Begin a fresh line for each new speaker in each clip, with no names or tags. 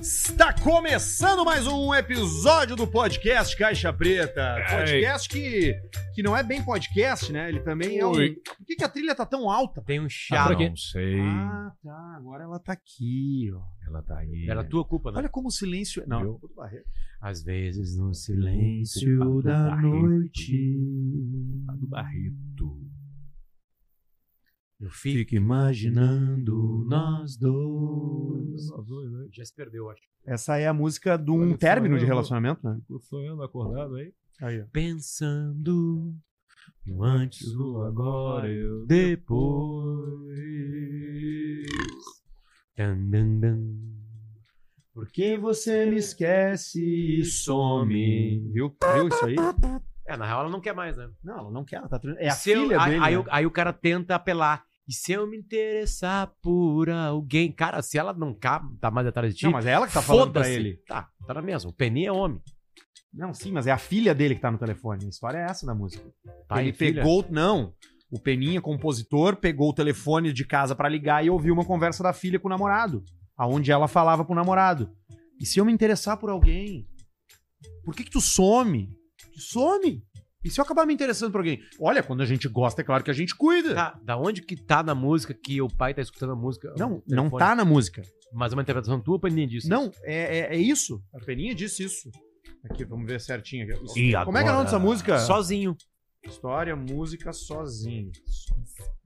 Está começando mais um episódio do podcast Caixa Preta.
Ai.
Podcast que, que não é bem podcast, né? Ele também é um.
Oi.
Por que, que a trilha tá tão alta?
Tem um
Ah,
chá.
Não sei.
Ah, tá. Agora ela tá aqui, ó.
Ela tá aí.
Era tua culpa, né?
Olha como o silêncio. Não,
Viu?
é o do Barreto.
Às vezes no
silêncio
tá
da noite.
do Barreto.
Eu fico.
imaginando nós dois. né?
Já se perdeu, acho.
Essa é a música de um
Olha só,
término de
eu-
relacionamento, né?
Ficou sonhando acordado aí?
Aí, ó.
Pensando no antes do agora e
eu.
depois. Dan, dan, dan. Por que você me esquece e some?
Viu? Viu isso aí?
É, na real ela não quer mais, né?
Não, ela não quer, ela tá trans- É a
Se eu-
filha
aí,
dele.
aí
né?
o, aí o cara tenta apelar. E se eu me interessar por alguém? Cara, se ela não ca- tá mais atrás de ti,
Não, mas é ela que tá falando pra
foda-se.
ele.
Tá, tá na mesma. O Penny é homem.
Não, sim, mas é a filha dele que tá no telefone. A história é essa da música. Tá
Pai
ele
e filha.
pegou. Não. O Peninha, compositor, pegou o telefone de casa pra ligar e ouviu uma conversa da filha com o namorado. Aonde ela falava pro namorado. E se eu me interessar por alguém? Por que que tu some? Tu some? E se eu acabar me interessando por alguém? Olha, quando a gente gosta, é claro que a gente cuida.
Tá, da onde que tá na música que o pai tá escutando a música?
Não,
O
não
telefone?
tá na música.
Mas é uma interpretação tua, Peninha, disso?
Não, é, é- é isso. A Peninha disse isso. Aqui, vamos ver certinho. aqui.
E
Como é que é o nome
agora?
dessa música?
Sozinho.
História, música sozinho.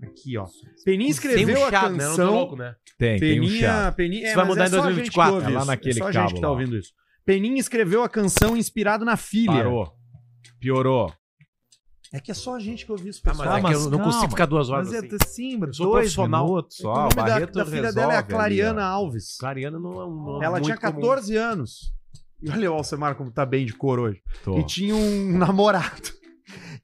Aqui, ó. Peninha escreveu
Tem um
a
chá, né? Eu não tô
canção.
louco, né?
Tem, tem um
Peninha,
chá.
Peninha, é,
Isso vai
mas
mudar em
só a gente
2024,
que ouve
é lá
isso.
naquele
é só a gente
cabo
que tá
lá.
ouvindo isso. Peninha escreveu a canção inspirada na filha.
Parou. Piorou.
É que é só a gente que ouviu isso,
Ah, mas
pessoal.
é que
mas
eu não
calma.
consigo ficar duas horas
Mas é
assim.
assim, Simbra,
Sou
dois
profissional.
minutos.
O
Só,
nome
o Barreto
da, da filha dela é a
resolve
Clariana
ali, ó.
Alves.
Clariana não é um nome
Ela
muito
tinha
comum.
14 anos. E olha o Alcemar como tá bem de cor hoje.
Tô.
E tinha um namorado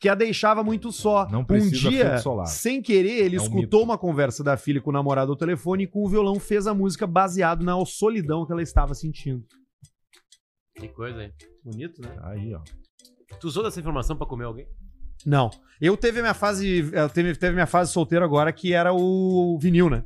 que a deixava muito só.
Não
um
precisa
dia,
filtro solar.
sem querer, ele
É um
escutou uma conversa da filha com o namorado ao telefone e com o violão fez a música baseado na solidão que ela estava sentindo.
Que coisa, hein?
Bonito, né?
Aí, ó.
Tu usou dessa informação pra comer alguém?
Não. Eu teve a minha fase, eu teve, teve minha fase solteiro agora que era o vinil, né?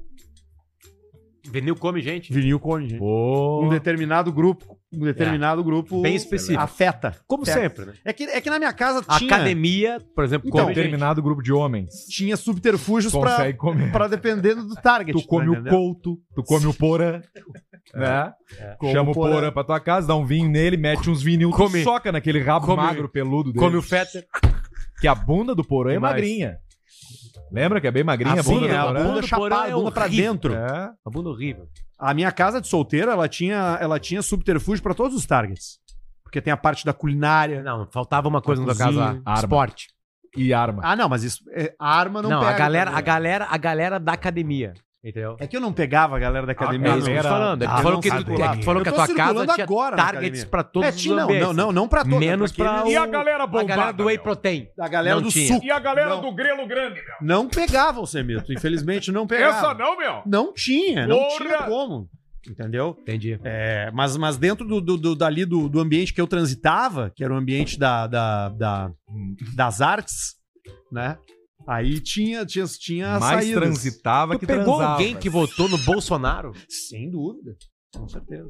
Venil come gente?
Vinil come, gente.
Pô. É.
Um determinado grupo, um determinado grupo
Bem específico.
afeta.
Como
É.
sempre, né?
É que, é que na minha casa
A
tinha,
Academia, por exemplo,
Então,
come gente.
Determinado grupo de homens.
tinha subterfúgios pra,
Consegue comer.
pra dependendo do target. tá
Tu come o
entendendo?
couto, tu come o porã, né?
É.
Chama
Como
o
porã.
porã pra tua casa, dá um vinho nele, mete uns vinil, tu
Come.
soca naquele rabo
Come.
magro, peludo dele.
Come o Fetter.
Que a bunda do porã é
Que mais?
magrinha. Lembra que é bem magrinha a
Assim,
bunda
Sim, é,
do
a
porã?
Bunda
bunda
do
chapada,
porão
a
é
bunda pra
horrível.
dentro.
É.
Uma bunda horrível.
A minha casa de solteiro, ela tinha, ela tinha subterfúgio pra todos os targets. Porque tem a parte da culinária. né?
Não, faltava uma coisa no teu caso
Cozinha,
lá.
arma.
Esporte.
E arma.
Ah, não, mas isso. é, a arma não,
Não, a
pega né?
galera, a
também.
galera, a galera da academia. Entendeu?
É que eu não pegava a galera da academia.
É
Ah,
não.
isso que eu tô falando. É que
Ah,
tu falou
não
que, tu-
circulava.
é que tu falou
Eu
que a
tô
tua casa
circulando
tinha
agora na
targets
academia.
pra todos
É,
os
tinha, não,
ambientes.
não, não, não pra todos.
Menos pra
aqueles-
o-
galera
A galera do Whey Protein.
A galera
não
do
tinha.
suco.
a
galera
do grelo grande, meu.
Não pegava o semito. Infelizmente, não pegava.
não, meu.
Não tinha, não
Porra!
tinha como. Entendeu?
Entendi.
É, mas, mas dentro do, do, do- dali do, do ambiente que eu transitava, que era o ambiente da, da- da- das artes, né? Aí tinha, tinha, tinha
Mais
saídas.
transitava
É
Tu
que
pegou
transava.
alguém que votou no Bolsonaro?
Sem dúvida, com certeza.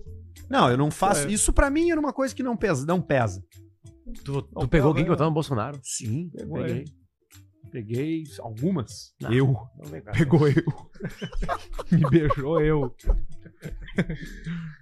Não,
É.
eu não faço. Isso pra mim era uma coisa que não pesa. Não pesa.
Tu, tu pegou alguém que votou no Bolsonaro?
Sim,
Pegou
peguei. Peguei algumas.
Eu. Pegou eu. Me beijou eu.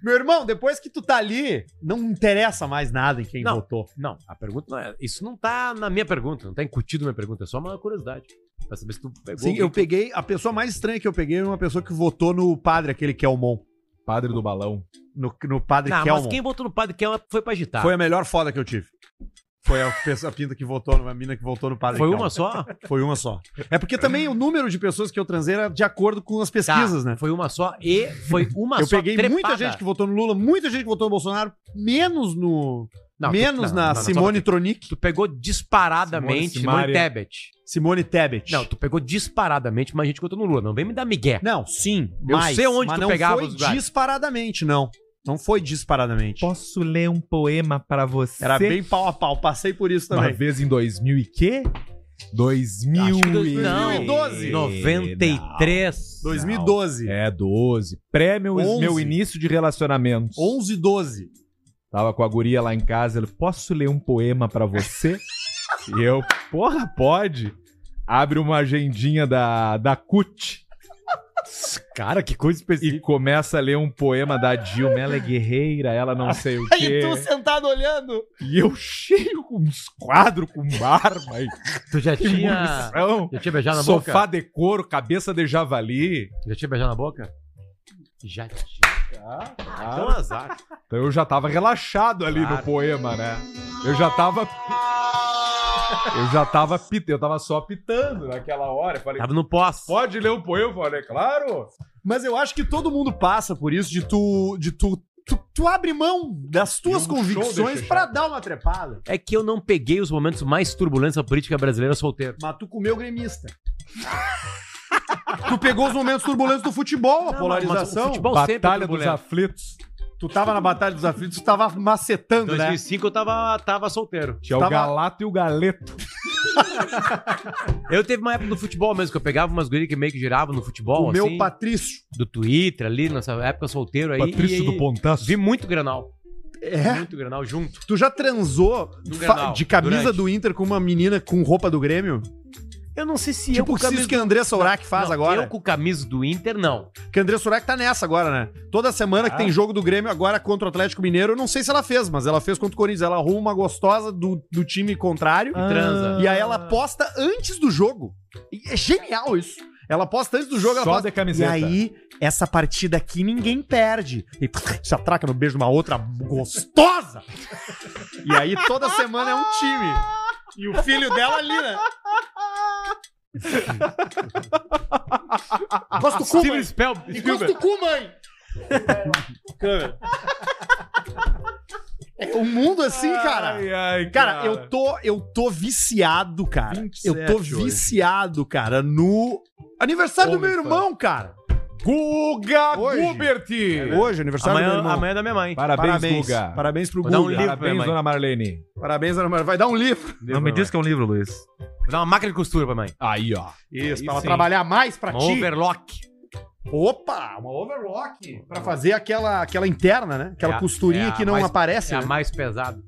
Meu irmão, depois que tu tá ali, não interessa mais nada em quem
Não.
votou.
Não, a pergunta não é. Isso não tá na minha pergunta, não tá incutido na minha pergunta, é só uma curiosidade. Pra saber se tu pegou.
Sim, eu peguei. A pessoa mais estranha que eu peguei era uma pessoa que votou no padre, aquele Kelmon.
Padre do balão.
No, no padre
Não,
Kelmon.
mas quem votou no padre que foi pra agitar.
Foi a melhor foda que eu tive. Foi a, pessoa- a pinta que votou, a mina que votou no padre.
Foi
Kelmon.
uma só?
Foi uma só. É porque também o número de pessoas que eu transei era de acordo com as pesquisas, né?
Foi uma só e foi Tá. uma
Eu
só.
peguei muita gente que votou no Lula, muita gente que votou no Bolsonaro, menos no.
Não,
menos
tu- não,
na
não, não, só
Simone Tronic,
Tu pegou disparadamente
Simone
no
Simaria.
Tebet.
Simone Tebet.
Não, tu pegou disparadamente mais gente que votou no Lula. Não vem me dar migué.
Não, sim.
Eu
mais,
sei onde
mas
tu
não
pegava
foi
os lugares.
disparadamente, não. Não foi disparadamente.
Posso ler um poema pra você?
Era bem pau a pau, passei por isso
Uma
também.
vez em 2000 e quê? 2000
Acho que dois-
e...
não.
2012.
93.
2012.
É, 12. Pré meu,
Onze.
meu início de relacionamentos.
11 e 12.
Tava com a guria lá em casa, ele, posso ler um poema pra você? e eu, porra, pode. Abre uma agendinha da, da CUT
Cara, que coisa
e
específica.
começa a ler um poema da Dilma. Ela é guerreira, ela não sei o quê.
sentado olhando.
E eu cheio com uns quadros com barba e
Tu já tinha.
munição.
Já tinha beijado na
Sofá
boca?
de couro, cabeça de javali.
Já tinha beijado na boca? Já tinha.
ah. um
Então azar.
Então eu já tava relaxado ali
Claro.
no poema, né? Eu já tava. Eu já tava pitando, eu tava só pitando naquela hora. Eu falei,
Tava no pós.
pode ler o poema? Eu falei, claro.
Mas eu acho que todo mundo passa por isso de tu. De tu, tu, tu abre mão das tuas
um show
convicções
deixa
pra dar uma trepada.
É que eu não peguei os momentos mais turbulentos da política brasileira solteiro.
Mas tu comeu gremista. tu pegou os momentos turbulentos do futebol, a
Não, mas o
polarização.
futebol sempre é
Batalha dos
turbulento.
aflitos.
Tu tava na Batalha dos Aflitos, tu tava
Em
macetando, né?
2005 eu tava, tava solteiro.
Tinha o
Tava-
galato e o galeto.
Eu teve uma época do futebol mesmo, que eu pegava umas gurias que meio que giravam no futebol,
o meu
assim,
Patrício.
do Twitter ali, nessa época solteiro aí. e aí
Pontaço.
Vi muito Granal.
É?
Muito Granal junto.
Tu já transou
No
fa-
Grenal,
de camisa
durante.
do Inter com uma menina com roupa do Grêmio?
Eu não sei se
tipo
eu
isso que a André Sorak faz
Não,
agora.
Eu com camisa do Inter, não.
Que a André Sorak tá nessa agora, né? Toda semana que
Ah.
tem jogo do Grêmio agora contra o Atlético Mineiro, eu não sei se ela fez, mas ela fez contra o Corinthians. Ela arruma uma gostosa do, do time contrário
Ah. transa.
e aí ela posta antes do jogo. E é genial isso. Ela posta antes do jogo, ela
Só
posta
de camiseta.
E aí, essa partida aqui ninguém perde. E se atraca no beijo de uma outra gostosa. E aí, toda semana é um time. E o filho dela ali, né? Gosto do cu, mãe.
Spell,
E gosto do cu, mãe. Câmera. É um mundo assim, cara.
Ai, ai,
Cara, eu tô, eu tô viciado, cara.
27
eu tô
hoje.
viciado, cara, no aniversário do meu
OnlyFans.
irmão, cara.
Guga
Hoje. É
Gubert!
Hoje, aniversário do meu
Amanhã,
irmão.
amanhã é da minha mãe.
Parabéns,
Parabéns,
Guga.
parabéns pro
Vou dar um
Guga.
livro pra
Parabéns,
minha mãe.
dona Marlene.
Parabéns, Ana Maria. Vai dar um livro.
Devo pra mãe.
que é um livro, Luiz.
Vou dar uma máquina de costura pra mãe.
Aí, ó.
Isso,
Aí
pra ela
sim.
trabalhar mais pra
Uma
ti.
overlock.
Opa, uma overlock. Pra fazer aquela, aquela interna, né? Aquela
É a-
costurinha
é a
que não
mais-
aparece.
É a
né?
mais pesada.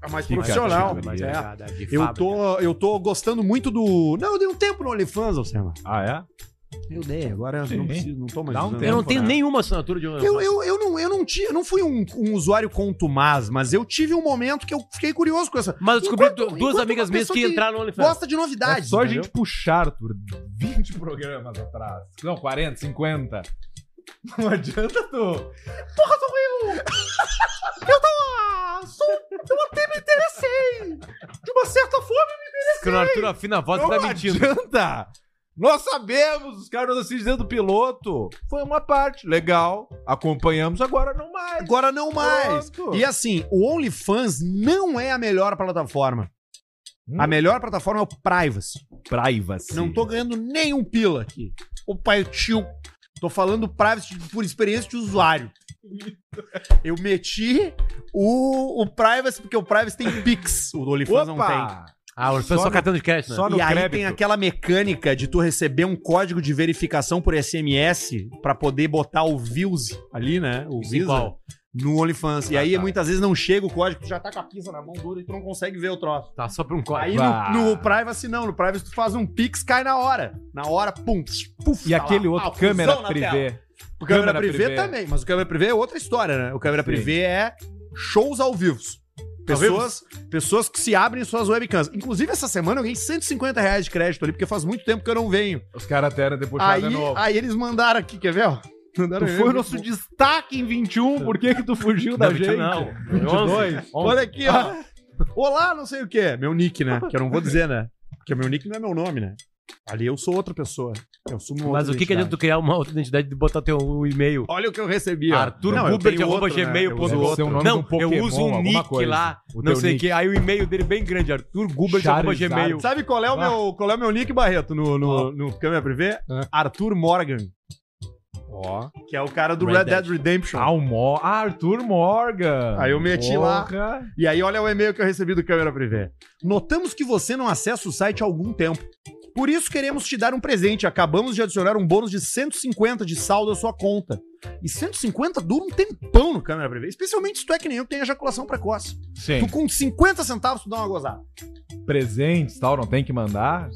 A mais
Fica,
profissional.
fica,
É.
fica.
Eu tô, eu tô gostando muito do. Não, eu dei um tempo no OnlyFans, Alcema.
Ah, é?
Eu dei, agora eu não
Sim.
preciso, não tô mais
Dá um
usando.
tempo,
Eu não tenho
né?
nenhuma assinatura de um.
Eu, eu, eu, não, eu, não ti- eu não fui um, um usuário contumaz, mas eu tive um momento que eu fiquei curioso com essa.
Mas eu descobri
Enquanto-
du- duas
enquanto
amigas
uma
minhas que
pessoa que
entraram no OnlyFans.
Gosta de
É
novidade.
só a
entendeu?
gente puxar, Arthur, 20 programas atrás. Não, 40, 50. Não adianta tu. Porra, sou eu! Eu
Ah,
tava. Sou, eu até me interessei! De uma certa forma,
Quando o Arthur afina a voz,
não
ele tá mentindo.
adianta! Nós sabemos, os caras nos assistem dentro do piloto. Foi uma parte, legal. Acompanhamos, agora não mais.
Agora não mais.
Pronto.
E assim, o OnlyFans não é a melhor plataforma.
Hum.
A melhor plataforma é o Privacy.
privacy.
Não tô ganhando nenhum pila aqui. O pai tio. Tô falando Privacy por experiência de usuário. Eu meti o, o Privacy, porque o Privacy tem Pix. O do OnlyFans não tem.
Opa!
Ah, o OnlyFans
Só
só
no-
cartão de crédito, né?
só no
e aí
crédito.
tem aquela mecânica de tu receber um código de verificação por SMS pra poder botar o Views ali, né? O
Sim,
Visa
qual?
no OnlyFans. e
Ah,
aí
tá.
muitas vezes não chega o código, tu já tá com a pinça na mão dura e tu não consegue ver o troço.
Tá só pra um
Aí
código.
no,
Bah.
no Privacy não, no Privacy tu faz um pix, cai na hora. Na hora, pum, tch, puf,
E
tá
aquele
lá.
outro,
Ah, fusão
câmera
na tela.
privê.
O câmera,
Câmera
privê,
privê.
também, mas o câmera privê é outra história, né? O câmera
Sim.
privê é shows ao vivo. Pessoas, pessoas que se abrem em suas webcams. Inclusive, essa semana eu ganhei 150 reais de crédito ali, porque faz muito tempo que eu não venho.
Os caras até eram depuxados
Aí,
de novo.
aí eles mandaram aqui, quer ver? ó? Mandaram
Tu
um
foi o
e-mail.
nosso destaque em 21, por que que tu fugiu da
Não, um
gente?
não.
22.
Olha aqui, ó. Olá, não sei o quê. Meu nick, né? Que eu não vou dizer, né? Porque meu nick não é meu nome, né? Ali eu sou outra pessoa. Eu sumo outra
Mas o que, é que adianta
identidade.
tu criar uma outra identidade e botar teu e-mail?
Olha o que eu recebi, ó.
Arthur
Não, eu
Gubert,
tenho
arroba
outro, né?
gmail
Eu
ponto
uso
com.
outro,
o
né?
nome
Não,
de um
eu
Pokémon,
uso um
alguma
nick
coisa.
lá,
O
não
teu
sei o
nick.
que. Aí o e-mail dele é bem grande, Arthur Gubert, arroba
Charizard.
gmail.
Sabe qual é o
Ah.
meu, qual é o meu nick, Barreto, no, no, no câmera privê? Arthur Morgan.
Ó.
Que é o cara do
Red
Red Dead Redemption.
Ah, o Mo- ah, Arthur Morgan.
Aí eu meti lá.
lá.
E aí, olha o e-mail que eu recebi do Câmera Privé. Notamos que você não acessa o site há algum tempo. Por isso, queremos te dar um presente. Acabamos de adicionar um bônus de 150 de saldo à sua conta. E 150 dura um tempão no Câmera Privé. Especialmente se tu é que nem eu que tem ejaculação precoce.
Sim.
Tu com 50 centavos tu dá uma gozada.
Presentes, tal, não tem que mandar.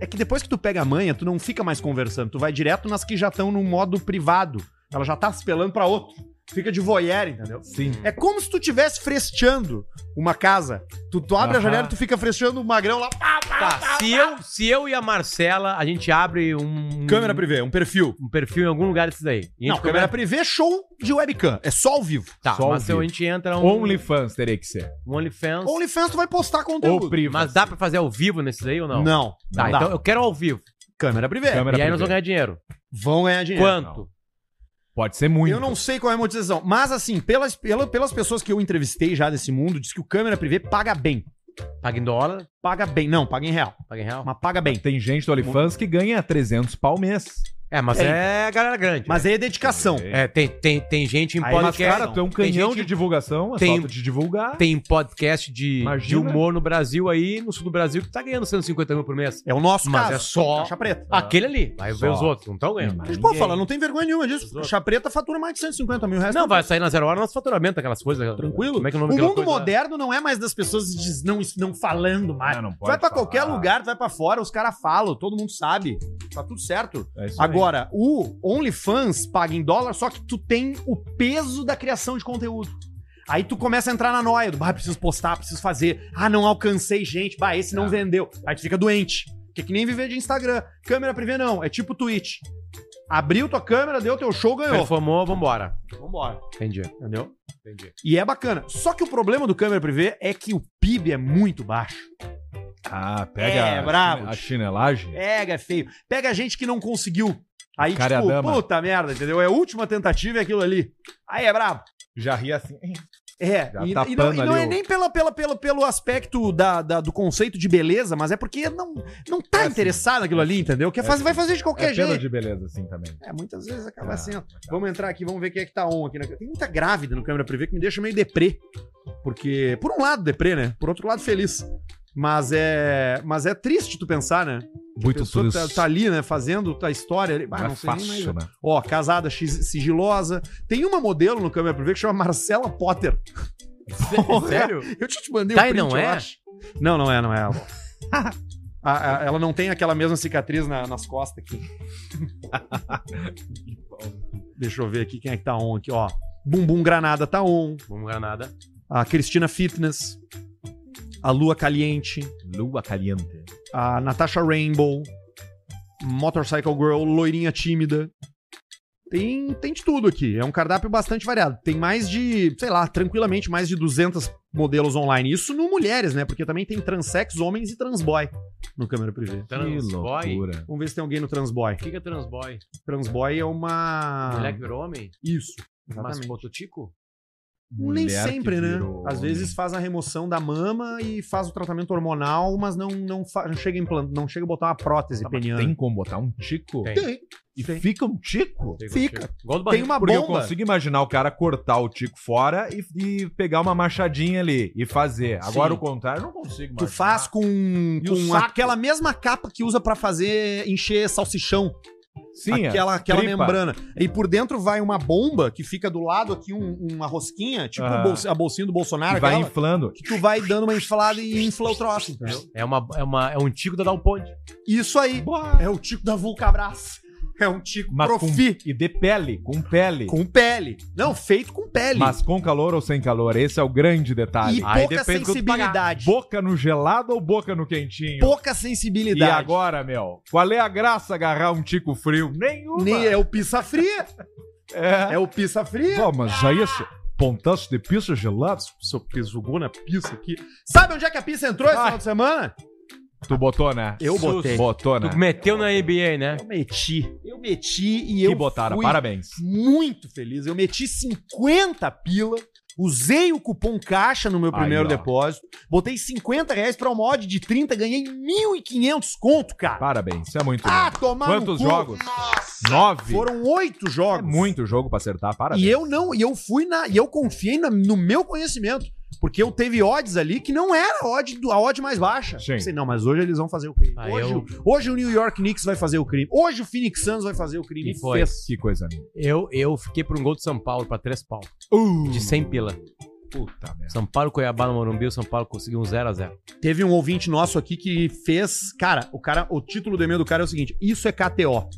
É que depois que tu pega a manha, tu não fica mais conversando. Tu vai direto nas que já estão no modo privado. Ela já tá se pelando pra outro. Fica de voyeur, entendeu?
Sim.
É como se tu estivesse fresteando uma casa. Tu, tu abre a
Aham.
janela e tu fica fresteando o magrão lá. Pá, pá,
Tá, se eu, se eu e a Marcela, a gente abre um.
Câmera privê, um perfil.
Um perfil em algum lugar desses aí. E a gente
Não, câmera privê é show de webcam. É só ao vivo.
Tá,
Só
mas se
ouvir.
a gente entra
Então,
um.
OnlyFans teria que ser.
um OnlyFans.
OnlyFans tu vai postar
Ou
conteúdo.
privo.
Mas dá pra fazer ao vivo nesses aí ou não?
Não.
Tá,
não dá.
então eu quero ao vivo.
Câmera privê. É,
Câmera-
e aí nós
privê.
vamos ganhar dinheiro.
Vão ganhar dinheiro.
Quanto?
Pode ser muito.
Eu não sei qual é a monetização. Mas assim, pelas, pela- pelas pessoas que eu entrevistei já desse mundo, diz que o câmera privê paga bem.
Paga em dólar?
Paga bem. Não, paga em real.
Paga em real?
Mas paga bem.
Tem gente do OnlyFans que ganha 300 pau mês.
É, mas
Tem.
é a galera grande.
Mas aí é então, dedicação.
É, tem, tem, tem gente em
Aí, mas,
podcast.
cara,
Tu é um
Tem
canhão
gente-
de divulgação, é
tem-
só tu te divulgar.
Tem um podcast de,
Imagina.
de humor no Brasil aí, no sul do Brasil, que tá ganhando 150 mil por mês.
É o nosso
Mas
caso.
é só-
Caixa preta.
Aquele ali. Vai ver
Só.
os outros. Não estão ganhando.
Mas,
Mas,
pô, fala, não tem vergonha nenhuma disso.
Os outros.
Caixa preta fatura mais de 150 mil reais.
Não, vai sair na zero hora nosso faturamento, aquelas coisas.
Tranquilo.
Como é que é
O
o nome daquela
mundo
coisa?
moderno não é mais das pessoas diz- não, não falando mais.
Ah, Não, não pode
vai pra
falar.
qualquer lugar, tu vai pra fora, os caras falam, todo mundo sabe. Tá tudo certo.
É isso aí.
Agora, o OnlyFans paga em dólar, só que tu tem o peso da criação de conteúdo. Aí tu começa a entrar na noia do, bah, preciso postar, preciso fazer. Ah, não alcancei gente, bah, esse não
É.
Ah.
vendeu. Aí tu fica doente. Que é que nem viver de Instagram. Câmera privê não, é tipo Twitch. Abriu tua câmera, deu teu show, ganhou.
Performou, vambora.
Vambora.
Entendi.
Entendeu?
Entendi.
E é bacana. Só que o problema do câmera privê é que o PIB é muito baixo.
Ah, pega
É,
a-
bravo.
a chinelagem.
Pega, é feio. Pega gente que não conseguiu. Aí,
Cara é a
tipo,
dama.
puta merda, entendeu? É a última tentativa e aquilo ali. Aí é brabo.
Já ri assim.
É,
Já
e,
tá
e não, e
pano
não
ali
é
o-
nem pela, pela, pela, pelo aspecto da, da- do conceito de beleza, mas é porque não, não tá
É assim.
interessado naquilo ali, entendeu? Quer
É
fazer,
assim.
vai fazer de qualquer
É pelo
jeito.
de beleza assim também.
É, muitas vezes acaba
Ah,
sendo. Vamos entrar aqui, vamos ver quem é que tá on aqui. Na... Tem muita grávida no câmera privê que me deixa meio deprê. Porque, por um lado, deprê, né? Por outro lado, feliz. Mas é, mas é triste tu pensar, né? A
Muito
pessoa tá,
triste.
tá ali, né? Fazendo tua história. ali. Ah,
Não
não
é
sei nem mais.
fácil, né?
Ó, casada x- sigilosa. Tem uma modelo no câmera privê que chama Marcela Potter.
é Sério?
Eu te, te mandei
Tá,
um
e não
eu
é?
acho. Não, não é, não é. ela. A- a- ela não tem aquela mesma cicatriz na- nas costas aqui. Deixa eu ver aqui quem é que tá on aqui, ó. Bumbum Granada tá on.
Vamos ganhar nada.
A Cristina Fitness. A Lua Caliente.
Lua caliente.
A Natasha Rainbow. Motorcycle Girl. Loirinha Tímida. Tem, tem de tudo aqui. É um cardápio bastante variado. Tem mais de, sei lá, tranquilamente mais de 200 modelos online. Isso no mulheres, né? Porque também tem transsex, homens e transboy no câmera privê.
que
Transboy.
loucura.
Vamos ver se tem alguém no transboy.
O que que é transboy?
Transboy é uma.
Mulher que virou homem?
Isso.
Mas
Exatamente.
mototico?
Nem
Mulher que
sempre, né?
virou
Às
homem.
vezes faz a remoção da mama e faz o tratamento hormonal, mas não, não, fa- não chega a implant... não chega a botar uma prótese
Tá, mas
peniana.
Tem como botar um tico?
Tem.
E
né? Tem.
fica um tico?
Fica.
Igual do
Tem
barriga.
uma
Porque eu
bomba.
consigo imaginar o cara cortar o tico fora e, e pegar uma machadinha ali e fazer. Agora
Sim.
o contrário, eu não consigo
Tu
imaginar.
faz com,
E o
com
saco?
aquela mesma capa que usa pra fazer encher salsichão,
Sim, é.
aquela, aquela
tripa.
membrana. E por dentro vai uma bomba que fica do lado aqui um- uma rosquinha, tipo
Ah.
o bolsi- a bolsinha do Bolsonaro,
e vai
aquela,
inflando.
que tu vai dando uma inflada e infla o troço, entendeu?
É, uma, é, uma, é um tico da Dalponte.
Isso aí. É o tico da Vulcabras. É um tico
Mas com,
profi.
e de pele, com pele.
Com pele. Não, feito com pele.
Mas com calor ou sem calor, esse é o grande detalhe.
e
Aí
pouca
depende do que tu pagar.
sensibilidade.
Boca no gelado ou boca no quentinho?
Pouca
E
sensibilidade.
agora, meu? Qual é a graça agarrar um tico frio? Nenhuma.
Nem é o pizza fria.
É.
É o pizza fria.
Pô, mas já esse pontaço de pizza gelado?
Seu pisugou na pizza aqui. Sabe onde é que a pizza entrou esse
Ah.
final de semana?
Tu botou, né?
Eu
Sus,
botei.
Botou,
É.
né?
Tu meteu na NBA, né?
Eu meti. Eu meti e
Que
eu
botaram,
fui
parabéns.
muito feliz. Eu meti 50 pila Usei o cupom caixa no meu
Aí,
primeiro
ó.
depósito. Botei 50 reais pra uma odd de 30, ganhei 1.500 conto, cara.
Parabéns, isso é muito.
Ah, tomar no
Quantos
cu.
jogos?
Nossa.
Nove.
Foram oito
É
jogos.
muito jogo pra acertar, parabéns.
E eu não, e eu fui na, e eu confiei na- no meu conhecimento, porque eu teve odds ali que não era a odd, do- a odd mais baixa.
Sim.
Pensei, não, mas hoje eles vão fazer o crime.
Ah,
hoje,
eu-
o- hoje o New York Knicks vai fazer o crime. Hoje o Phoenix Suns vai fazer o crime.
E foi.
Fez.
Que coisa linda.
Eu, eu fiquei por um gol de São Paulo pra três pau.
Uh.
De 100 pila.
Puta merda.
São Paulo, Cuiabá no Morumbi, o São Paulo conseguiu um 0x0.
Teve um ouvinte nosso aqui que fez, cara, o cara, o título do e-mail do cara é o seguinte: Isso é KTO.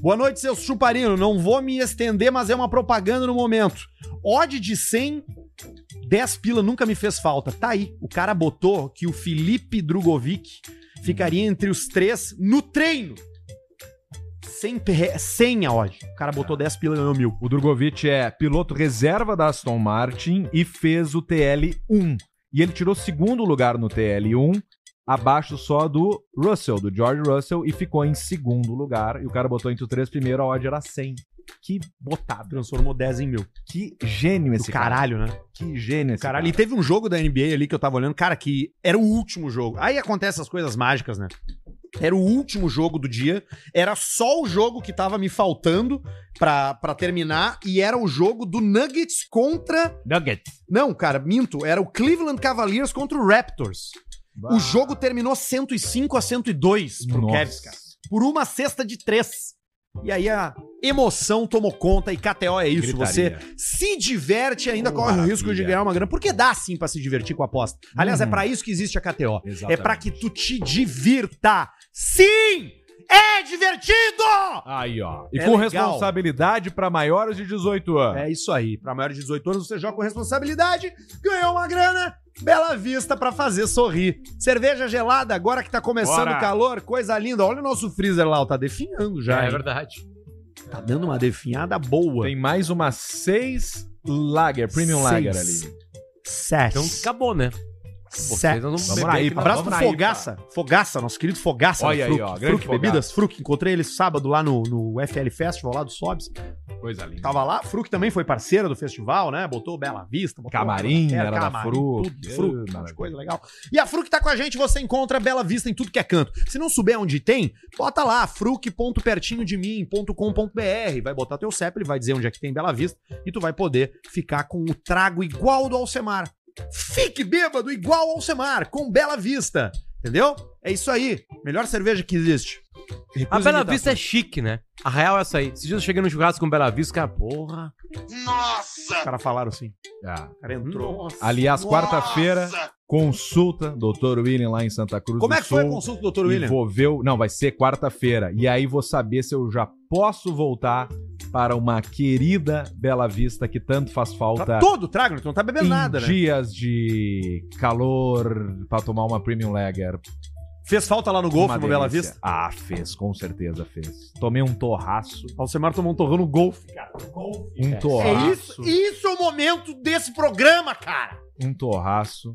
Boa noite, seus chuparino. Não vou me estender, mas é uma propaganda no momento. Odd de 100, 10 pila nunca me fez falta. Tá aí. O cara botou que o Felipe Drugovic ficaria entre os três no treino. 100, pe- 100 a odd. O cara botou 10 pila e ganhou mil.
O Drogovic é piloto reserva da Aston Martin e fez o TL1. E ele tirou segundo lugar no TL1, abaixo só do Russell, do George Russell, e ficou em segundo lugar. E o cara botou entre os três primeiro, a odd era 100. Que botado.
Transformou 10 em mil.
Que gênio
Do
esse cara.
caralho, né?
Que gênio esse
Caralho, e teve um jogo da NBA ali que eu tava olhando, cara, que era o último jogo. Aí acontecem essas coisas mágicas, né? Era o último jogo do dia, era só o jogo que tava me faltando pra, pra terminar, e era o jogo do Nuggets contra.
Nuggets.
Não, cara, minto, era o Cleveland Cavaliers contra o Raptors.
cara.
O jogo terminou 105 a 102 pro
Nossa.
Cavs, cara. Por uma cesta de três. E aí a emoção tomou conta, e KTO é isso, você
Gritaria.
se diverte ainda
Oh,
corre o
maravilha. Uhum.
risco de ganhar uma grana. Porque dá sim pra se divertir com a aposta. Aliás, é pra isso que existe a KTO. É
Exatamente.
pra que tu te divirta. Sim! É divertido!
Aí, ó. E
É
com
legal.
responsabilidade pra maiores de 18 anos.
É isso aí. Pra maior de 18 anos, você joga com responsabilidade, ganhou uma grana, bela vista pra fazer sorrir. Cerveja gelada, agora que tá começando
Bora.
o calor, coisa linda. Olha o nosso freezer lá, ó, tá definhando já.
é
hein?
verdade.
Tá dando uma definhada boa.
Tem mais umas seis Lager, Premium
Seis.
Lager ali.
Sete.
um
Então acabou, né?
Sete.
Vocês não vão
Vamos
beber
lá,
aqui,
aí,
não.
Abraço
Vamos
pro
aí,
Fogaça. Fogaça, nosso querido Fogaça. da
Olha aí,
Fruc.
ó, grande
Fruc
Fogaça.
Bebidas, Fruc. Encontrei ele sábado lá no, no FL Festival, lá do Sobs.
Coisa linda.
Tava lá. Fruc também foi parceira do festival, né? Botou Bela Vista. Botou
Camarim,
Água
era da Fruc.
Tudo,
Eh,
Fruc, um monte de
maravilha.
coisa legal. E a Fruc tá com a gente. Você encontra Bela Vista em tudo que é canto. Se não souber onde tem, bota lá fruc.pertinhodemim.com.br. Vai botar teu CEP, ele vai dizer onde é que tem Bela Vista. E tu vai poder ficar com o trago igual do Alcemar. Fique bêbado igual ao Alcemar, com Bela Vista. Entendeu? É isso aí. Melhor cerveja que existe.
A
Ah,
Bela Vista é chique, né? A real é essa aí. Esses dias eu cheguei no churrasco com Bela Vista, cara, porra.
Os caras falaram assim.
Ah.
O cara entrou.
Aliás, quarta-feira, consulta, doutor William lá em Santa Cruz
Como
do
é que foi a
Sul.
consulta, doutor William?
Envolveu, não, vai ser quarta-feira. E aí vou saber se eu já posso voltar para uma querida Bela Vista que tanto faz
Tá
falta.
todo trago, tu não tá bebendo
em
nada, né?
dias de calor para tomar uma Premium Lager.
Fez falta lá no Golfo,
Uma
no Bela
delícia.
Vista?
Ah, fez, com certeza fez. Tomei um torraço.
Alcemar tomou um torrão no Golfe, cara.
Um torraço.
É isso, isso é o momento desse programa, cara.
Um torraço.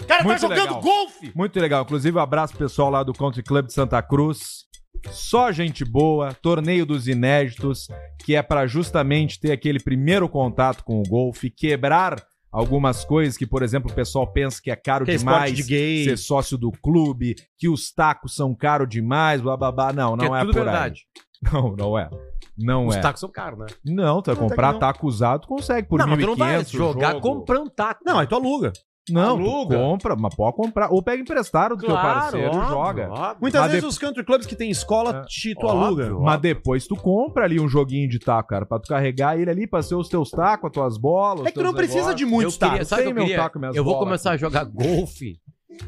O cara
Muito
tá jogando
legal.
golfe.
Muito legal. Inclusive, um abraço pessoal lá do Country Club de Santa Cruz. Só gente boa, torneio dos inéditos, que é para justamente ter aquele primeiro contato com o golfe, quebrar algumas coisas que, por exemplo, o pessoal pensa que é caro
Que é esporte
demais
de gay.
ser sócio do clube, que os tacos são caros demais, blá blá blá. Não,
Que
não é, por aí. Não, não é. Não
Os
é.
tacos são caros, né?
Não, tu vai
Não, até
comprar
que não.
taco usado, consegue por
não, mas
1.500
tu não vai jogar
jogo. é
comprando taco.
Não, aí tu aluga.
Não,
Aluga.
tu compra, mas pode comprar. Ou pega emprestado do teu parceiro,
óbvio,
joga.
óbvio.
Muitas
Mas
vezes os country clubs que tem escola
É.
te tu
Óbvio.
aluga.
Óbvio.
Mas depois tu compra ali um joguinho de taco, cara, pra tu carregar ele ali, pra ser os teus tacos, as tuas bolas.
É que tu não precisa de muitos
eu queria,
tacos.
sabe o que
Tem
eu
meu
queria?
taco, minhas
eu vou
bolas.
começar a jogar golfe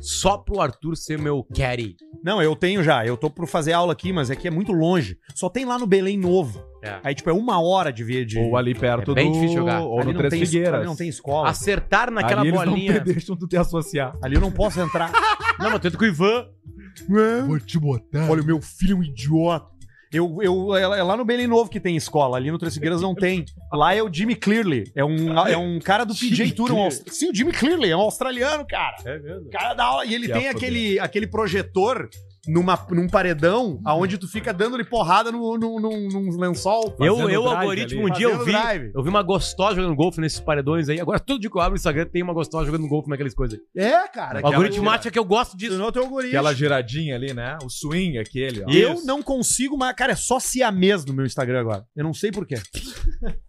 só pro Arthur ser meu caddy.
Não, eu tenho já. Eu tô por fazer aula aqui, mas aqui é muito longe. Só tem lá no Belém Novo.
É.
Aí, tipo, é uma hora de ver de.
Ou ali perto
É bem
do...
difícil jogar.
Ou
ali
no
não
Três
tem,
Figueiras.
Ali não tem é escola.
Acertar naquela
ali eles
bolinha.
não te deixam tu te associar.
Ali eu não posso entrar.
Não, mas tu entra com o Ivan.
Vou te botar.
É. Olha, o meu filho é um idiota. Eu, eu, é lá- é lá no Belém Novo que tem escola, ali no Três Figueiras não tem. Lá é o Jimmy Clearly, é um, é um cara do
Jimmy
PJ Tour. Um aus- Sim, o Jimmy Clearly, é um australiano, cara.
É mesmo.
O cara dá aula e ele
Que
tem
a
aquele, aquele projetor numa, num paredão, aonde tu fica dando-lhe porrada no, no, num- num lençol.
Eu,
Fazendo
eu
drive
algoritmo,
ali.
um dia eu
fazendo
vi,
drive.
eu vi uma gostosa jogando golfe nesses paredões aí. Agora tudo que eu abro no Instagram tem uma gostosa jogando golfe naquelas coisas. aí.
É, cara.
O
Aquela
algoritmo
gira-
acha que eu gosto disso.
Não é o teu algoritmo.
Aquela giradinha ali, né? O swing aquele, ó.
Eu
Isso.
não consigo, mas, cara, é só siamês no meu Instagram agora. Eu não sei porquê.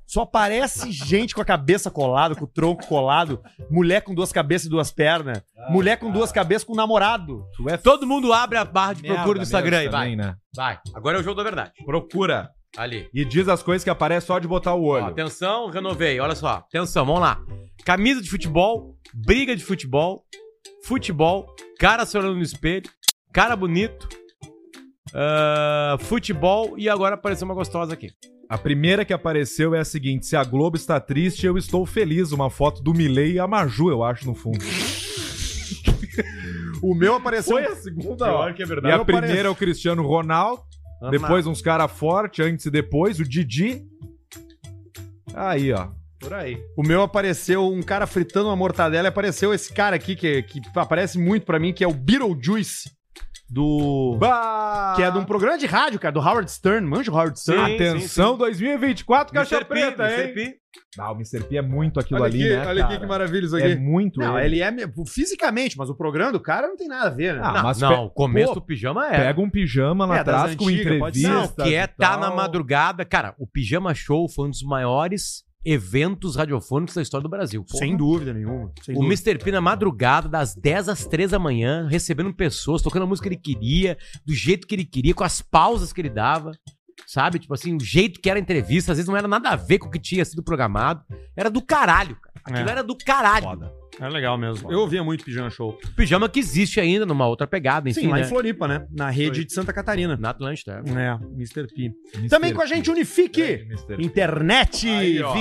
Só aparece gente com a cabeça colada, com o tronco colado, mulher com duas cabeças e duas pernas, mulher com duas cabeças com um namorado.
Tu é
Todo mundo abre a barra de
merda
procura do Instagram aí.
mesmo
Vai,
também, né?
vai. Agora é o jogo da verdade.
Procura.
Ali.
E diz as coisas que aparece só de botar o
Ó,
olho.
atenção, renovei. Olha só. Atenção, vamos lá. Camisa de futebol, briga de futebol, futebol, cara se olhando no espelho, cara bonito, ah, futebol e agora apareceu uma gostosa aqui.
A primeira que apareceu é a seguinte: se a Globo está triste, eu estou feliz. Uma foto do Milei e a Maju, eu acho, no fundo.
O meu apareceu.
a segunda hora.
que é
E a primeira é o Cristiano Ronaldo,
Vamos
depois uns caras fortes, antes e depois, o Didi. Aí, ó.
Por aí. O meu apareceu um cara fritando uma mortadela e apareceu esse cara aqui que, que aparece muito pra mim, que é o Beetlejuice do.
Bah!
Que é de um programa de rádio, cara, do Howard Stern. Manja o Howard Stern.
Sim,
Atenção,
sim, sim.
2024,
Mr. P,
caixa preta,
Mr.
hein?
P.
Ah, o Mr. P é muito aquilo ali, né? cara?
maravilha isso
É muito
Não, ele
ele.
é me- fisicamente, mas o programa do cara não tem nada a ver, né?
Ah,
não,
mas
não,
pe-
o começo
Pô,
do pijama é.
Pega um pijama lá
É, das
atrás com
antigas, pode ser.
entrevista.
Não, que é tá
tal.
na madrugada. Cara, o Pijama Show foi um dos maiores eventos radiofônicos da história do Brasil. Porra.
Sem dúvida nenhuma. Sem
O
dúvida.
Mr. P na madrugada, das 10 às 3 da manhã, recebendo pessoas, tocando a música que ele queria, do jeito que ele queria, com as pausas que ele dava, sabe? Tipo assim, o jeito que era a entrevista, às vezes não era nada a ver com o que tinha sido programado. Era do caralho, cara. Aquilo
É.
era do caralho.
É legal mesmo. Eu ouvia muito Pijama Show.
Pijama que existe ainda numa outra pegada, enfim,
Sim, lá
né?
em Floripa, né? Na rede
Floripa.
de Santa Catarina.
Na Atlântida. é.
É, Mr. P.
Mr.
Também com a gente, Unifique.
Grande Mr. P.
Internet,
Aí, ó.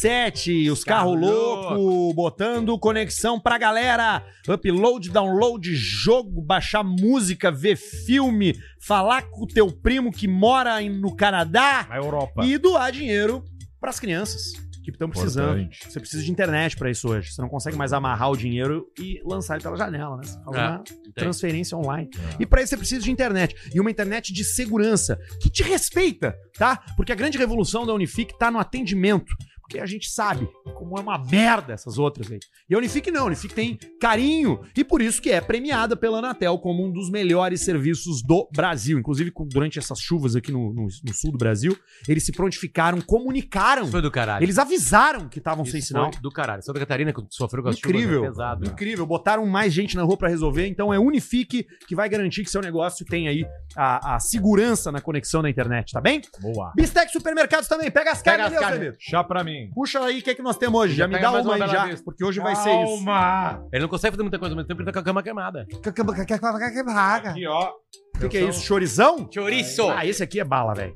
videocassete, os carros
Carro
louco, botando conexão pra galera, upload, download, jogo, baixar música, ver filme, falar com o teu primo que mora em- no Canadá
A Europa.
e doar dinheiro pras crianças que estão precisando.
Importante.
Você precisa de internet pra isso hoje. Você não consegue mais amarrar o dinheiro e lançar ele pela janela, né? Você faz
É,
uma transferência online. E pra isso você precisa de internet. E uma internet de segurança, que te respeita, tá? Porque a grande revolução da Unifique tá no atendimento. Porque a gente sabe como é uma merda essas outras aí. E a Unifique não, a Unifique tem carinho e por isso que é premiada pela Anatel como um dos melhores serviços do Brasil. Inclusive, com- durante essas chuvas aqui no, no- no sul do Brasil, eles se prontificaram, comunicaram.
Isso foi do caralho.
Eles avisaram que estavam
Isso
é um
é
sem sinal.
foi do caralho. Santa Catarina que sofreu com as
Incrível.
chuvas, é pesado.
Incrível, botaram mais gente na rua pra resolver, então é Unifique que vai garantir que seu negócio tem aí a, a segurança na conexão da internet, tá bem?
Boa.
Bistec Supermercados também, pega as
Pega
carnes,
as
meu
carnes.
querido.
Chá pra mim.
Puxa aí, o que, é que nós temos hoje?
Já
Já me
pega
dá
mais
uma
uma
aí
bela
já,
vez.
porque hoje vai ser isso.
Calma.
Ele não consegue fazer muita coisa ao mesmo tempo, ele tá com a cama queimada.
O
Aqui, ó.
que, que é
Eu
isso?
sou-
Chorizão?
Chouriço!
Ah, esse aqui é bala, velho.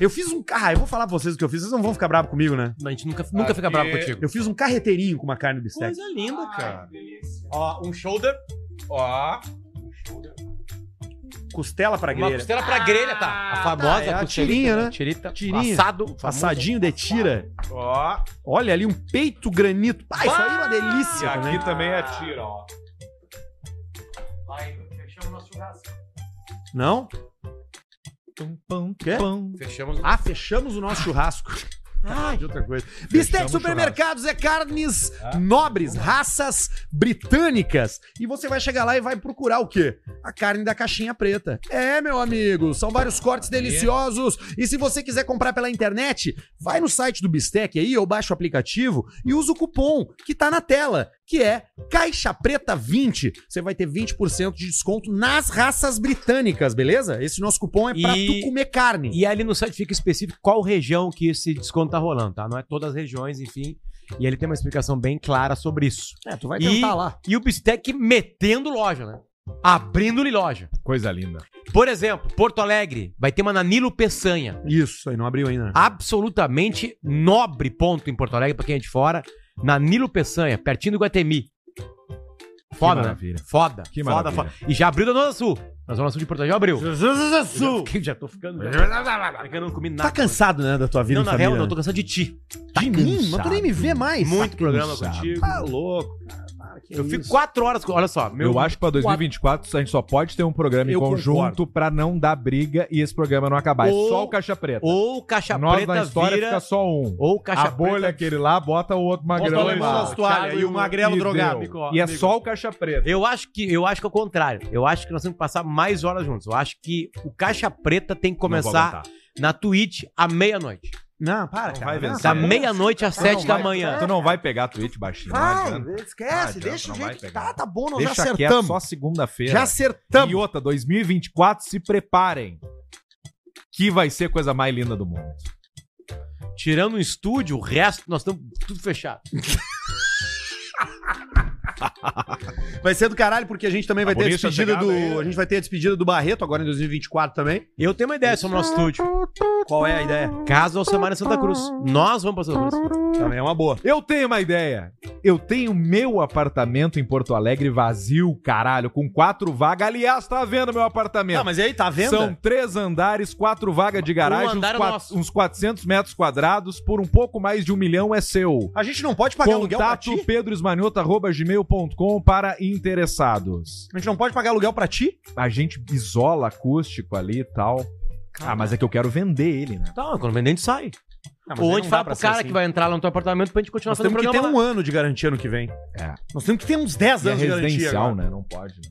Eu fiz um. Ah, eu vou falar pra vocês o que eu fiz, vocês não vão ficar bravos comigo, né?
Não, a gente nunca, nunca fica
Aqui-
bravo contigo.
Eu fiz um carreteirinho com uma carne bistec.
linda,
Cara.
Ó, um shoulder,
Ó.
Costela pra
é. uma
grelha.
costela pra grelha, tá? A famosa
tá, é a
costela-
tirinha, né?
Tirita.
Tirinha.
Assado. famoso.
Assadinho de tira.
Ó.
Olha ali um peito granito. Pai, isso aí é uma
E
delícia também.
Ah, aqui também é atira, ó.
Ai, fechamos nosso churrasco.
Não?
Pum, pum,
Quê?
pum.
Fechamos.
Ah, fechamos o nosso churrasco. Ai, de outra coisa. Bistec
o
Supermercados é carnes
Ah.
nobres, raças britânicas. E você vai chegar lá e vai procurar o quê? A carne da caixinha preta. É, meu amigo, são vários cortes deliciosos. E se você quiser comprar pela internet, vai no site do Bistec aí, ou baixa o aplicativo e usa o cupom que tá na tela, que é Caixa Preta 20. Você vai ter 20% de desconto nas raças britânicas, beleza? Esse nosso cupom é pra
E-
tu comer carne.
E ali no site fica específico qual região que esse desconto tá rolando, tá? Não é todas as regiões, enfim. E ele tem uma explicação bem clara sobre isso.
É, tu vai
E-
tentar lá.
E o Bistec metendo loja, né? Abrindo-lhe loja.
Coisa linda.
Por exemplo, Porto Alegre vai ter uma Nanilo Peçanha.
Isso, aí não abriu ainda. né?
absolutamente nobre ponto em Porto Alegre, pra quem é de fora, na Nilo Peçanha, pertinho do Guatemi. Foda, né?
maravilha.
Foda.
Que
foda,
maravilha.
foda. E já abriu da Zona Sul. Na Zona Sul de Porto Alegre já abriu.
Ah,
Eu já, fiquei- já tô ficando. Já, eu não comi nada.
Tá cansado, né, da tua vida
Não,
em
na
família? né?
real, não, eu tô cansado de ti.
De mim? Mas tu nem me vê mais.
Muito programa
cansado.
contigo.
Tá louco, cara. Para Cara, que
Eu
isso?
fico quatro horas. com- Olha só, meu.
eu acho que pra 2024 a gente só pode ter um programa em
Eu
conjunto pra não dar briga e esse programa não acabar.
Ou-
é só o Caixa Preta.
Ou caixa
Nós na
preta
história
vira.
fica só um.
Ou caixa
a bolha
preta.
aquele lá, bota o outro magrão
Bota o
lá.
Leão Toalha
Thiago
e o Magrelo
E
drogado.
deu.
Bicó.
E é
Bicó.
só o Caixa Preta.
Eu acho que eu acho que é o contrário. Eu acho que nós temos que passar mais horas juntos. Eu acho que o caixa preta tem que começar na Twitch à meia-noite.
Não, para,
Não
cara.
vai
Não,
vencer.
Da
Tá
cara.
meia-noite às sete da
Tá.
manhã. Então,
Tu não vai pegar a Twitch baixinho. não
Vai,
adianta. Não
esquece,
adianta,
deixa o
não vai
jeito que
pegar.
tá, tá bom, nós já
Deixa quieto,
acertamos.
só segunda-feira.
Já
E
acertamos.
outra, 2024, se preparem. Que vai ser a coisa mais linda do mundo.
Tirando o estúdio, o resto nós estamos tudo fechado.
Vai ser do caralho, porque a gente também vai
Tá
ter a
bonito essa
despedida do.
chegada aí.
A gente vai ter a despedida do Barreto agora em 2024 também.
Eu tenho uma ideia sobre o nosso estúdio.
Qual é a ideia?
Casa Alcemar em Santa Cruz. Nós vamos pra Santa Cruz.
Também é uma boa.
Eu tenho uma ideia. Eu tenho meu apartamento em Porto Alegre vazio, caralho, com quatro vagas. Aliás, tá vendo meu apartamento?
Não, mas e aí, tá vendo?
São três andares, quatro vagas de garagem,
andar
uns,
é
quat-
nosso.
uns 400 metros quadrados, por um pouco mais de um milhão é seu.
A gente não pode pagar aluguel pra
Contato
ti?
pedroesmanioto.gmail.com para interessados.
A gente não pode pagar aluguel pra ti?
A gente isola acústico ali e tal. Ah, mas é que eu quero vender ele, né?
Tá, quando vem dentro sai.
Ah,
Ou a gente fala pro cara
assim.
que vai entrar lá no teu apartamento pra gente continuar
Nós
fazendo
temos que ter
programa.
um ano de garantia no que vem.
É.
Nós temos que ter uns 10
E é
anos de garantia.
residencial,
agora.
né? Não pode, né?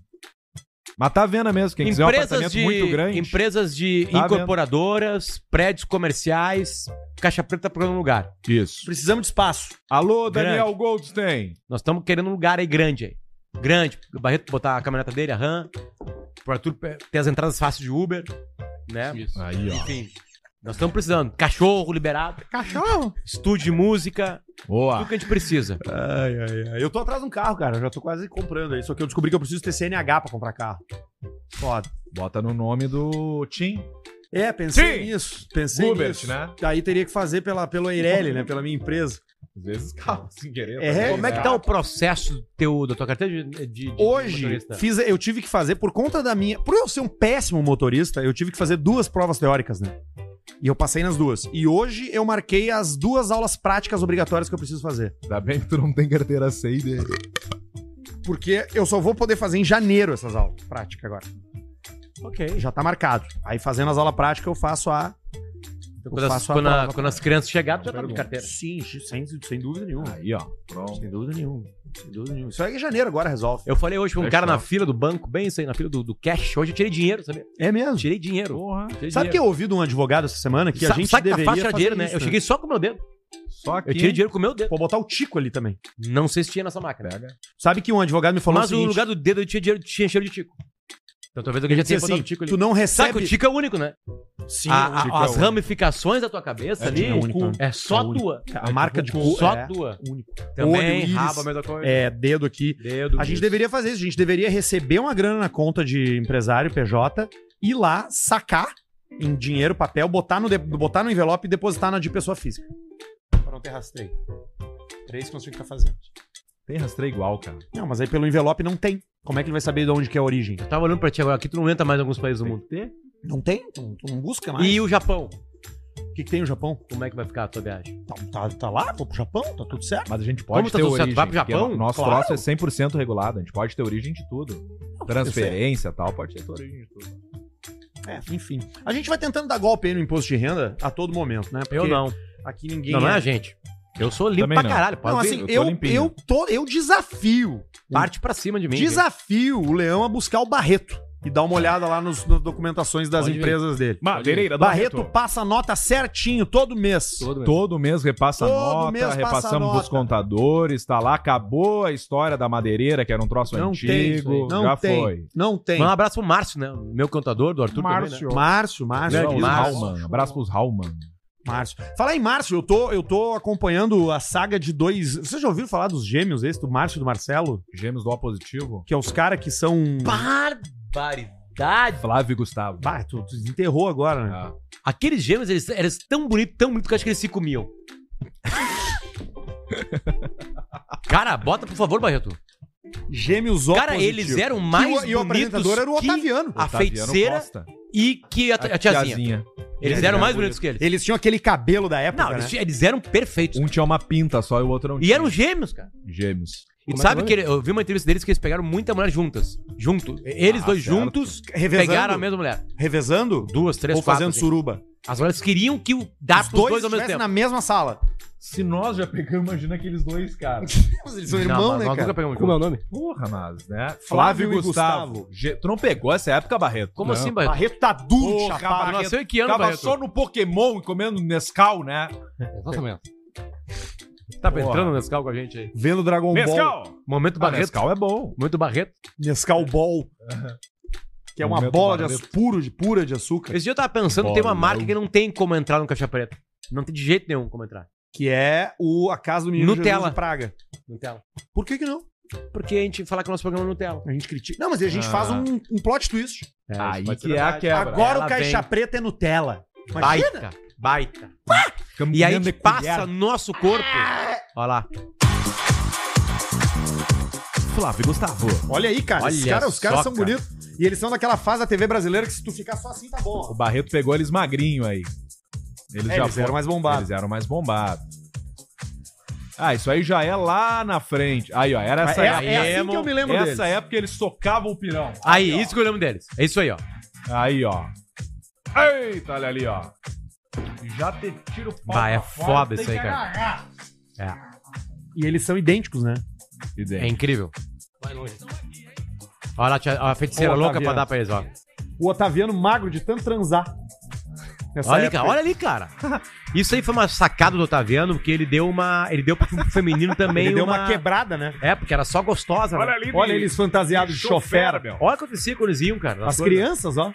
Mas tá à venda mesmo. Quem quiser um
Empresas
apartamento
de,
muito grande.
empresas de
Tá
incorporadoras, prédios comerciais, Caixa Preta para um lugar.
Isso.
Precisamos de espaço.
Alô,
Grande.
Daniel Goldstein.
Nós estamos querendo um lugar aí grande aí. Grande. O Barreto botar a caminhoneta dele, a RAM. Pro Arthur pe- ter as entradas fáceis de Uber. Né?
Aí, ó.
Enfim. Nós estamos precisando. Cachorro liberado,
Cachorro.
estúdio de música, tudo
Boa.
que a gente precisa.
Ai, ai, ai. Eu tô atrás de um carro, cara. Eu já tô quase comprando aí. Só que eu descobri que eu preciso ter CNH pra comprar carro. Foda.
Bota no nome do Tim.
É, pensei
Sim.
nisso. Pensei
Gubert,
nisso.
né?
Aí teria que fazer pela, pela Eireli, né? Pela minha empresa.
Às vezes carro sem querer.
É,
também,
Como é que
né?
tá o processo teu, da tua carteira de, de- de
Hoje,
motorista?
fiz, eu tive que fazer, por conta da minha. Por eu ser um péssimo motorista, eu tive que fazer duas provas teóricas, né? E eu passei nas duas. E hoje eu marquei as duas aulas práticas obrigatórias que eu preciso fazer.
Ainda bem que tu não tem carteira C dele.
Porque eu só vou poder fazer em janeiro essas aulas práticas agora.
Ok.
Já tá marcado. Aí fazendo as aulas práticas eu faço a. Eu
Quando as,
faço a
quando a-
prova
quando as crianças chegarem, tu já tá de
Pergunta.
carteira.
Sim, sem, sem dúvida nenhuma.
Aí, ó. Pronto.
Sem dúvida nenhuma. Sem dúvida nenhuma. Isso aí é em janeiro agora resolve.
Eu falei hoje pra um
Fechou.
cara na fila do banco, bem isso aí, na fila do, do cash. Hoje eu tirei dinheiro, sabia?
É mesmo.
Tirei dinheiro.
Porra.
Tirei
Sabe que
dinheiro.
eu ouvi de um advogado essa semana que a
Sabe-
gente
sabe
deveria
a faixa
fazer
dinheiro, né?
isso,
Eu cheguei só com o meu dedo.
Só que.
Eu tirei dinheiro com o meu dedo.
Pô, botar o Tico ali também.
Não sei se tinha nessa máquina.
Pega.
Sabe que um advogado me falou
Mas
o
no
seguinte,
lugar do dedo eu tinha dinheiro, tinha cheiro de tico. Então talvez alguém já
disse
tenha botado
assim,
o tico ali.
tu não
Sabe que
recebe...
o tico ah. é o único, né?
Sim,
A- a-
o tico é
as
o-
ramificações da tua cabeça
É,
ali
é único, né?
é só
É único.
tua.
A marca de cu
Só
é
tua.
único. Olho,
Também,
íris,
rabo, a mesma coisa.
É, dedo aqui.
Dedo.
A gente
isso.
deveria fazer isso. A gente deveria receber uma grana na conta de empresário, PJ, ir lá, sacar em dinheiro, papel, botar no, de- botar no envelope e depositar na de pessoa física. Pra não ter rastreio. Era isso que nós tínhamos que estar fazendo.
Tem rastreio igual, cara.
Não, mas aí pelo envelope não tem. Como é que ele vai saber de onde que é a origem?
Eu tava olhando pra ti agora, aqui tu não entra mais em alguns países do mundo.
Não tem? Tu, tu não busca mais.
E o Japão?
o que, que tem no Japão?
Como é que vai ficar a tua viagem?
Tá, tá- tá lá? Vou pro Japão? Tá tudo certo?
Mas a gente
Como
pode
tá
ter
tudo certo?
origem.
Vai pro
porque
Japão?
o Nosso
Claro.
troço é 100% regulado. A gente pode ter origem de tudo. Transferência e tal, pode ter tua origem de tudo.
É, enfim. A gente vai tentando dar golpe aí no imposto de renda a todo momento, né?
Eu
Porque
não.
Aqui ninguém.
Não, não é
é-
a gente. Eu sou limpo
Também
pra
não.
caralho. Pode
Não,
ver.
assim,
eu tô
eu, eu,
limpinho.
tô, eu desafio.
Parte pra cima de mim. gente.
Desafio o Leão a buscar o Barreto e dar uma olhada lá nos, nas documentações das
Pode vir.
empresas dele.
Madeireira
Barreto passa a nota certinho todo mês.
Todo mesmo.
Todo mês repassa a
Todo
nota,
mês passa a
repassamos
nota.
pros contadores, tá lá, acabou a história da madeireira, que era um troço
Não
antigo,
tem isso
aí.
Não
já
tem.
foi.
Não tem.
Manda Um abraço pro Márcio, né? Meu contador, do Arthur também, né?
Márcio, Márcio. Márcio.
Grande
Os
Márcio.
Hallman, abraço pros Hallman.
Márcio. Falar em Márcio, eu tô, eu tô acompanhando a saga de dois. Vocês já ouviram falar dos gêmeos esse, do Márcio e do Marcelo?
Gêmeos do O positivo,
Que é os caras que são.
Barbaridade.
Flávio e Gustavo.
Bah, tu tu desenterrou agora, né?
Ah,
Aqueles gêmeos, eles eram tão bonitos, tão bonitos que eu acho que eles se comiam. Cara, bota por favor, Barreto.
Gêmeos O
Cara,
positivo.
eles eram
E o-
mais
E o apresentador era o
que
Otaviano.
a
Otaviano
feiticeira
Costa,
e que a, a
a
tiazinha.
tiazinha.
Eles eram mais bonitos que eles.
Eles tinham aquele cabelo da época.
Não,
né?
eles, eles eram perfeitos.
Um tinha uma pinta só e o outro não
E
tinha.
eram gêmeos, cara.
Gêmeos.
E
Como é
sabe
que
que ele- eu vi uma entrevista deles que eles pegaram muita mulher juntas. Junto. Eles
Ah,
dois
certo.
juntos
Revezando?
pegaram a mesma mulher.
Revezando?
Duas, três,
Ou
quatro.
fazendo
assim.
suruba?
As mulheres queriam que o dar
Os
pros dois, ao mesmo
estivessem
tempo.
na mesma sala.
Se nós já pegamos, imagina aqueles dois, cara.
Mas eles são
Não,
irmãos,
mas
né,
nós
cara?
nunca pegamos
Como é
junto.
o nome?
Porra, mas, né?
Flávio e Gustavo.
Ge- Tu não pegou essa época, Barreto?
Como
Não.
assim, Barreto?
Barreto tá duro,
Porra,
chapado.
Barreto.
Nasceu em que ano,
Ficava
Barreto?
só no Pokémon e comendo Nescau, né?
Exatamente. Tá
Porra.
entrando no Nescau com a gente aí.
Vendo Dragon Ball.
Momento
Ah,
Barreto.
Nescau é bom.
Momento Barreto.
Nescau Ball. Que é uma
Momento
bola de
Barreto.
aç- puro de, pura de açúcar.
Esse dia eu tava pensando, tem uma
Bolão.
marca que não tem como entrar no Caixa Preta. Não tem de jeito nenhum como entrar.
Que é o A Casa do Menino
Nutella.
Jesus de Praga.
Nutella.
Por que que não?
Porque a gente fala que o nosso programa é Nutella.
A gente critica. Não, mas a gente
Ah.
faz um, um plot twist.
É,
Aí
pode ser
que é a
verdade.
quebra.
Agora
Ela
o Caixa
vem.
Preta é Nutella.
Baita. Baita. E aí que passa nosso corpo. Olha lá.
Flávio e Gustavo.
Olha aí, cara. Esses
Olha
caras- os
só,
caras são
cara.
bonitos. E eles são daquela fase da TV brasileira que se tu ficar só assim, tá
O
bom.
Barreto pegou eles magrinho aí. Eles
É,
já
eles eram
foram-
mais bombados.
Eles eram mais bombados. Ah, isso aí já é lá na frente. Aí, ó, era essa
é,
época.
é assim
Emo,
que eu me lembro
Essa
deles.
época eles socavam o pirão.
Aí, isso que eu lembro deles. É isso aí, ó.
Aí, ó. Eita, olha ali, ó. Já te tira o pau.
Bah, é
pra fora,
foda
tem
isso aí,
que
cara.
agarrar.
E eles são idênticos, né?
E
É
dentro.
incrível. Olha lá, tia- a feiticeira
Ô,
louca pra
Otaviano.
dar pra eles, ó.
O Otaviano magro de tanto transar. Nessa
Olha ali,
época.
cara, olha ali, cara. Isso aí foi uma sacada do Otaviano, porque ele deu uma. Ele deu pro feminino também.
Ele deu uma quebrada, né?
É, porque era só gostosa. né?
Olha ali,
Olha
bicho.
eles fantasiados de
Chofera,
chofera.
meu.
Olha o que acontecia quando eles iam, cara. nas
As
coisas.
crianças, ó.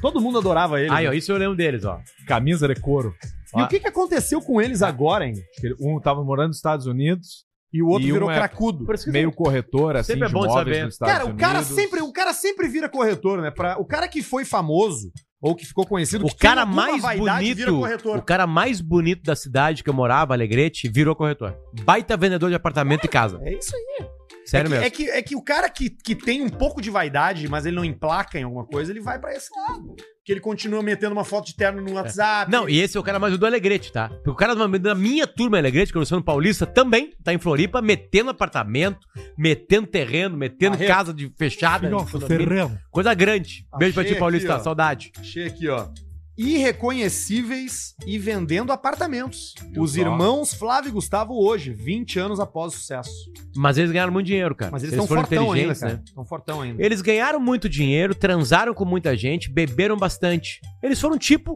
Todo mundo adorava ele.
Aí,
né?
ó, isso eu lembro deles, ó.
Camisa de couro.
E o que, que aconteceu com eles agora, hein?
Acho que ele- Um tava morando nos Estados Unidos,
E o outro
E um
virou
é-
cracudo.
Por isso que
meio corretor, assim,
Sempre é bom
de
de
imóveis
saber.
nos Estados
Cara, o
Unidos.
cara sempre, o cara sempre vira corretor, né? Pra, o cara que foi famoso ou que ficou conhecido,
O
que tem
cara
alguma
mais
vaidade, vira
bonito,
corretor.
o cara mais bonito da cidade que eu morava, Alegrete, virou corretor. Baita vendedor de apartamento e casa.
É isso aí.
Sério
é que,
mesmo.
É que, é que o cara que, que tem um pouco de vaidade, mas ele não emplaca em alguma coisa, ele vai pra esse lado. Porque ele continua metendo uma foto de terno no WhatsApp.
Não, e esse é o cara mais do Alegrete, tá? Porque o cara da da minha turma Alegrete, que é o Luciano Paulista, também tá em Floripa, metendo apartamento, metendo terreno, metendo
Barreto.
casa de fechada. de condomínio. Coisa grande. Beijo pra
Achei
ti, Paulista.
aqui, ó.
Saudade.
Achei aqui, ó. Irreconhecíveis e vendendo apartamentos.
Viu
Os
só?
irmãos Flávio e Gustavo hoje, 20 anos após o sucesso.
Mas eles né? ganharam muito dinheiro, cara.
Mas eles estão fortão ainda, cara. Estão fortão ainda.
Eles ganharam muito dinheiro, transaram com muita gente, beberam bastante. Eles foram tipo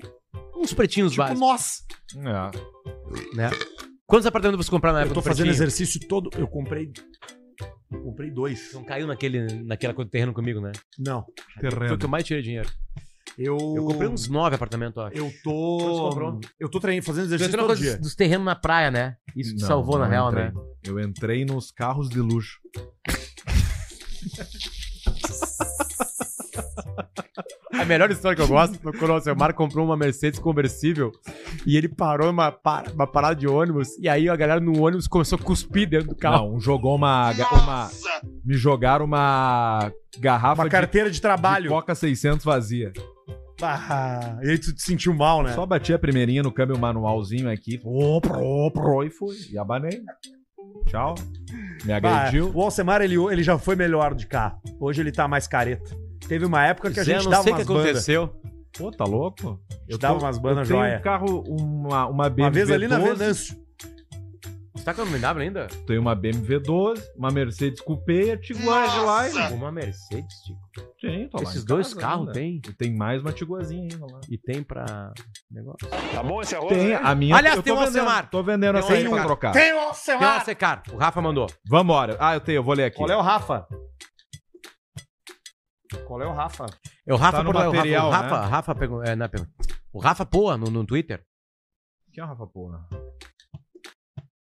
uns pretinhos
Tipo
básicos,
nós.
É.
né? Quantos apartamentos você comprar na época
Eu tô
do
fazendo
pretinho?
exercício todo. Eu comprei. Eu comprei dois.
Não caiu naquele, naquela coisa do terreno comigo, né?
Não.
Foi
Terreno.
o que eu mais tirei dinheiro.
Eu.
Eu comprei um uns nove apartamentos, ó.
Eu
Quantos
tô.
comprou?
Eu tô treinando, fazendo
Eu
exercício
entrei na
todo
coisa dos-
dia.
dos terrenos na praia, né? Isso que
Não,
salvou, na
não
real,
entrei.
né?
Eu entrei nos carros de luxo.
A melhor história que eu gosto foi quando o seu Marco comprou uma Mercedes conversível e ele parou numa, par- uma parada de ônibus e aí a galera no ônibus começou a cuspir dentro do carro.
Não, um jogou uma, ga- uma. Me jogaram uma garrafa
Uma
de,
carteira de
de
trabalho.
Coca 600 vazia.
Ah, e aí tu te sentiu mal, né?
Só bati a primeirinha no câmbio um manualzinho aqui. Pro, pro, pro, e fui. E abanei. Tchau. Me
Bah,
agrediu.
o Alcemar, ele, ele já foi melhor de carro. Hoje ele tá mais careta. Teve uma época que a
Zé,
gente
eu
dava
não sei o que
umas bandas.
aconteceu.
Pô, tá louco?
Eu dava umas bandas
eu tenho
joia.
um carro, uma, uma BMW.
Uma vez né? ali na
12,
Venâncio.
Você tá com a Minabra ainda?
Tenho uma BMW 12, uma Mercedes Coupé e a Tiguan lá. e-
Uma Mercedes, Tico.
Tem, tô lá
Esses
em
dois
casa
carros
ainda.
tem.
E tem mais uma Tiguazinha ainda lá.
E tem pra negócio.
Tá bom esse arroz?
é.
Tem, a minha.
Aliás,
eu tô
tem um
vendendo,
Alcemar.
Tô vendendo essa
Tem
aí
um-
pra trocar.
Tem o
Tem uma
Alcemar!
secar. O Rafa mandou.
Vambora. Ah, eu tenho, eu vou ler aqui.
Qual é o Rafa? Qual é o Rafa?
É o Rafa
Tá no
Porto- o Rafa-
material,
o Rafa,
né?
Rafa pegou. É, não, pegou. O Rafa Poa no, no Twitter.
Quem é o Rafa Porra?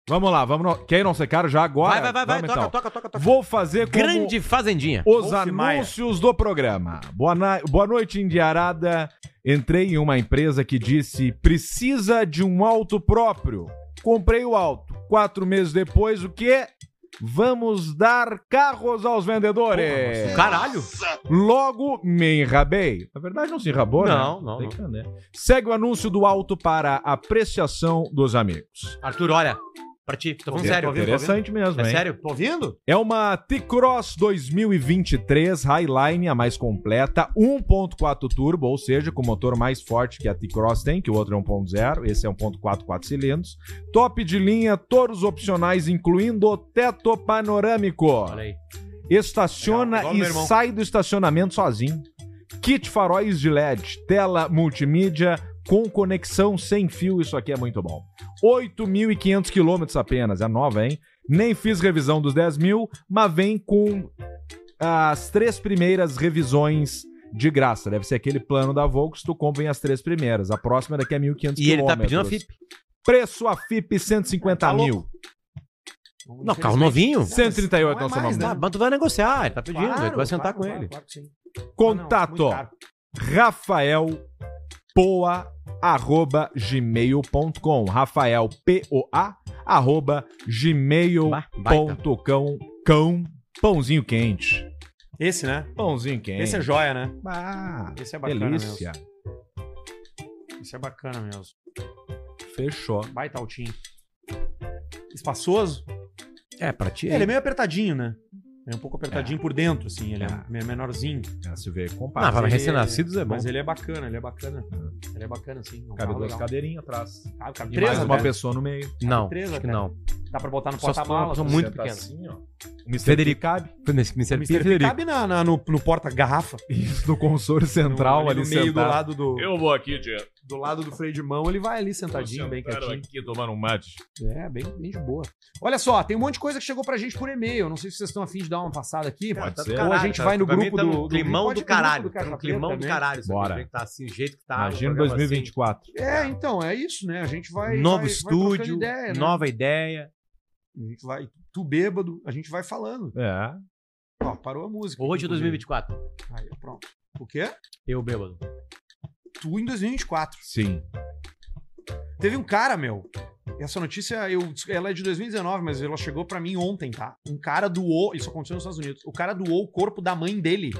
Vamos lá, vamos. No... Quer ir não ser caro já agora?
vai, vai, vai, vai.
Vamos,
Toca,
então.
toca, toca, toca.
Vou fazer como
Grande Fazendinha.
os
Wolf Maia.
anúncios do programa. Boa, na- Boa noite, Indiarada. Entrei em uma empresa que disse precisa de um auto próprio. Comprei o auto. Quatro meses depois, o quê? Vamos dar carros aos vendedores.
Caralho.
Logo me enrabei. Na verdade, não se enrabou,
Não,
né?
não,
Tem que entender. Segue o anúncio do alto para apreciação dos amigos.
Arthur, olha. Pra ti. Tô falando
Ouvindo,
sério.
tô ouvindo.
Interessante mesmo,
É
hein?
sério?
Tô ouvindo?
É uma T-Cross 2023 Highline, a mais completa, 1.4 turbo, ou seja, com o motor mais forte que a T-Cross tem, que o outro é 1.0, esse é 1.4 4 cilindros. Top de linha, todos opcionais, incluindo o teto panorâmico.
Olha aí.
Estaciona
Legal, igual
e
meu irmão.
sai do estacionamento sozinho. Kit faróis de LED, tela multimídia com conexão sem fio, isso aqui é muito bom. 8.500 quilômetros apenas, é nova, hein? Nem fiz revisão dos 10 mil, mas vem com as três primeiras revisões de graça. Deve ser aquele plano da Volks, tu compra em as três primeiras. A próxima daqui é a 1.500 quilômetros.
E ele tá pedindo a FIP.
Preço a FIP 150
Tá
mil.
Ah,
louco.
Não, carro novinho.
138
Não é
nosso
mais,
valor.
Tá, mas tu vai negociar, ele tá pedindo, ele vai sentar com ele.
Contato. Rafael Poa arroba gmail.com Rafael P-O-A arroba
Bah, baita.
gmail.com Cão Pãozinho quente
Esse, né?
Pãozinho quente
Esse é joia, né?
ah,
Esse é bacana
Delícia
mesmo. Esse é bacana mesmo.
Fechou
Baita altinho. Espaçoso.
É, pra ti.
É, Ele é meio apertadinho, né? É um pouco apertadinho por dentro, assim. Ele é,
É.
meio menorzinho.
Ah, Se vê,
Ah,
compara
mas
ele-
recém-nascidos Tá. é bom.
Mas ele é bacana, ele é bacana. Ele é bacana, sim. É um
Cabe
carro
duas
legal.
cadeirinhas atrás
Cabe- cabe
E
três,
mais uma
né?
pessoa no meio
Não,
Três,
acho que
até.
não.
Dá pra botar no
Só se for uma
porta-malas.
pessoa
né?
muito é
Senta
pequena.
assim, ó. O Mr. P
Federico.
cabe
O
Mr. P,
Mr. P
Federico.
cabe na, na- no, no porta-garrafa.
Isso, no console central
no,
ali,
no meio
sentado.
do lado do,
Eu vou aqui, Diego
do lado do freio de mão, ele vai ali sentadinho, bem quietinho.
aqui tomando um mate
É, bem, bem de boa. Olha só, tem um monte de coisa que chegou pra gente por e-mail. Não sei se vocês estão afim de dar uma passada aqui.
Pode
Tá do
ser.
Ou a gente vai no
pra mim
grupo
tá
do-
num
do-
climão
pode
do
ir pro grupo
caralho.
do
Tá num
Caixa
climão
Preta
do
também.
caralho. isso aqui, do
Bora.
jeito que Tá assim, o jeito que tá. o
Imagina
programa
2024
É, então, é isso, né? A gente vai.
assim. Novo
vai- vai
estúdio,
trocando ideia, né?
nova ideia.
A gente vai, tu bêbado, a gente vai falando.
É.
Ó, parou a música.
Hoje é 2024.
Aí, pronto. O quê?
Eu bêbado.
Tu em 2024.
Sim.
Teve um cara, meu. Essa notícia, eu, ela é de 2019, mas ela chegou pra mim ontem, tá? Um cara doou, isso aconteceu nos Estados Unidos, o cara doou o corpo da mãe dele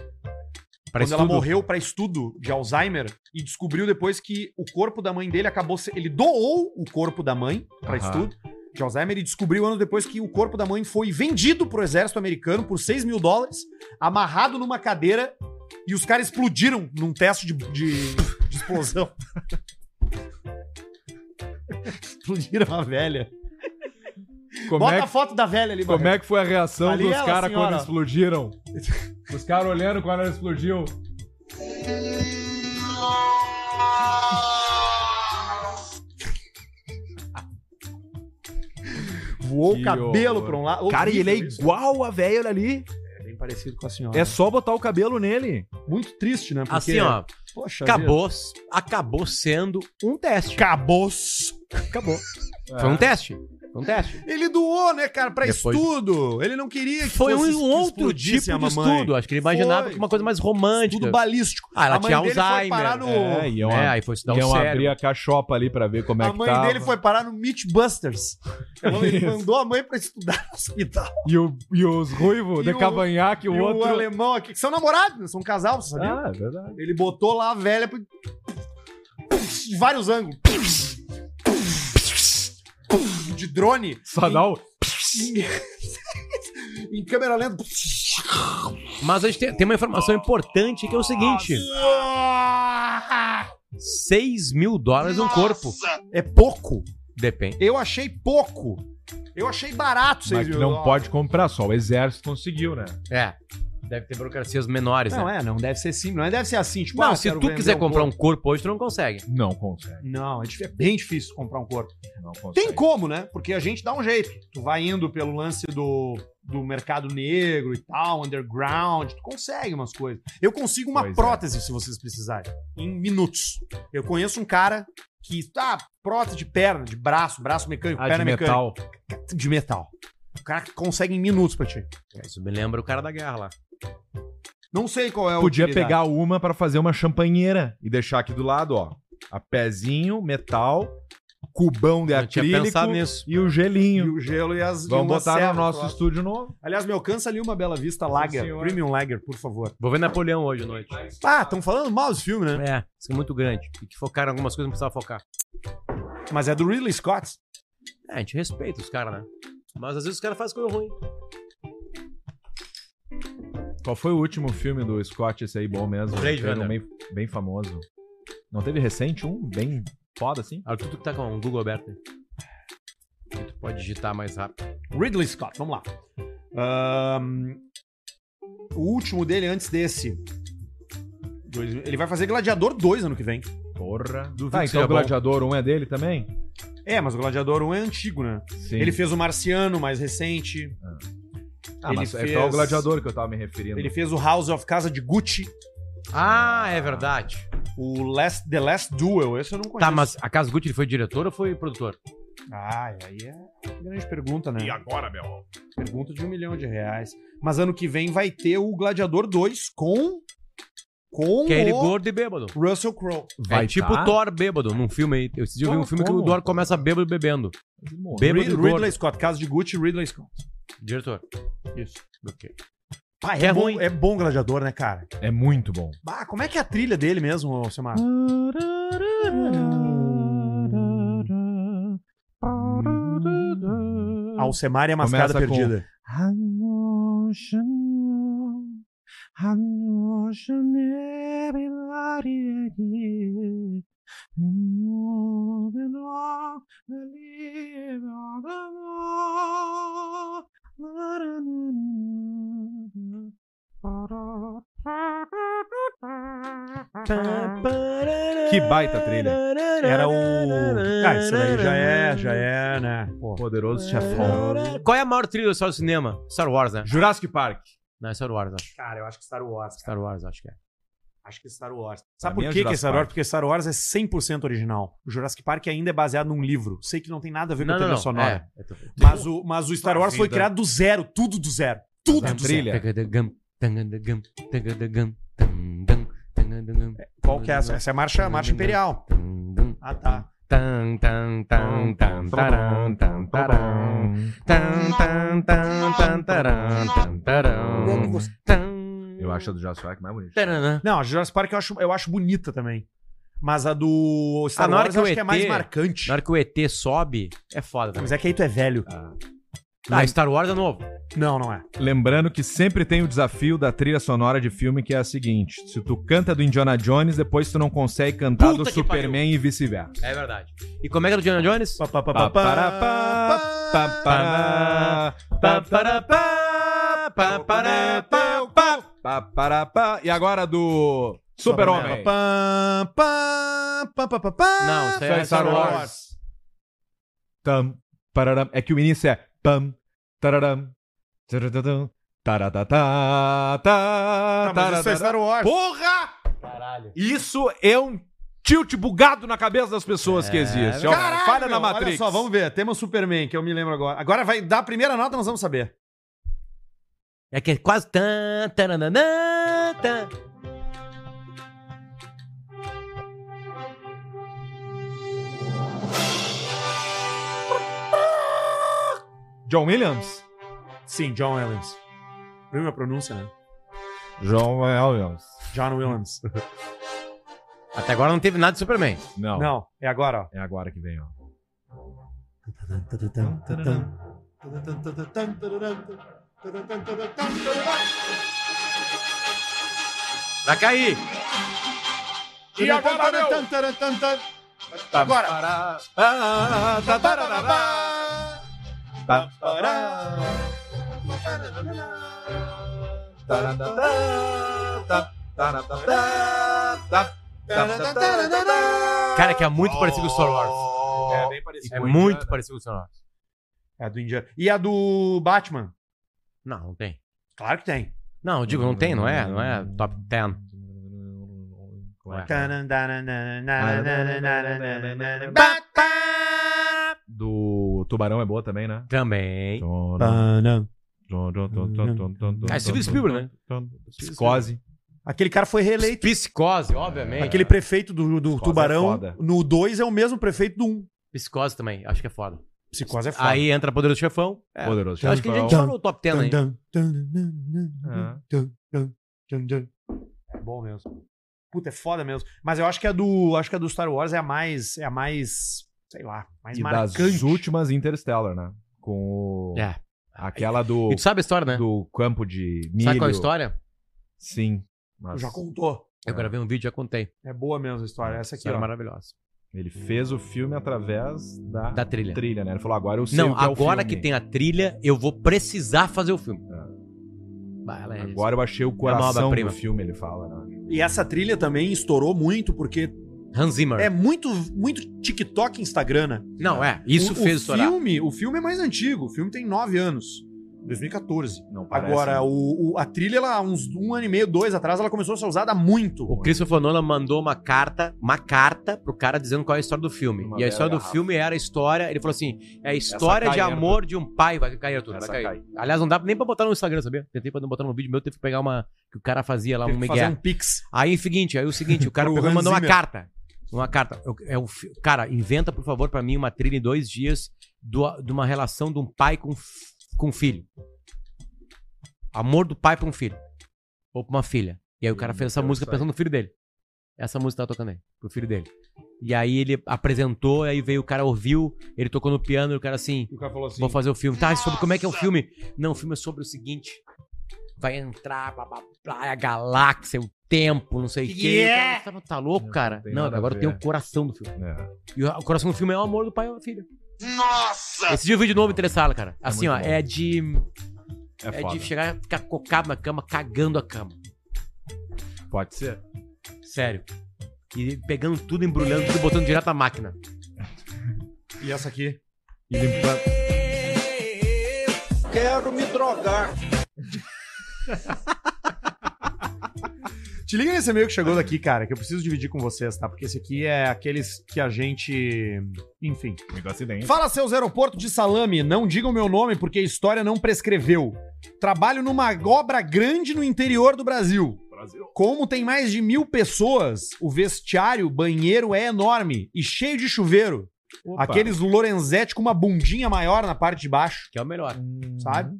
Pra
quando ela
estudo.
morreu pra estudo de Alzheimer e descobriu depois que o corpo da mãe dele acabou se... ele doou o corpo da mãe pra
Aham.
estudo de Alzheimer e descobriu anos depois que o corpo da mãe foi vendido pro exército americano por 6 mil dólares, amarrado numa cadeira e os caras explodiram num teste de, de- de explosão. explodiram a velha.
Como,
Bota
é
a
que,
foto da velha ali,
como
Barreto.
é que foi a reação
Ali
dos
ela,
caras
senhora.
quando explodiram? Os caras olhando quando ela explodiu.
Voou
Que
o cabelo
horror.
pra um lado. Horrível isso.
é igual a velha ali.
É bem parecido com a senhora.
É só botar o cabelo nele.
muito triste, né? Porque-
Assim, ó.
Poxa,
Acabou, acabou sendo um teste.
Acabou.
Acabou. Foi um teste. Foi um teste.
Ele doou, né, cara, pra
Depois-
estudo. Ele não queria que
Foi
fosse-
um
que
outro tipo
explodisse
de
a mamãe.
estudo. Acho que ele imaginava
Foi.
uma coisa mais romântica.
Estudo balístico.
Ah, ela
a mãe
tinha
dele foi parar
Alzheimer.
no...
É, iam,
É,
ab-
aí foi estudar o
iam
cérebro.
abrir a cachopa ali pra ver como é
um A
que
mãe
tava.
dele foi parar no Meatbusters. Ela- Ele
Isso.
mandou a mãe pra estudar no hospital.
E, o, e os ruivos
E
de
o-
cavanhaque,
E
o
o
outro...
alemão aqui, que são namorados, né? são um casal, você sabia?
Ah, é verdade.
Ele botou lá a velha pra- de vários ângulos. De drone.
Só dá o...
Em- em câmera lenta.
Mas a gente tem, tem uma informação importante que é o seguinte: 6 mil dólares um corpo.
É pouco.
Depende.
Eu achei pouco. Eu achei barato,
Mas que não pode comprar, só o exército conseguiu, né?
É. Deve ter burocracias menores,
Não,
né?
é, não deve ser assim. Não é, deve ser assim. Tipo,
não,
ah,
se
quero
tu
vender
quiser comprar um
corpo.
corpo hoje, tu não consegue.
Não consegue,
Não, é dif- é bem difícil comprar um corpo.
não consegue.
Tem como, né? Porque a gente dá um jeito. Tu vai indo pelo lance do, do mercado negro e tal, underground, tu consegue umas coisas. Eu consigo uma
Pois é.
prótese, se vocês precisarem, em minutos. Eu conheço um cara que tá prótese de perna, de braço, braço mecânico,
Ah, de
perna mecânica.
metal.
de metal. O cara que consegue em minutos pra ti.
Isso me lembra o cara da guerra lá.
Não sei qual é o.
Podia pegar uma pra fazer uma champanheira e deixar aqui do lado, ó. A pezinho, metal, cubão de
Eu tinha
acrílico
pensado nisso.
e o
E
gelinho.
o gelo e as. e
Vamos
uma
botar
serra,
no nosso
sei lá.
estúdio novo.
Aliás, me alcança ali uma Bela Vista Lager,
senhor.
Premium Lager, por favor.
Vou ver Napoleão hoje à noite.
Ah, estão falando mal desse filme, né?
É, isso é muito grande. E que focaram em algumas coisas que não precisava focar.
Mas é do Ridley Scott.
É, a gente respeita os caras, né? Mas às vezes os caras fazem coisa ruim.
Qual foi o último filme do Scott, esse aí bom mesmo?
Blade
Teve um
Runner.
Bem, bem famoso. Não teve recente um bem foda assim?
Arthur, tu que tá com o Google aberto aí. Que tu pode digitar mais rápido.
Ridley Scott, vamos lá. Ahn, o último dele antes desse. Dois- Ele vai fazer Gladiador 2 ano que vem.
Porra.
Duvido
Tá,
que
então
seja
o
bom.
Gladiador 1 é dele também?
É, mas o Gladiador 1 é antigo, né?
Sim.
Ele fez o Marciano, mais recente.
ah, mas
ele
é só o
fez-
Gladiador que eu tava me referindo.
Ele fez o House of Casa de Gucci,
Ah, é verdade.
o Last, The Last Duel. Esse eu não conheço.
Tá, mas a Casa Gucci ele foi diretor ou foi produtor?
Ah, e aí é uma grande pergunta, né?
agora, meu?
Pergunta de um milhão de reais. Mas ano que vem vai ter o Gladiador 2 com. Com
Que é ele
o tá.
gordo e bêbado.
Russell Crowe.
é tipo
tá
o Thor bêbado num filme aí. Eu decidi ver um
Como?
filme que o
Como?
Thor começa bêbado e bebendo.
Bem...
Bem-
Rid-
Bêbado e gordo.
Ridley Scott, caso de Gucci, Ridley Scott.
Diretor.
Isso.
Ok.
Pá, é,
É
bom,
ruim.
é bom gladiador, né, cara?
É muito bom.
Bah, como é que é a trilha dele mesmo, ô, Silmar?
Hum.
Alcemar e a Mascada
Começa com-
Perdida.
Que baita trilha.
Era o. Ah, isso daí já é, já é, né? Pô.
Poderoso chefão.
Qual é a maior trilha da história do cinema? Star Wars, né?
Jurassic Park.
Não, é Star Wars, acho.
Cara, eu acho que Star Wars.
Star Wars, acho que é.
Acho que Star Wars. Sabe
Pra
por
mim é
que, que é
Jurassic
Star Wars?
Park.
Porque Star Wars é 100% original. O Jurassic Park ainda é baseado num livro. Sei que não tem nada a ver com a trilha sonora.
É. Eu tô-
Mas, o, mas o Star
Tá
Wars foi
vida.
criado do zero. Tudo do zero. Tudo
Tá
do zero.
trilha.
Tagadagam, tagadagam, tagadagam, tandam, tagadagam,
Qual que é essa? Essa é a marcha, a marcha imperial.
tandam,
Ah, tá.
tan, tan, tan, tan, taran, tan, taran, tan, tan, tan, tan, taran, tan, taran, tan.
Eu acho a do Jurassic Park mais bonita.
Taranã.
Não, a Jurassic Park eu acho, eu acho bonita também. Mas a do Star
Ah, na hora
Wars
que
eu
o
acho que é
ET
mais marcante.
Na hora que o ET sobe, é foda também.
Mas é que aí tu é velho.
Ah, Star Wars é novo.
Não, não é.
Lembrando que sempre tem o desafio da trilha sonora de filme, que é a seguinte: se tu canta do Indiana Jones, depois tu não consegue cantar
Puta
do
que
Superman e vice-versa.
É verdade. E como é que era o Diana Jones?
Pá, pá, pá, pá, pá, pá.
Paparapá, paparapá, paparapá, paparapá. E agora do Super-Homem.
Pá, pá, pá, pá, pá, pá.
Não, isso aí é Star Wars.
Tam, pararam. É que o início é pam, tararam, taratatam, taratatá, tá,
Ah, mas isso é
taratará.
Star Wars.
Porra!
Caralho.
Isso é um tilt bugado na cabeça das pessoas que existe. É uma
Caralho,
falha na
meu,
Matrix.
Olha só, vamos ver. Temos Superman, que eu me lembro agora. Agora vai dar a primeira nota, nós vamos saber.
É que é quase. Tan, tarananã, tan.
John Williams?
Sim, John Williams. Primeira pronúncia, né?
John Williams.
John Williams.
Até agora não teve nada de Superman.
Não.
Não, é agora, ó.
É agora que vem, ó.
Vai cair.
E agora,
Tá,
meu? Agora.
tá. tá, tá,
Cara, que é muito parecido com Star Wars.
É bem parecido.
É muito parecido com Star Wars.
É do Indiana. E a do Batman?
Não, não tem.
Claro que tem.
Não, eu digo, não tem, não é? Não é top 10.
Do Tubarão é boa também, né?
Também. Ah, é Steven Spielberg, né?
Psicose.
Aquele cara foi reeleito.
Psicose, obviamente.
Aquele prefeito do, do
Psicose é
Tubarão
foda.
no 2 é o mesmo prefeito do 1. Um.
Psicose também, acho que é foda.
Psicose é foda.
Aí entra Poderoso Chefão. É.
Poderoso.
Eu acho que a gente
Chefão.
falou o top 10 aí.
É bom mesmo. Puta, é foda mesmo. Mas eu acho que a do, acho que a do Star Wars é a mais, é a mais sei lá, mais
e
marcante.
das últimas Interstellar, né? Com o-
É.
aquela do,
E tu sabe a história, né?
do campo de milho.
Sabe qual é a história?
Sim.
Tu
Mas
Já contou.
Eu gravei um vídeo e já contei.
É boa mesmo a história. Essa aqui,
História
ó.
maravilhosa.
ele fez o filme através da,
Da trilha.
né? Ele falou, agora eu sei
Não,
o que é o
agora
filme. Ah.
que tem a trilha, eu vou precisar fazer o filme. Bah, ela é-
Agora eu achei o
uma
coração
obra-prima.
do filme, ele fala, né?
E essa trilha também estourou muito, porque
Hans Zimmer.
é muito, muito TikTok e Instagram, né?
ah,
Não, é. Isso
o,
fez
o
estourar.
filme, o filme é mais antigo, o filme tem nove anos. 2014.
Não parece,
Agora,
né?
o, o- a trilha, ela, uns um ano e meio, dois atrás, ela começou a ser usada muito.
O Christopher Nolan mandou uma carta, uma carta pro cara dizendo qual é a história do filme.
Uma
e a
bela
história do
garrafa.
filme era a história, ele falou assim, é a história
Essa
de
cai,
amor de um pai, vai cair tudo,
Essa
vai cair.
cai.
Aliás, não dá nem pra botar no Instagram, sabia? Tentei pra não botar no vídeo meu, teve que pegar uma que o cara fazia lá,
Teve
um
que fazer
migué.
um pix.
Aí o seguinte, aí o seguinte, o cara
Pro
pegou e
Hans
mandou uma
Zimmer.
carta. Uma carta. Eu- é o fi- cara, inventa, por favor, pra mim uma trilha em dois dias do- de uma relação de um pai com, f- com um filho. Amor do pai pra um filho. Ou pra uma filha. E aí o cara fez essa
Interessante.
música pensando no filho dele. Essa música tá tocando aí, pro filho dele. E aí ele apresentou, aí veio o cara, ouviu, ele tocou no piano, e o cara assim,
O cara falou assim,
Vou fazer o filme. Tá, sobre como é que é o filme? Não, o filme é sobre o seguinte. Vai entrar, blá, blá, blá, a galáxia, o tempo, não sei o quê.
Yeah!
O cara fala, Tá louco,
Não
cara?
tem
Não,
nada a
agora
ver.
tem o coração do filme.
É.
E o coração do filme é o amor do pai e filho. Nossa! Esse dia eu vi de novo interessado, cara. Assim, ó,
muito bom.
é de.
É,
É,
foda.
de chegar e ficar cocado na cama, cagando a cama.
Pode ser.
Sério. E pegando tudo, embrulhando tudo, e botando direto na máquina.
E essa aqui?
E limpa-
Te liga nesse e-mail que chegou daqui, cara, que eu preciso dividir com vocês, tá? Porque esse aqui é aqueles que a gente. Enfim.
Amigo acidente.
Fala, seus aeroportos de salame. Não digam meu nome porque a história não prescreveu. Trabalho numa obra grande no interior do Brasil.
Brasil.
Como tem mais de mil pessoas, o vestiário, banheiro é enorme e cheio de chuveiro.
Opa.
Aqueles Lorenzetti com uma bundinha maior na parte de baixo,
Que é o melhor.
Uhum.
sabe?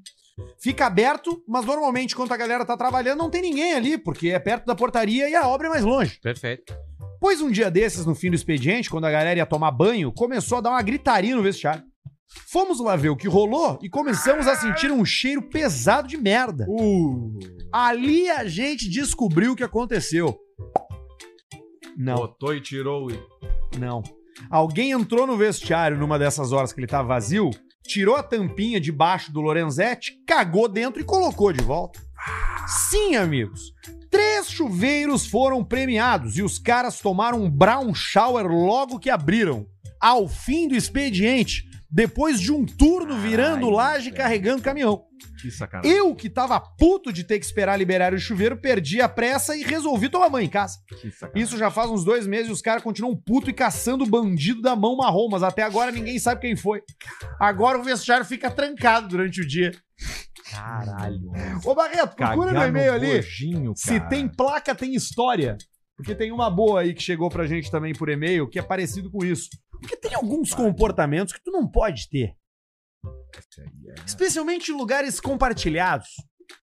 Fica aberto, mas normalmente quando a galera tá trabalhando não tem ninguém ali, porque é perto da portaria e a obra é mais longe.
Perfeito.
Pois um dia desses, no fim do expediente, quando a galera ia tomar banho, começou a dar uma gritaria no vestiário. Fomos lá ver o que rolou e começamos a sentir um cheiro pesado de merda.
Uh.
Ali a gente descobriu o que aconteceu. Não,
Uhum. Botou e tirou e...
não. Alguém entrou no vestiário numa dessas horas que ele tava vazio, tirou a tampinha debaixo do Lorenzetti, cagou dentro e colocou de volta. Sim, amigos. Três chuveiros foram premiados e os caras tomaram um brown shower logo que abriram. Ao fim do expediente, depois de um turno virando
Ai,
laje e
velho.
carregando caminhão.
Que sacanagem.
Eu que tava puto de ter que esperar liberar o chuveiro, perdi a pressa e resolvi tomar banho em casa.
Que sacanagem.
Isso já faz uns dois meses e os caras continuam puto e caçando o bandido da mão marrom, mas até agora ninguém sabe quem foi. Agora o vestiário fica trancado durante o dia.
Caralho.
Ô Barreto, procura no e-mail ali. Se tem placa, tem história. Porque tem uma boa aí que chegou pra gente também por e-mail que é parecido com isso. Porque tem alguns comportamentos que tu não pode ter.
é-
Especialmente em lugares compartilhados.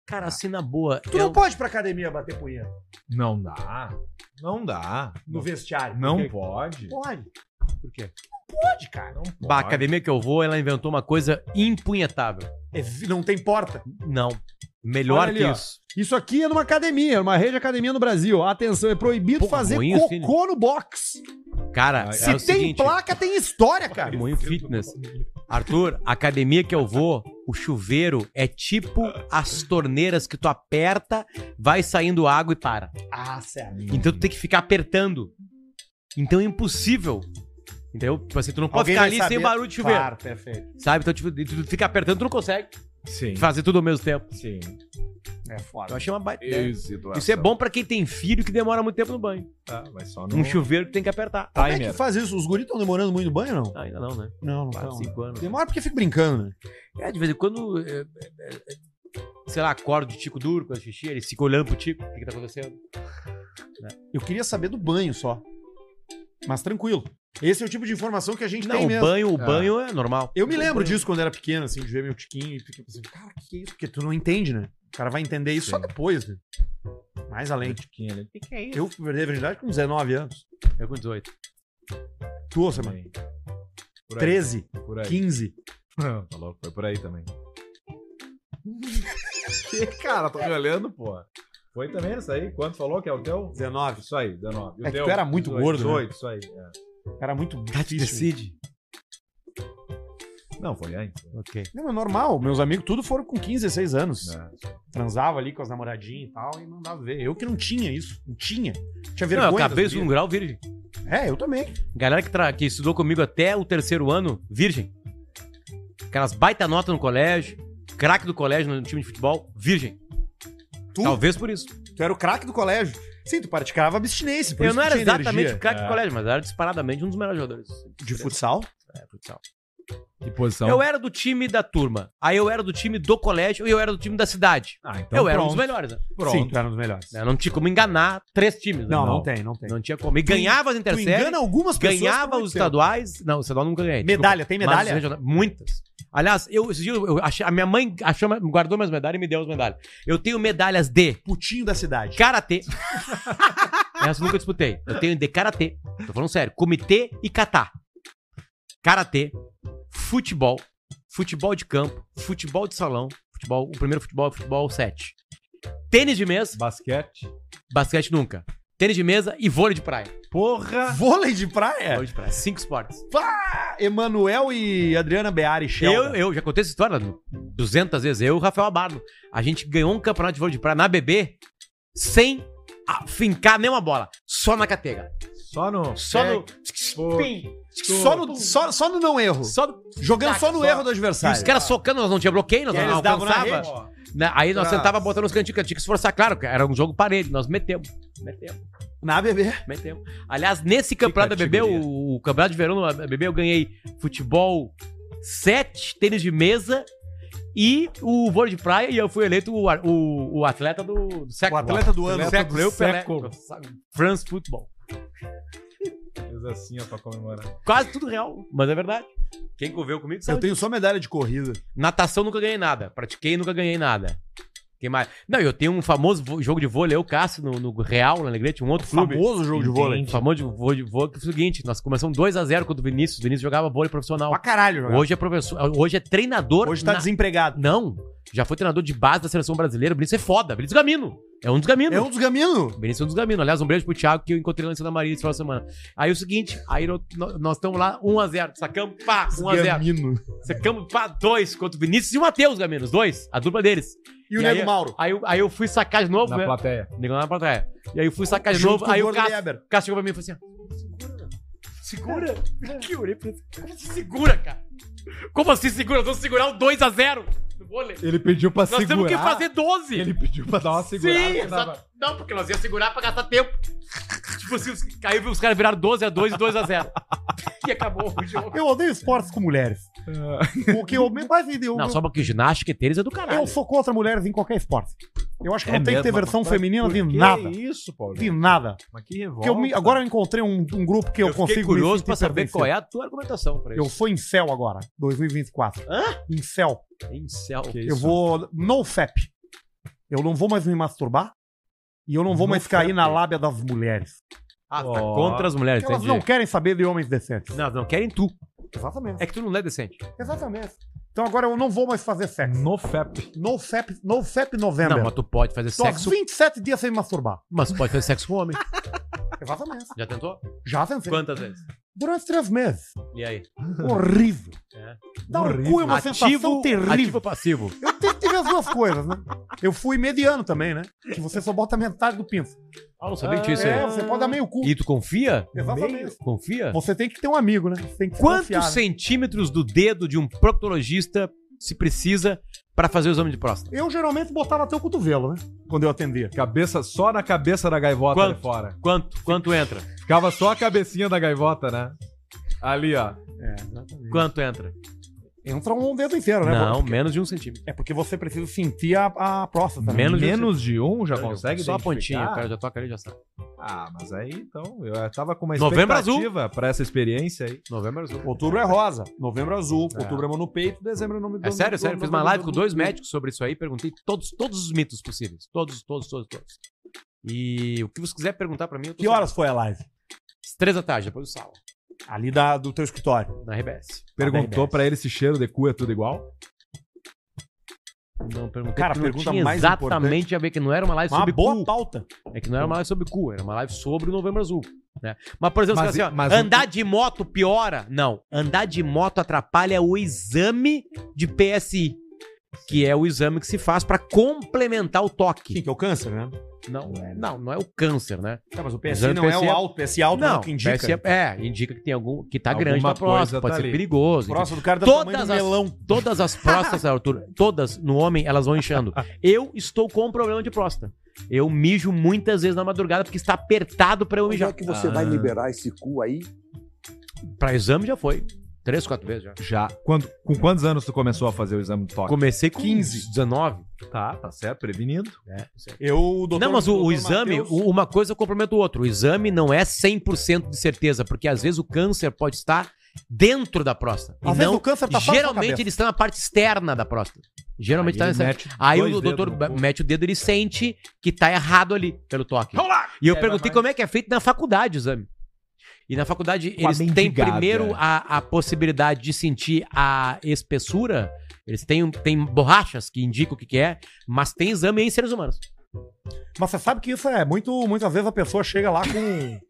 Cara, assim na boa.
Tu não pode ir pra academia bater punheta
Não dá. Não dá.
no vestiário.
Não
Porque-
pode.
Pode. Por quê? Não pode, cara.
Não pode.
Bah, a academia que eu vou, ela inventou uma coisa impunhetável.
É vi- não tem porta.
Não. Melhor
Olha ali,
que
ó.
isso.
Isso aqui é numa academia, numa rede de academia no Brasil. Atenção, é proibido
Porra,
fazer
ruim isso,
cocô no box.
Cara,
Se
Se
é
tem
o seguinte,
placa, tem história, cara.
Moinho Fitness. Arthur, a academia que eu vou, o chuveiro é tipo as torneiras que tu aperta, vai saindo água e para.
Ah, sério.
Então tu tem que ficar apertando. Então é impossível. Entendeu? Tipo assim, tu não pode
Alguém
ficar
vai
ali sem
saber.
barulho de chuveiro.
Claro, perfeito.
Sabe? Então tipo, tu fica apertando, tu não consegue
Sim.
fazer tudo ao mesmo tempo.
Sim.
É
Eu
foda.
achei uma baita. ideia.
Isso,
Isso é bom pra quem tem filho que demora muito tempo no banho.
Tá, mas só
Um chuveiro que tem que apertar.
Como é
Timer.
que faz isso? Os guris estão demorando muito no banho, não?
Ah, ainda não, né?
Não, não
Quatro, cinco anos.
Demora porque fica brincando, né?
É, de vez em quando, é, é, é, sei lá, acorda o tico duro com o xixi, ele fica olhando pro tico, o que, que tá acontecendo?
Eu queria saber do banho só. Mas tranquilo. Esse é o tipo de informação que a gente
Não,
tem
o
mesmo.
banho, o
Ah.
banho é normal.
Eu me lembro
banho.
disso quando era pequeno, assim, de ver meu tiquinho e fiquei pensando, cara, o que é isso? Porque tu não entende, né? O cara vai entender isso só
Sim.
depois, né? Mais além.
O que, que é isso? é
Eu perdi a virgindade com 19 anos.
Eu com 18.
Tu, Samara?
Por aí,
13,
Por aí.
15.
Não, tá louco, foi por aí também. que cara, tô me olhando, pô. Foi também isso aí? Quanto falou que é o teu?
19.
Isso aí, 19. E o
É que
teu?
tu era muito
18,
gordo, né?
18, isso aí. é.
Era muito
Tati
difícil.
decide.
Não, foi antes. né?
Ok.
Não, é normal. Meus amigos tudo foram com 15, 16 anos.
É.
Transava ali com as namoradinhas e tal e não dava ver. Eu que não tinha isso. Não tinha. Tinha
Não,
vergonha.
eu
das
acabei o
gurias.
segundo grau virgem.
É, eu também.
Galera que, tra- que estudou comigo até o terceiro ano, virgem. Aquelas baita nota no colégio, craque do colégio no time de futebol, virgem.
Tu,
Talvez por isso.
tu era o craque do colégio. Sim, tu praticava abstinência. por
eu
isso
não
que
era
tinha
exatamente o
energia.
craque
É.
do colégio, mas era disparadamente um dos melhores jogadores.
de futsal.
É, futsal.
Que
Então.
posição?
Eu era do time da turma, aí eu era do time do colégio e eu era do time da cidade.
Ah, então
eu era um
pronto,
dos melhores, né?
Sim,
pronto.
tu era um dos melhores.
Eu não tinha como enganar três times. né?
Não, não,
Não.
tem, não tem.
Não tinha como. E ganhava as
Tu
interséries,
engana algumas pessoas.
ganhava
como é
os
que é?
estaduais. Não, o estadual nunca ganhei. desculpa.
Medalha, tem
Mas os
medalha?
regionais- muitas. Aliás, eu, esses dias eu- eu achei- a minha mãe achou, guardou minhas medalhas e me deu as medalhas. Eu tenho medalhas de
Putinho da cidade.
karatê. É, Essa eu nunca disputei. Eu tenho de karatê. Tô falando sério. Comitê e catar. Karatê, futebol, futebol de campo, futebol de salão, futebol, o primeiro futebol é futebol 7. Tênis de mesa,
Basquete.
basquete nunca. Tênis de mesa e vôlei de praia.
Porra!
Vôlei de praia?
Vôlei de praia. Cinco esportes.
Pá! Emanuel e Adriana Beari
Eu,
Sheldon.
eu já contei essa história 200 vezes. Eu e o Rafael Abarno. A gente ganhou um campeonato de vôlei de praia na BB sem a- fincar nenhuma bola. Só na catega.
Só no.
Só no.
pô.
Pim.
Só, no, só, só no não erro.
Só no.
Jogando só no
Só-
erro do
E
adversário.
os caras socando, nós não tinha bloqueio, nós
E aí
não
eles davam na
alcançava.
rede?
Na- aí nós
Nossa.
sentava botando os cantinhos, tinha que esforçar, claro, que era um jogo parede, nós metemos. Metemos,
Na bebê.
metemos. Aliás, nesse campeonato da BB,
categoria.
o, o campeonato de verão da BB, eu ganhei futebol 7, tênis de mesa e o vôlei de praia, e eu fui eleito o, ar- o, o atleta do, do
O
século.
atleta do ano.
do
atleta
século,
do
eu Pelé.
século.
France Football.
Fiz assim, ó, pra comemorar.
Quase tudo real, mas é verdade. Então, Quem conviveu comigo
Eu
sabe.
tenho só medalha de corrida.
Natação nunca ganhei nada. Pratiquei e nunca ganhei nada. Quem mais? Não, eu tenho um famoso vo- jogo de vôlei, eu Cássio, no, no Real, na Alegrete, um outro clube.
Famoso jogo de vôlei.
Um famoso vôlei de vôlei, que foi o seguinte, nós começamos 2x0 contra o Vinícius. O Vinícius jogava vôlei profissional.
Pra caralho, jogava.
Hoje é professor, hoje é treinador.
Hoje tá
na-
desempregado.
Não, já foi treinador de base da seleção brasileira. O Vinícius é foda, Vinícius Gamino. É um dos Gaminos.
É um dos gaminos.
Benício dos Gamino. Aliás, um beijo pro Thiago que eu encontrei lá em Santa Maria esse final de semana. Aí é o seguinte, aí no- no- nós estamos lá 1x0, sacamos, pá, 1x0.
Gamino.
Sacamos, pá, 2 contra o Vinícius e o Matheus Gaminos, dois, a dupla deles.
E o
E
Nego Mauro.
Aí, eu- aí eu fui sacar de novo,
Na
né?
plateia.
Negão lá na plateia. E aí eu fui sacar de
Junto
novo,
com o
é aí o
Gordo né?
Cássio,
Weber.
Cássio chegou pra mim e falou assim, segura, segura. Que eu olhei pra ele, como se segura, cara? Como assim segura? Nós vamos segurar o 2x0 no vôlei.
Ele pediu pra
Nós
segurar.
temos que fazer 12.
Ele pediu pra dar uma segurada.
Sim,
que
exato.
tava-
Não, porque nós ia segurar pra gastar tempo. tipo assim, os, aí os caras viraram 12x2 e 2x0. e acabou o jogo.
Eu odeio esportes com mulheres.
Ah.
Porque eu mais odeio.
Não, só porque ginástica e tênis é do caralho.
Eu sou contra mulheres em qualquer esporte. Eu acho que
É
não tem que ter
mesmo,
versão
mas
feminina
por
de
que é
nada.
isso, Paulo?
De nada.
Mas que revolta.
Porque eu me- agora eu encontrei um, um grupo que eu,
fiquei
consigo. me
curioso
sentir
pra saber
pertencente.
qual é a tua argumentação pra
Eu
isso.
sou em céu agora, 2024. Hã? Em céu.
Em céu.
Que
Eu
isso?
vou. No FAP. Eu não vou mais me masturbar. E eu não vou
No
mais cair
fap.
na lábia das mulheres.
Ah, tá
Ó.
contra as mulheres,
Porque elas
entendi.
não querem saber de homens decentes.
Não, não querem tu.
Exatamente.
É que tu não é decente.
Exatamente. Então agora eu não vou mais fazer sexo.
No FAP.
No FAP, no FAP novembro.
Não, mas tu pode fazer
Tô há
sexo,
27 dias sem masturbar.
mas tu pode fazer sexo com homem.
Exatamente.
Já tentou?
Já vencei.
Quantas vezes?
Durante três meses.
E aí?
Horrível.
É.
Dá um
Horrível.
cu é uma sensação
Ativo,
terrível.
ativo ou passivo?
Eu te- tive as duas coisas, né? Eu fui mediano também, né? Que você só bota metade do pinto.
Ah, não sabia que tinha isso
É,
aí.
você pode dar meio cu.
E tu confia?
Exatamente.
Confia?
Você tem que ter um amigo, né? Você Tem que se
Quantos
confiar, né?
centímetros do dedo de um proctologista se precisa pra fazer o exame de próstata?
Eu geralmente botava até o cotovelo, né? Quando eu atendia.
Cabeça, só na cabeça da gaivota
Quanto?
ali fora.
Quanto? Quanto entra?
Ficava só a cabecinha da gaivota, né? Ali, ó.
É, exatamente.
Quanto entra?
Entra um dedo inteiro, né?
Não, menos de um centímetro.
É porque você precisa sentir a, a próstata. né?
Menos de um
Menos de um já
centímetro.
consegue
Só a pontinha, tá?
identificar?
o cara já toca ali já sabe.
Ah, mas aí então, eu tava com uma
Novembro
expectativa pra essa experiência aí.
Novembro azul.
Outubro é rosa, novembro é azul, outubro é mão no peito, dezembro é nome do
É sério, sério. eu
eu
Fiz uma live com dois médicos sobre isso aí, perguntei todos, todos os mitos possíveis. Todos, todos, todos, todos. E o que você quiser perguntar pra mim, eu tô
Que horas foi a live?
sabendo. Às Três da tarde, depois do sala.
Ali da, do teu escritório.
Na RBS.
Perguntou
RBS.
pra ele se cheiro de cu é tudo igual.
Não, Então, perguntei
Cara,
porque
a
não
pergunta
tinha
mais
exatamente a ver que não era uma live
Uma
sobre
boa
cu.
pauta.
É que não era uma live sobre cu, era uma live sobre o Novembro Azul. Né? Mas, por exemplo,
Mas-
você fala assim, ó,
mas-
andar de moto piora? Não. Andar de moto atrapalha o exame de PSI, que é o exame que se faz pra complementar o
Quem
toque.
que é o câncer, né?
Não, não, não é o câncer, né?
Tá, mas o
Exame
PSI
de
não é
PSI
o
é-
alto. PSI alto não, é o que indica.
PSI é, é, indica que tem algum que tá
Alguma
grande na próstata,
coisa
pode
tá
ser
ali.
perigoso. enfim.
Próximo do cara do tamanho
Todas
do
as,
melão.
todas as próstatas, Arthur, todas no homem, elas vão inchando. Eu estou com um problema de próstata. Eu mijo muitas vezes na madrugada porque está apertado pra eu
Quando
mijar.
é que você vai liberar esse cu aí?
Pra exame já foi. Três, quatro vezes já.
Já. Quando, com quantos anos tu começou a fazer o exame do toque?
Comecei com
15.
19.
Tá, tá certo, prevenido.
né? Isso aí.
Eu, o doutor,
não, mas o, o
doutor
exame,
Matheus-
o- uma coisa complementa o outro. O exame não é 100% de certeza, porque às vezes o câncer pode estar dentro da próstata. E
Às vezes
não,
o câncer tá fora da sua
geralmente
cabeça.
ele está na parte externa da próstata. Geralmente está
ele
nessa.
mete
Aí
dois
o
dedos
doutor
no
ba-
cu.
mete o dedo, ele sente que tá errado ali pelo toque.
Vamos lá!
E eu
É,
perguntei
vai mais.
como é que é feito na faculdade o exame. E na faculdade
Com a
eles têm
mendigada.
primeiro a, a possibilidade de sentir a espessura. Eles têm, um- têm borrachas que indicam o que, que é, mas tem exame em seres humanos.
Mas você sabe que isso é muito. Muitas vezes a pessoa chega lá com.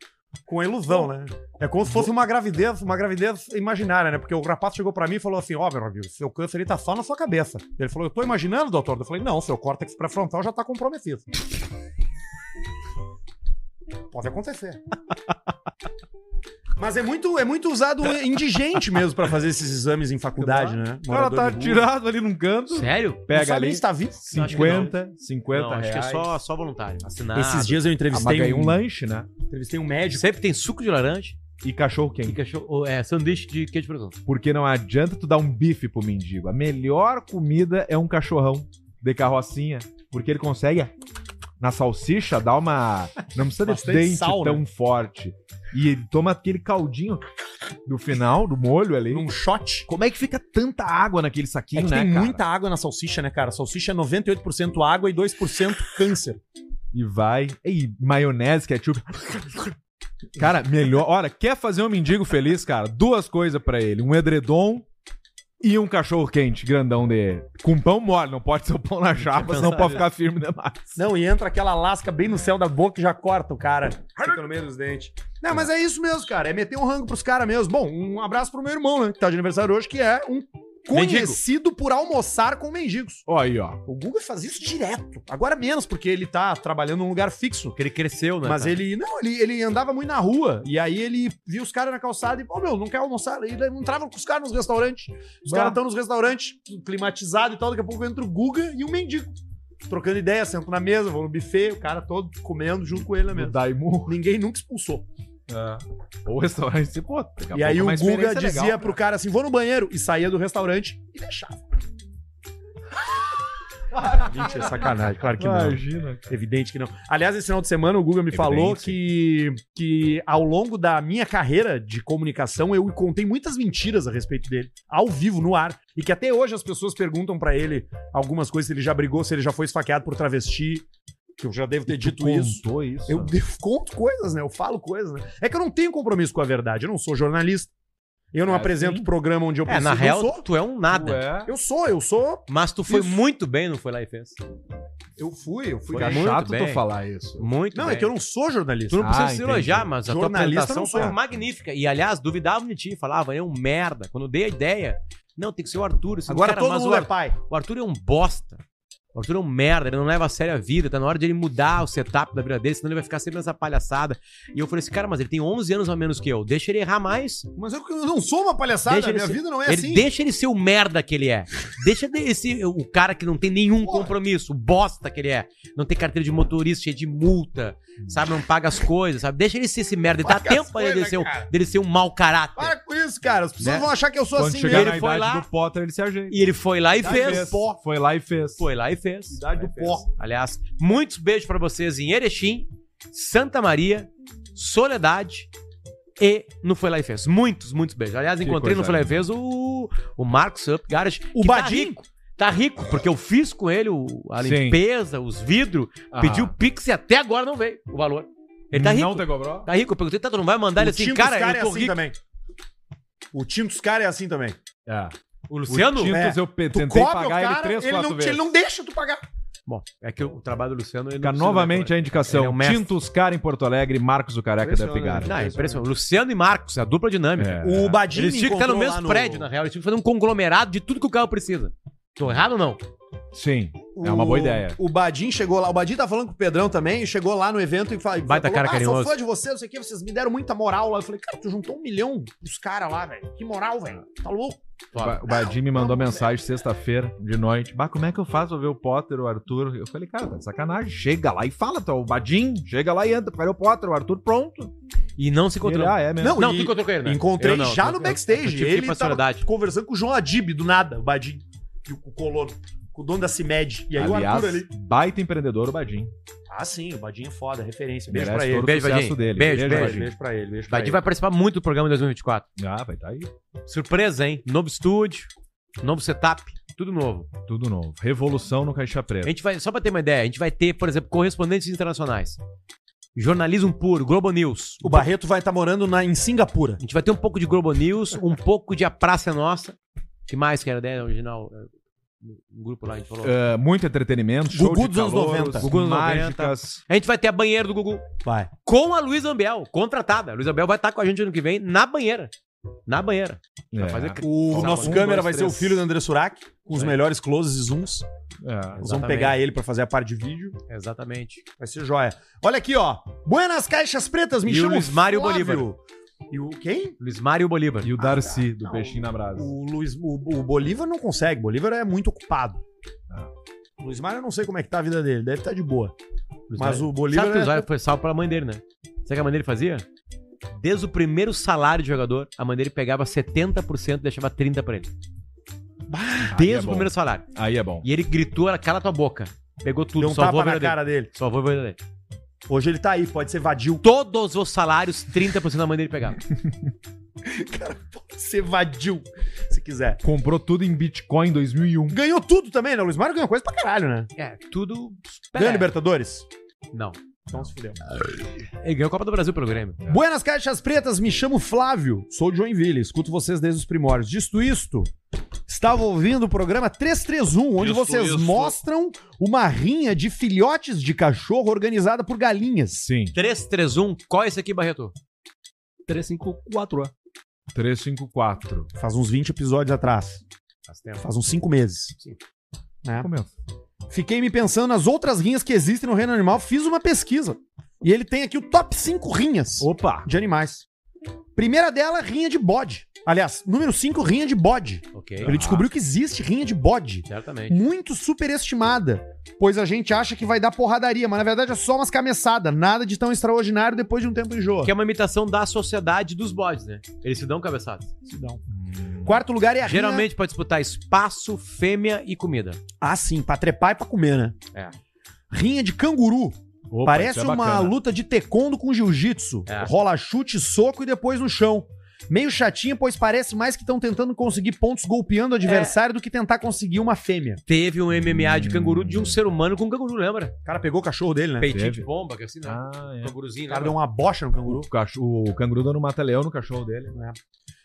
com a ilusão, né? É como se fosse uma gravidez, uma gravidez imaginária, né? Porque o rapaz chegou pra mim e falou assim: Ó, meu amigo, seu câncer ele tá só na sua cabeça. Ele falou: Eu tô imaginando, doutor. Eu falei: Não, seu córtex pré-frontal já tá comprometido. Pode acontecer. Mas é muito, é muito usado indigente mesmo pra fazer esses exames em faculdade, né?
O cara tá
de rua.
tirado ali num canto.
Sério?
Não
Pega
sabe
ali.
nem se tá vivo.
Não, acho que não.
50, 50
Não, acho
reais.
que é só, só voluntário. Assinar.
Esses dias eu
Ah, mas
entrevistei
ganhei
um,
um lanche, né?
entrevistei um médico.
Sempre tem suco de laranja
E cachorro
e
quente.
cachorro, ou, é, sanduíche de queijo de presunto.
Porque não adianta tu dar um bife pro mendigo. A melhor comida é um cachorrão de carrocinha. Porque ele consegue, na salsicha, dar uma. Não precisa de
Bastante
dente
sal, né?
tão forte. E ele toma aquele caldinho do final, do molho ali.
num shot.
Como é que fica tanta água naquele
É
saquinho,
que
né,
tem
cara?
muita água na salsicha, né, cara? Salsicha é 98% água e 2% câncer.
E vai. E maionese, ketchup. Cara, melhor. Olha, quer fazer um mendigo feliz, cara? Duas coisas pra ele: um edredom e um cachorro quente grandão dele. Com pão mole, não pode ser o pão na chapa, senão pode ficar firme demais.
Não, e entra aquela lasca bem no céu da boca e já corta o cara. Fica no meio dos dentes. Não, mas é isso mesmo, cara. É meter um rango pros caras mesmo. Bom, um abraço pro meu irmão, né? Que tá de aniversário hoje, que é um conhecido por almoçar com mendigos.
Ó, aí, ó.
O Guga faz isso direto. Agora menos, porque ele tá trabalhando num lugar fixo.
Porque ele cresceu, né?
Mas
cara?
ele, não, ele, ele andava muito na rua. E aí ele via os caras na calçada e, pô, meu, não quer almoçar. Ele entrava com os caras nos restaurantes. Os
Bah.
caras estão nos restaurantes, climatizado e tal. Daqui a pouco entra o Guga e um mendigo. Trocando ideia, sento na mesa, vou no buffet, o cara todo comendo junto com ele na
O
mesa.
Daimu.
Ninguém nunca expulsou.
O restaurante se pô. daqui a
e aí o
pouco uma
Guga
experiência
dizia
legal. né?
pro cara assim: vou no banheiro. E saía do restaurante e deixava. Gente, é sacanagem, claro que não.
Imagina.
Evidente que não. Aliás, esse final de semana o Guga me falou
Evidente.
que, que ao longo da minha carreira de comunicação eu contei muitas mentiras a respeito dele, ao vivo, no ar. E que até hoje as pessoas perguntam pra ele algumas coisas, se ele já brigou, se ele já foi esfaqueado por travesti. Que eu já devo ter dito isso.
Contou isso.
Eu devo- conto coisas, né? Eu falo coisas, né? É que eu não tenho compromisso com a verdade. Eu não sou jornalista. Eu não
É,
apresento
sim.
programa onde eu
É, na
eu
real,
sou.
tu é um nada.
Ué.
Eu sou, eu sou.
Mas tu foi
Isso.
muito bem, não foi lá e fez?
Eu fui, eu fui.
Fica
muito
chato
bem.
tu falar isso.
Muito
Não,
bem.
é que eu não sou jornalista.
Tu não precisa
Ah,
se
entendi.
elogiar, mas a tua
Jornalista
apresentação
não
foi
sou.
magnífica. E, aliás, duvidava de ti, falava, é um merda. Quando eu dei a ideia, não, tem que ser o Arthur. Assim,
Agora
cara,
todo
mas
mundo
o,
é
Ar-
pai.
o Arthur é um bosta. O Arthur é um merda, ele não leva a sério a vida. Tá na hora de ele mudar o setup da vida dele, senão ele vai ficar sempre nessa palhaçada. E eu falei assim, cara, mas ele tem 11 anos a menos que eu. Deixa ele errar mais.
Mas eu eu não sou uma palhaçada,
Deixa ele
minha
ser-
vida não é
ele,
assim.
Deixa ele ser o merda que ele é. Deixa de- esse, o cara que não tem nenhum
Porra.
compromisso, o bosta que ele é. Não tem carteira de motorista, cheio de multa, sabe? Não paga as coisas, sabe? Deixa ele ser esse merda. Ele dá
Paga as
tempo pra ele
coisas,
ser, um-
cara.
dele ser um mau caráter.
Para com isso, cara. As pessoas
Né?
vão achar que eu sou
Quando
assim
chegar
mesmo.
na
ele foi
idade
lá-
do Potter, ele se ajeita.
E ele foi lá e
Já
fez.
fez. pó.
Foi lá e fez.
Foi lá e fez.
Idade do pó.
Aliás, muitos beijos pra vocês em Erechim, Santa Maria, Soledade e no Foi Lá e Fez. Muitos, muitos beijos. Aliás,
Que
encontrei no
coisa
Foi Lá e Fez o, o Marcos Up, Garage.
O
que
Badin.
Tá rico, tá rico, porque eu fiz com ele o- a
Sim.
limpeza, os vidros,
Ah.
pediu Pix e até agora não veio o valor. Ele tá rico.
Não te cobrou?
Tá rico, eu perguntei, tá, tu não vai mandar ele
O time
assim,
dos
cara,
caras é
eu tô rico.
também. O tinto dos caras é assim também.
É.
O
O Tintos,
É.
eu pe-
Tu
tentei
cobra o
pagar ele
cara,
três,
ele,
quatro
não,
vezes.
ele não deixa tu pagar.
Bom, é que o trabalho do Luciano. Ele
Cara,
precisa
novamente a indicação.
Ele é um mestre.
Tintos Cara em Porto Alegre, Marcos o Careca da
Impressionante.
Figara.
Não, é impressionante. Luciano e Marcos, a dupla dinâmica.
É.
O Badinho
Eles tinham que estar no mesmo prédio, na real. Eles tinham que fazer um conglomerado de tudo que o carro precisa. Tô errado ou não?
Sim. É uma boa ideia.
O Badin chegou lá, o Badin tá falando com o Pedrão também, e chegou lá no evento e falou:
Baita cara
ah, sou
carinhoso."
fã de você, não sei o que, vocês me deram muita moral lá. Eu falei, cara, tu juntou um milhão dos caras lá, velho. Que moral, velho. Tá louco?
O Ba- O Badim me mandou mensagem sexta-feira de noite. Bah, como é que eu faço pra ver o Potter, o Arthur? Eu falei, cara, tá de sacanagem. Chega lá e fala, tu é o Badim. Chega lá e anda. Cadê o Potter, o Arthur? Pronto.
E não se
E ele,
encontrou.
ah, é mesmo.
Não,
Não,
e-
tu encontrou com ele, né?
Encontrei
Eu não,
já
eu-
no
eu- eu
backstage.
tive que ir
ele
pra
tava
Soledade.
conversando com o João Adib, do nada, o Badin, e o, o colono, com o dono da CIMED. E aí o
Aliás,
Arthur ali.
baita empreendedor, o Badim.
Ah, sim, o Badin é foda, referência. Beijo
Merece
pra ele.
todo o
Beijo,
sucesso
Badinho.
dele.
Beijo,
Beijo,
beijo.
Badinho.
Beijo pra ele, beijo pra
Badi
ele.
vai participar muito do programa em 2024.
Ah, vai tá aí.
Surpresa, hein? Novo estúdio, novo setup, tudo novo.
Tudo novo. Revolução no Caixa
A
Preta.
gente vai, só pra ter uma ideia, a gente vai ter, por exemplo, correspondentes internacionais. Jornalismo puro, Globo News.
O Barreto vai estar morando na, em Singapura.
A gente vai ter um pouco de Globo News, um pouco de A Praça é Nossa. que mais que era a ideia original? É, Um grupo lá, a gente falou.
É.
Ah, muito entretenimento, show
Gugu
de
dos anos
calouros,
90.
Gugu dos
mágicas.
A gente vai ter a banheira do Gugu
Vai.
com a Luísa Ambiel, contratada. A Luísa Ambiel vai estar com a gente ano que vem na banheira. Na banheira.
É.
Fazer
O
Falta
nosso
um,
câmera
dois,
vai ser o
três.
filho do André Surak, com os
Vai.
melhores closes e zooms.
É.
Nós vamos
Exatamente.
pegar ele pra fazer a parte de vídeo.
Exatamente.
Vai ser joia. Olha aqui, ó. Buenas Caixas Pretas, me
E o
chama
Luiz Mário
Flávio.
Bolívar.
E o quem?
Luiz Mário Bolívar.
E o Darcy, do
Não,
Peixinho na Brasa.
O, Luiz, o, o Bolívar não consegue. Bolívar é muito ocupado.
Ah.
O Luiz Mário eu não sei como é que tá a vida dele. Deve estar de boa. Mas
Luiz Mário-
o Bolívar...
Sabe que o
é-
Zóio foi salvo pela mãe dele, né? Sabe o que a mãe dele fazia? Desde o primeiro salário de jogador, a mãe dele pegava 70% e deixava 30% pra ele.
Aí
Desde
é
o
bom.
primeiro salário.
Aí é bom.
E ele gritou, "Ela cala tua boca. Pegou tudo,
Deu um
salvou
tapa
a
na
vida dele.
cara dele.
Salvou a vida dele.
Hoje ele tá aí, pode ser vadio.
Todos os salários, 30% da mãe dele pegava.
Pode ser vadio, se quiser.
Comprou tudo em Bitcoin em 2001.
Ganhou tudo também, né? O Luiz Mário ganhou coisa pra caralho, né?
É, tudo... é,
Ganhou Libertadores?
Não.
Então se fudeu.
Ele ganhou a Copa do Brasil pelo Grêmio.
Buenas Caixas Pretas, me chamo Flávio, sou de Joinville, escuto vocês desde os primórdios. Disto isto, estava ouvindo o programa 331, onde
Isto,
vocês
isto.
mostram uma rinha de filhotes de cachorro organizada por galinhas.
Sim.
331, qual é esse aqui, Barreto? 354.
354.
Faz uns 20 episódios atrás,
Faz tempo.
faz uns 5 meses.
Sim.
Né?
Como é?
Fiquei me pensando nas outras rinhas que existem no reino animal, fiz uma pesquisa. E ele tem aqui o top 5 rinhas
Opa!
de animais. Primeira dela, rinha de bode. Aliás, número 5, rinha de bode.
Ok,
Ele descobriu que existe rinha de bode.
certamente.
muito superestimada, pois a gente acha que vai dar porradaria, mas na verdade é só umas cabeçadas, nada de tão extraordinário depois de um tempo enjoa.
Que é uma imitação da sociedade dos bodes, né? Eles se dão cabeçadas. Hum.
Quarto lugar é a rinha-
Geralmente pode disputar espaço, fêmea e comida.
Ah, sim, pra trepar e pra comer, né?
É.
Rinha de canguru.
Opa,
Parece
isso é
uma
bacana.
luta de taekwondo com jiu-jitsu.
É.
Rola chute, soco e depois no chão. Meio chatinha, pois parece mais que estão tentando conseguir pontos golpeando o adversário do que tentar conseguir uma fêmea.
Teve um MMA de canguru de um ser humano com canguru, lembra?
O cara pegou o cachorro dele, né?
Peitinho
Teve.
de bomba, que assim, né?
Ah, é.
O
Canguruzinho,
cara
lembra?
deu uma bocha no canguru.
O, cachorro, o canguru dando mata-leão no cachorro dele. né?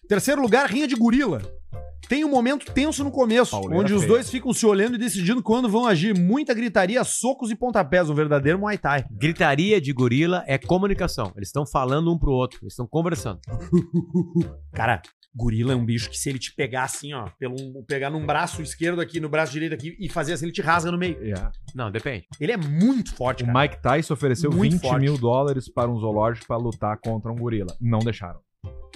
Terceiro lugar, rinha de gorila. Tem um momento tenso no começo,
Pauleira
onde os
feia.
dois ficam se olhando e decidindo quando vão agir. Muita gritaria, socos e pontapés, um verdadeiro Muay Thai.
Gritaria de gorila é comunicação. Eles estão falando um pro outro, eles estão conversando.
Cara, gorila é um bicho que se ele te pegar assim, ó, pelo, pegar num braço esquerdo aqui, no braço direito aqui e fazer assim, ele te rasga no meio.
É.
Não, depende.
Ele é muito forte,
O
cara.
Mike Tyson ofereceu
Muito
20
forte.
mil dólares para um zoológico para lutar contra um gorila. Não deixaram.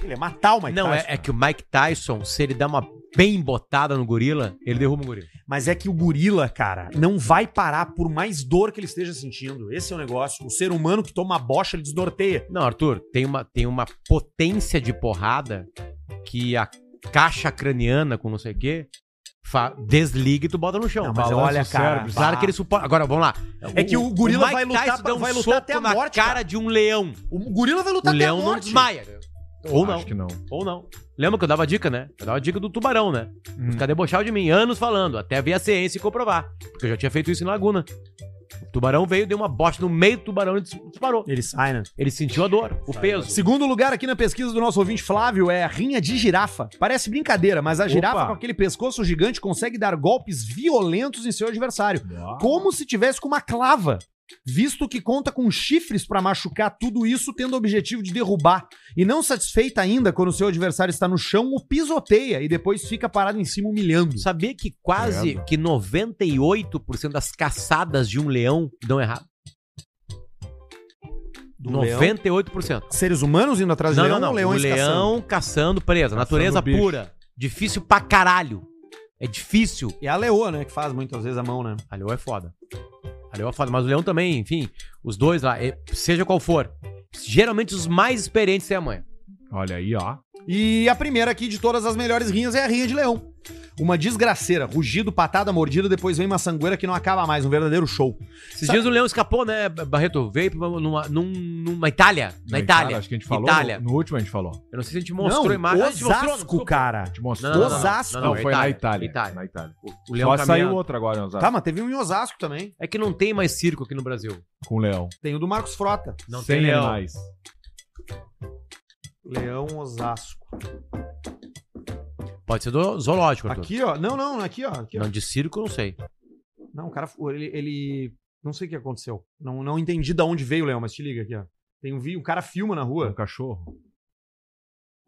Ele é matar o Mike
não, é-
Tyson,
é, que o Mike Tyson, se ele dá uma bem botada no gorila, ele derruba o gorila.
Mas é que o gorila, cara, não vai parar por mais dor que ele esteja sentindo. Esse é o negócio. O ser humano que toma uma bocha, ele desnorteia.
Não, Arthur, tem uma, tem uma potência de porrada que a caixa craniana com não sei o quê fa- desliga e tu bota no chão.
Não, mas
Balança
olha,
o
cara,
cérebro. Claro
pá.
que ele suporta. Agora, vamos lá.
É que o gorila
Mike
vai lutar
Tyson
pra-
dá um
vai lutar
soco
até a
na
morte,
cara
cara.
de um leão.
O gorila vai lutar
o
até a
leão não
morte.
desmaia. Ou não,
Acho que não.
ou não. Lembra que eu dava dica, né? Eu dava dica do tubarão, né?
Hum.
Os caras debocharam de mim anos falando, até ver a ciência e comprovar. Porque eu já tinha feito isso em Laguna. Tubarão veio, deu uma bosta no meio do tubarão e dis- disparou.
Ele sai, né?
Ele sentiu a dor, o peso.
Segundo lugar aqui na pesquisa do nosso ouvinte Flávio é a rinha de girafa. Parece brincadeira, mas a girafa
Opa.
com aquele pescoço gigante consegue dar golpes violentos em seu adversário. Como se tivesse com uma clava. Visto que conta com chifres para machucar tudo isso, tendo o objetivo de derrubar. E não satisfeita ainda quando seu adversário está no chão, o pisoteia e depois fica parado em cima humilhando.
Sabia que quase
Credo.
que 98% das caçadas de um leão dão errado?
Do um leão.
98%.
Seres humanos indo atrás de
Não,
leão
não, não.
ou
O
leões caçando?
leão caçando presa. Natureza
bicho.
pura. Difícil pra caralho. É difícil.
E a leoa, né, que faz muitas vezes a mão, né?
A leoa é foda. A leoa é foda. Mas o leão também, enfim. Os dois lá, eh, seja qual for. Geralmente os mais experientes têm a manha.
Olha aí, ó.
E a primeira aqui de todas as melhores rinhas é a rinha de leão. Uma desgraceira, rugido, patada, mordida, depois vem uma sangueira que não acaba mais, um verdadeiro show.
Esses
Sa-
dias o leão escapou, né, Barreto? Veio pra uma- numa, num- numa Itália. Na
Na
Itália.
Acho que a gente falou.
Itália.
No, no último a gente falou.
Eu não sei se a gente mostrou a imagem. Ah, a gente mostrou,
Osasco,
desculpa.
cara.
A gente mostrou.
Não, não, não, não.
Osasco.
Não,
Não,
não,
foi
Itália.
na Itália.
Itália.
Na Itália.
O leão
Só
caminhando.
saiu outro agora, Osasco.
Tá, mas teve um em Osasco também.
É que não tem mais circo aqui no Brasil.
Com o leão.
Tem o do Marcos Frota.
Não
Sem
tem leão.
animais.
Leão Osasco.
Pode ser do zoológico, Arthur.
Aqui, ó. Não, não, aqui, ó. Aqui, ó.
Não, de circo eu não sei.
Não, o cara, ele, ele- Não sei o que aconteceu. Não, não entendi de onde veio o leão, mas te liga aqui, ó. Tem um vídeo, o cara filma na
Um
rua.
cachorro.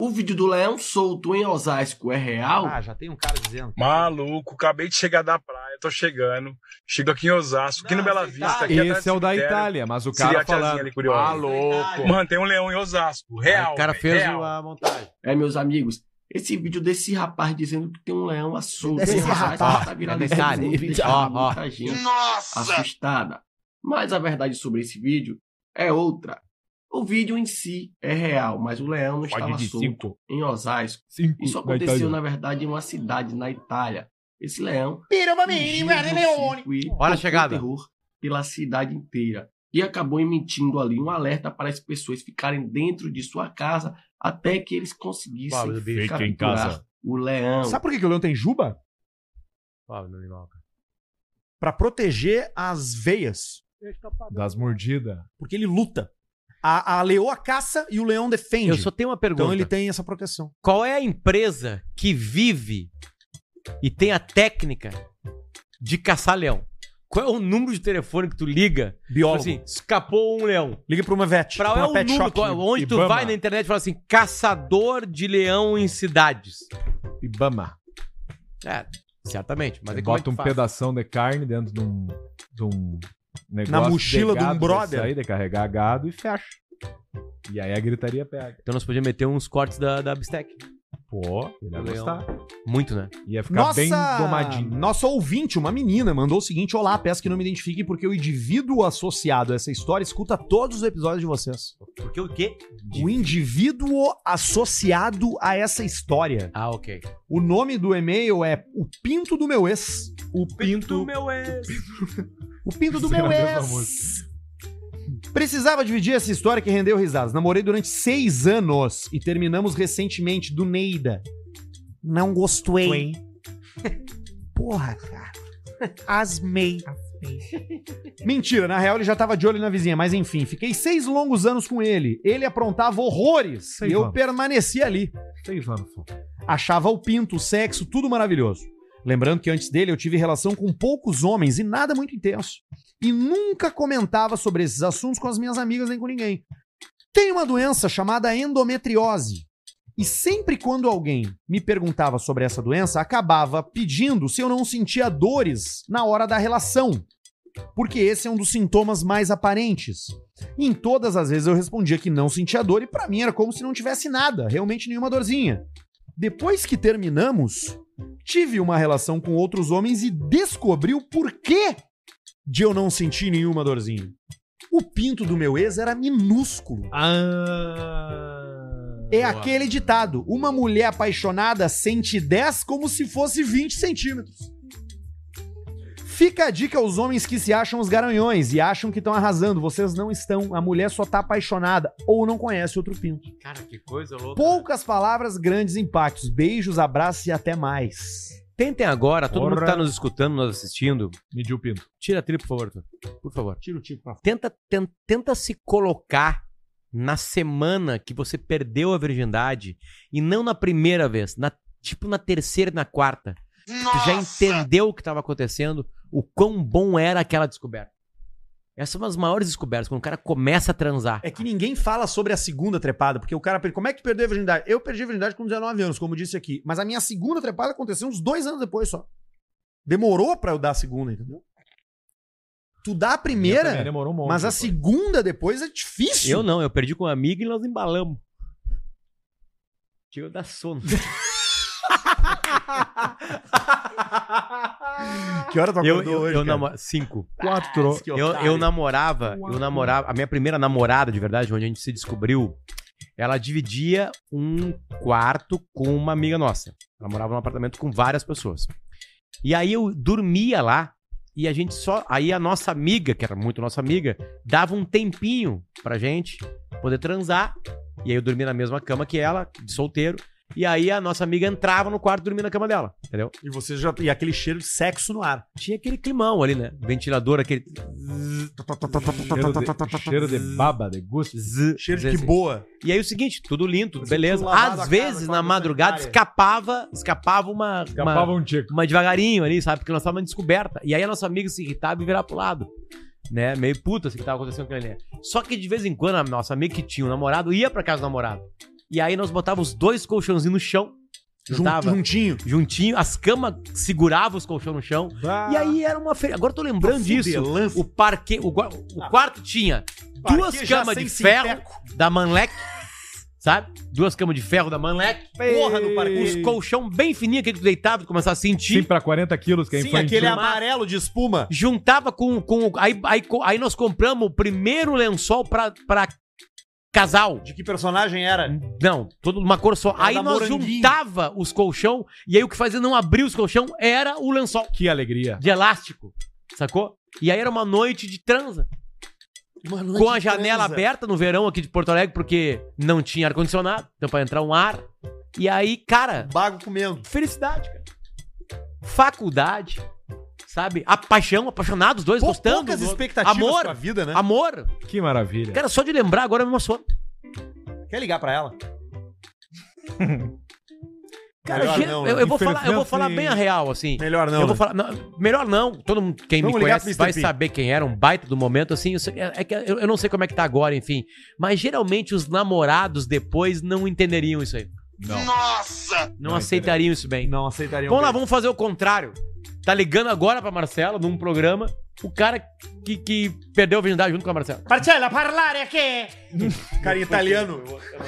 O vídeo do leão solto em Osasco é real?
Ah, já tem um cara dizendo.
Maluco, acabei de chegar da praia, tô chegando. Chego aqui em Osasco, aqui no Bela Vista. Aqui atrás
Esse
do
é o da
cemitério.
Itália, mas o
Seria
cara
a tiazinha
falando.
ali curiosa.
é
Ah, louco.
Tá Mano, tem um leão em Osasco, real.
Aí o cara
velho,
fez
real.
o- a montagem.
É, meus amigos, esse vídeo desse rapaz dizendo que tem um leão a solto
Desse
em Osasco
rapaz.
tá
É
viralizando
detalhe.
muito, deixando
Ó, ó.
muita gente
Nossa!
assustada. Mas a verdade sobre esse vídeo é outra. O vídeo em si é real, mas o leão não estava
Pode de
solto
cinco.
em Osasco.
Cinco.
Isso
na
aconteceu,
Itália.
na verdade, em uma cidade na Itália. Esse leão fugiu de um
é
Leone.
circo e
Olha a
tocou
chegada.
terror pela cidade inteira. E acabou emitindo ali um alerta para as pessoas ficarem dentro de sua casa até que eles conseguissem
Pablo, bicho.
Fica em
capturar
casa.
o leão.
Sabe por que, que o leão tem juba?
Pablo, animal, cara.
Pra proteger as veias.
Das mordidas.
Porque ele luta. A, a leoa caça e o leão defende.
Eu só tenho uma pergunta.
Então ele tem essa proteção.
Qual é a empresa que vive e tem a técnica de caçar leão? Qual é o número de telefone que tu liga? Tipo
Biólogo.
assim, escapou um leão.
Liga pra uma vet.
Pra
pra
é
Tipo uma
o número, qual- onde tu
Ibama.
vai na internet e fala assim, caçador de leão em cidades.
Ibama.
É, certamente. Mas
Mas
é como é
bota
que
um
faz?
pedação de carne dentro de um, de um negócio.
Na mochila de um
gado,
brother.
Aí, de carregar gado e fecha. E aí a gritaria pega.
Então nós podíamos meter uns cortes da, da Bistec.
Pô, ele ia
Leão.
gostar.
Muito, né?
Ia ficar
Nossa,
bem domadinho. né?
nossa ouvinte, uma menina, mandou o seguinte: Olá, peço que não me identifique, porque o indivíduo associado a essa história escuta todos os episódios de vocês.
Porque o quê?
O indivíduo associado a essa história.
Ah, ok.
O nome do e-mail é O Pinto do Meu Ex. O
Pinto meu ex.
O pinto do
Isso é
meu
a mesma
ex. Precisava dividir essa história que rendeu risadas. Namorei durante seis anos e terminamos recentemente do Neida. Não gostei. Porra, cara. Asmei. Mentira, na real ele já tava de olho na vizinha, mas enfim, fiquei seis longos anos com ele. Ele aprontava horrores
Seis
e eu
anos.
permaneci ali.
Seis anos, pô.
Achava o pinto, o sexo, tudo maravilhoso. Lembrando que antes dele eu tive relação com poucos homens e nada muito intenso. E nunca comentava sobre esses assuntos com as minhas amigas nem com ninguém. Tenho uma doença chamada endometriose. E sempre quando alguém me perguntava sobre essa doença, acabava pedindo se eu não sentia dores na hora da relação. Porque esse é um dos sintomas mais aparentes. E em todas as vezes eu respondia que não sentia dor e pra mim era como se não tivesse nada, realmente nenhuma dorzinha. Depois que terminamos, tive uma relação com outros homens e descobri o porquê de eu não sentir nenhuma dorzinha. O pinto do meu ex era minúsculo.
Ah.
É aquele ditado: uma mulher apaixonada sente 10 como se fosse 20 centímetros. Fica a dica aos homens que se acham os garanhões e acham que estão arrasando. Vocês não estão. A mulher só tá apaixonada ou não conhece outro pinto.
Cara, que coisa louca.
Poucas palavras, grandes impactos. Beijos, abraços e até mais.
Tentem agora, todo mundo que
Porra.
tá nos escutando, nos assistindo,
Mediu o pinto.
tira a trilha, por favor, Arthur. por favor.
Tira o tipo pra
Tenta, ten- tenta se colocar na semana que você perdeu a virgindade e não na primeira vez, na, tipo na terceira e na quarta. Tu já entendeu o que estava acontecendo, o quão bom era aquela descoberta. Essa é uma das maiores descobertas, quando o cara começa a transar.
É que ninguém fala sobre a segunda trepada, porque o cara pergunta, como é que tu perdeu a virgindade? Eu perdi a virgindade com 19 anos, como eu disse aqui. Mas a minha segunda trepada aconteceu uns dois anos depois só. Demorou pra eu dar a segunda, entendeu? Tu dá a
Minha também
é
primeira,
demorou um monte.
mas a
depois.
segunda depois é difícil.
Eu não, eu perdi com uma amiga e nós embalamos. Tio da sono.
Que hora tu
Eu,
acordou
eu,
hoje,
eu
cara?
namorava. Cinco.
Quatro.
Que
Eu,
otário. Um
eu namorava, eu namorava. A minha primeira namorada, de verdade, onde a gente se descobriu, ela dividia um quarto com uma amiga nossa. Ela morava num apartamento com várias pessoas. E aí eu dormia lá e a gente só. Aí a nossa amiga, que era muito nossa amiga, dava um tempinho pra gente poder transar. E aí eu dormia na mesma cama que ela, de solteiro. E aí a nossa amiga entrava no quarto e dormia na cama dela, entendeu?
E você já e aquele cheiro de sexo no ar.
Tinha aquele climão ali, né? Ventilador, aquele.
Cheiro de, cheiro de baba, de gosto.
zzz,
Cheiro de que
zzz, assim.
boa.
E aí o seguinte, tudo lindo, tudo
Você
beleza.
tinha lavado a
Às
casa
vezes,
com
na
a
madrugada,
secretária.
escapava, escapava uma,
Escapava
uma,
um tico.
uma devagarinho ali, sabe? Porque nós estávamos em descoberta. E aí a nossa amiga se irritava e virava pro lado. Né? Meio puta assim que tava acontecendo com ele. Só que de vez em quando a nossa amiga que tinha um namorado ia pra casa do namorado. E aí nós botava os dois colchãozinhos no chão.
Jun-
Juntava,
juntinho.
juntinho, as camas seguravam os colchões no chão. E aí era uma feira. Agora eu tô lembrando disso. O parque, o, gua- o
Ah.
quarto tinha duas camas de ferro da Manlec, sabe? Duas camas de ferro da Manlec,
Porra do parque.
uns colchão bem fininho que tu deitava, tu começava a sentir.
Sim, pra 40 quilos, que é
Sim,
infantil.
aquele amarelo de espuma.
Juntava com. com aí, aí, co- aí nós compramos o primeiro lençol pra, pra casal. Tipo,
De que personagem era?
Não, toda uma cor só.
Era
aí
da
nós
Moranguinho.
juntava os colchão e aí o que fazia não abrir os colchão era o lençol
Que alegria.
de elástico, sacou? E aí era uma noite de transa. com a janela aberta no verão aqui de Porto Alegre, porque não tinha ar-condicionado, então pra entrar um ar. E aí, cara,
Bago comendo.
felicidade, cara. Faculdade, sabe? A paixão, apaixonados, os dois gostando.
poucas
do outro.
expectativas
Amor.
pra vida, né?
Amor.
Que maravilha.
Cara, só de lembrar agora é me emociono.
Quer ligar pra ela?
Cara,
Melhor
ge-
não, né?
eu, eu vou falar, eu vou
Infelizmente,
falar bem a real, assim.
Melhor
eu vou
né?
falar, não, melhor não. Todo mundo quem
Vamos
me
ligar pro
conhece
Mr.
vai
P.
saber quem era um baita do momento, assim. eu sei- é, é que eu, eu não sei como é que tá agora, enfim. Mas geralmente os namorados depois não entenderiam isso aí.
Nossa!
Não,
Não
aceitariam isso bem.
Não aceitaria. um
Vamos lá, vamos fazer o contrário. Tá ligando agora pra Marcela num programa o cara que, que perdeu a virgindade junto com a Marcela.
Marcella, parlare aqui! Cara italiano.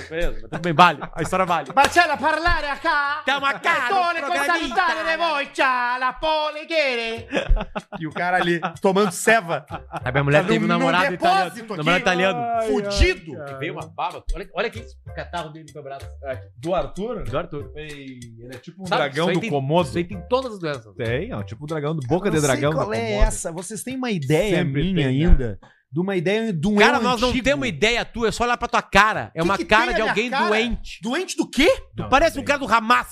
Beleza, mas tudo bem, vale. A história vale.
Marcella, parlare aqui!
Tamo a
né,
cara, no programinha.
la polighere! E o cara ali, tomando ceva.
Aí minha mulher
Tá
teve um
num- num
namorado
depósito
italiano.
aqui.
Namorado italiano.
Ai,
fudido!
ai, cara.
Veio uma baba. Olha, olha aqui, o catarro dele no teu braço.
Do Arthur?
Do Arthur.
Ei, ele é tipo um
Sabe, isso
dragão
aí
do
tem-
Komodo.
Isso aí tem todas as doenças.
Tem, ó, tipo o dragão do Boca de
Não sei
Dragão.
qual
do
é
Komodo.
essa? Vocês têm uma ideia
Sempre
é minha
tem, né?
ainda? De uma ideia de um
Cara,
eu
nós não
antigo.
temos ideia tua, é só olhar pra tua cara. É
Que
uma
que tem
cara
a
de
minha
alguém
cara?
doente.
Doente do quê?
Não,
Parece
tem.
um cara do Hamas.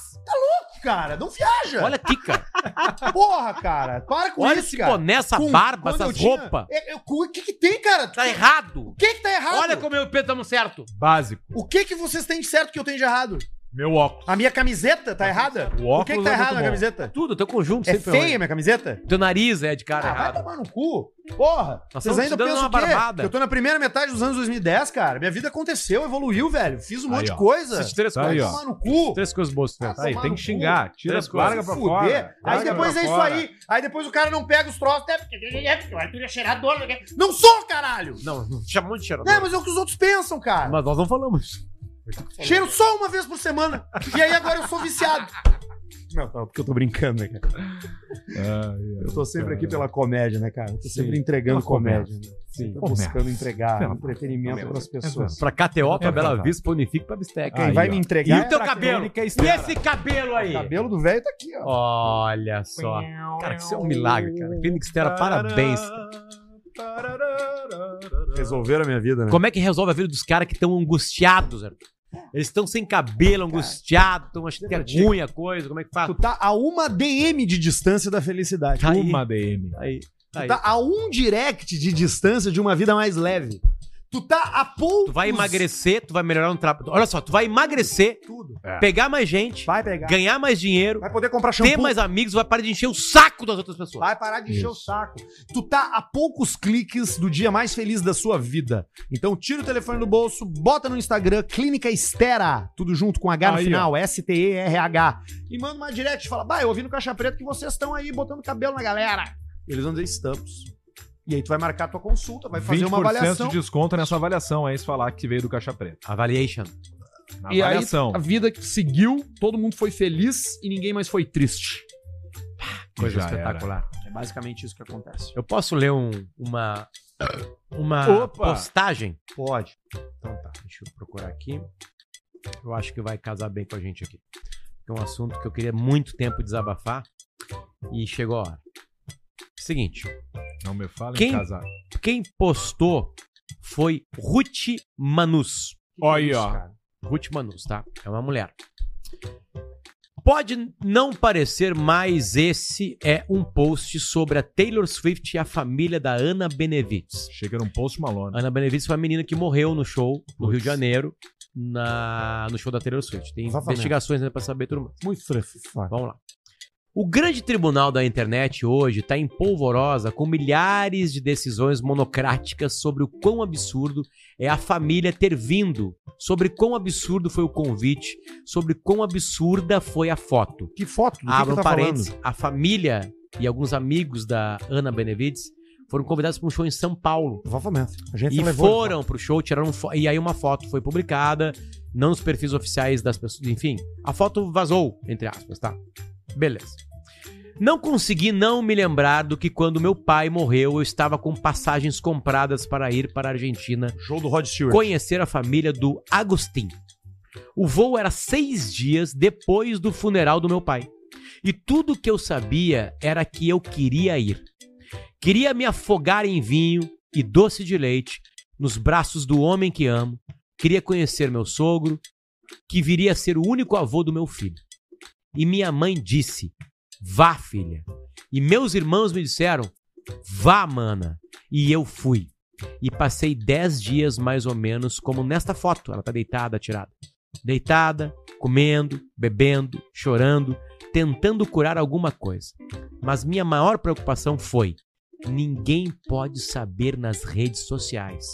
Cara, não viaja!
Olha aqui, cara.
Porra, cara! Para Tá. com
Olha
isso,
esse
cara!
boné, essa
Com-
barba,
quando eu
essas
tinha-
roupas.
É, é, cu- O que que tem, cara?
Tá errado.
O que que tá errado?
Olha como eu e o Pedro estamos certo.
Básico.
O que que vocês têm de certo que eu tenho de errado?
Meu óculos.
A minha camiseta tá errada?
O
O que que
óculos
tá
é
errado
muito
na
bom.
camiseta?
Tudo, teu conjunto
É
sempre
feia a minha camiseta?
Teu nariz é de cara
Ah, vai
errado.
tomar no cu. Porra,
Nós
vocês
estamos
ainda
te dando
pensam
uma
o quê?
barbada.
Que Eu tô na primeira metade dos anos 2010, cara. Minha vida aconteceu, evoluiu, velho. Fiz um
Aí,
monte de
ó.
coisa.
Essas três
Tá aí,
Vai
ó.
tomar no cu.
Três coisas boas. uh,
Ah,
Tá aí,
tomar
tem
no
que
cu.
xingar. Tira,
Três coisas.
larga pra
Fuder.
fora.
Aí
Larga
depois
pra
é isso
fora.
aí. Aí depois o cara não pega os troços. né? Não sou, caralho!
Não, não chamou de cheiro.
Não, mas é o que os outros pensam, cara.
Mas nós não falamos.
Cheiro só uma vez por semana. E aí agora eu sou viciado. Não, não, porque eu tô brincando, né, cara?
Ai,
Eu tô sempre aqui pela comédia, né, cara? Eu tô sempre
Sim.
entregando
Pela comédia.
comédia. né?
Sim.
Tô buscando entregar
Pela
entretenimento
comédia.
pras pessoas.
Pra KTO, pra
É
Bela
verdade.
Vista, pra Unifique, pra Bistec.
Quem
Aí,
tá. vai
ó.
me
E
entregar
o teu
é
cabelo?
Crônica
E
Estrada.
esse cabelo aí?
o cabelo do velho tá aqui, ó.
Olha só. Cara, isso é um milagre, cara. Clínica Estera, parabéns.
Tarará, tarará.
Resolveram a minha vida, né?
é Como é que resolve a vida dos caras que estão angustiados? Arthur? Eles estão sem cabelo, angustiados, estão achando que é ruim a coisa, como é que faz?
Tu tá a uma DM de distância da felicidade.
Tá aí,
Uma DM.
tá aí, tá
Tu
aí.
tá a um direct de distância de uma vida mais leve. Tu tá a poucos...
Tu vai emagrecer, tu vai melhorar no trabalho. Olha só, tu vai emagrecer,
Tudo.
pegar mais gente,
Vai pegar.
ganhar mais dinheiro,
Vai poder comprar shampoo.
ter mais amigos, vai parar de encher o saco das outras pessoas.
Vai parar de encher o saco. Tu tá a poucos cliques do dia mais feliz da sua vida. Então tira o telefone do bolso, bota no Instagram, Clínica Estera, tudo junto com H no
Aí,
final, S-T-E-R-H. E manda uma direct, fala, bah, eu ouvi no Caixa Preta que vocês estão aí botando cabelo na galera. Eles vão dizer, estamos. E aí tu vai marcar tua consulta, vai fazer uma
20%
avaliação.
de desconto nessa avaliação, é isso falar que veio do Caixa Preta.
Avaliation.
Na
E aí,
avaliação.
A
tá
vida que seguiu, todo mundo foi feliz e ninguém mais foi triste.
Coisa
Já era.
espetacular.
É basicamente isso que acontece.
Eu posso ler um- uma, uma
Opa!
postagem?
Pode.
Então tá, deixa eu procurar aqui. Eu acho que vai casar bem com a gente aqui. É um assunto que eu queria muito tempo desabafar e chegou a hora. Seguinte,
Não me fala
Quem-
em casar.
quem postou foi Ruth Manus.
Olha aí, ó.
Ruth Manus, tá? É uma mulher. Pode não parecer, mas esse é um post sobre a Taylor Swift e a família da Ana Benevides.
Chega num post malone.
Ana Benevides foi a menina que morreu no show no Rio de Janeiro, na, no show da Taylor Swift. Tem
Exatamente.
investigações ainda pra saber tudo mais.
Muito fofo.
Vamos lá. O grande tribunal da internet hoje está em polvorosa com milhares de decisões monocráticas sobre o quão absurdo é a família ter vindo, sobre quão absurdo foi o convite, sobre quão absurda foi a foto.
Que foto? Do
Abra
que
um
tu tá
parênteses.
falando?
A família e alguns amigos da Ana Benevides foram convidados para um show em São Paulo.
Exatamente. A gente
E
levou-
foram pro show, tiraram um fo- e aí uma foto foi publicada, não nos perfis oficiais das pessoas, enfim, a foto vazou, entre aspas, tá? Beleza. Não consegui não me lembrar do que quando meu pai morreu, eu estava com passagens compradas para ir para a Argentina
Show do Rod Stewart.
conhecer a família do Agostinho. O voo era seis dias depois do funeral do meu pai. E tudo que eu sabia era que eu queria ir. Queria me afogar em vinho e doce de leite nos braços do homem que amo. Queria conhecer meu sogro, que viria a ser o único avô do meu filho. E minha mãe disse: Vá, filha. E meus irmãos me disseram: Vá, mana. E eu fui e passei 10 dias mais ou menos como nesta foto. Ela tá deitada, tirada. Deitada, comendo, bebendo, chorando, tentando curar alguma coisa. Mas minha maior preocupação foi: ninguém pode saber nas redes sociais,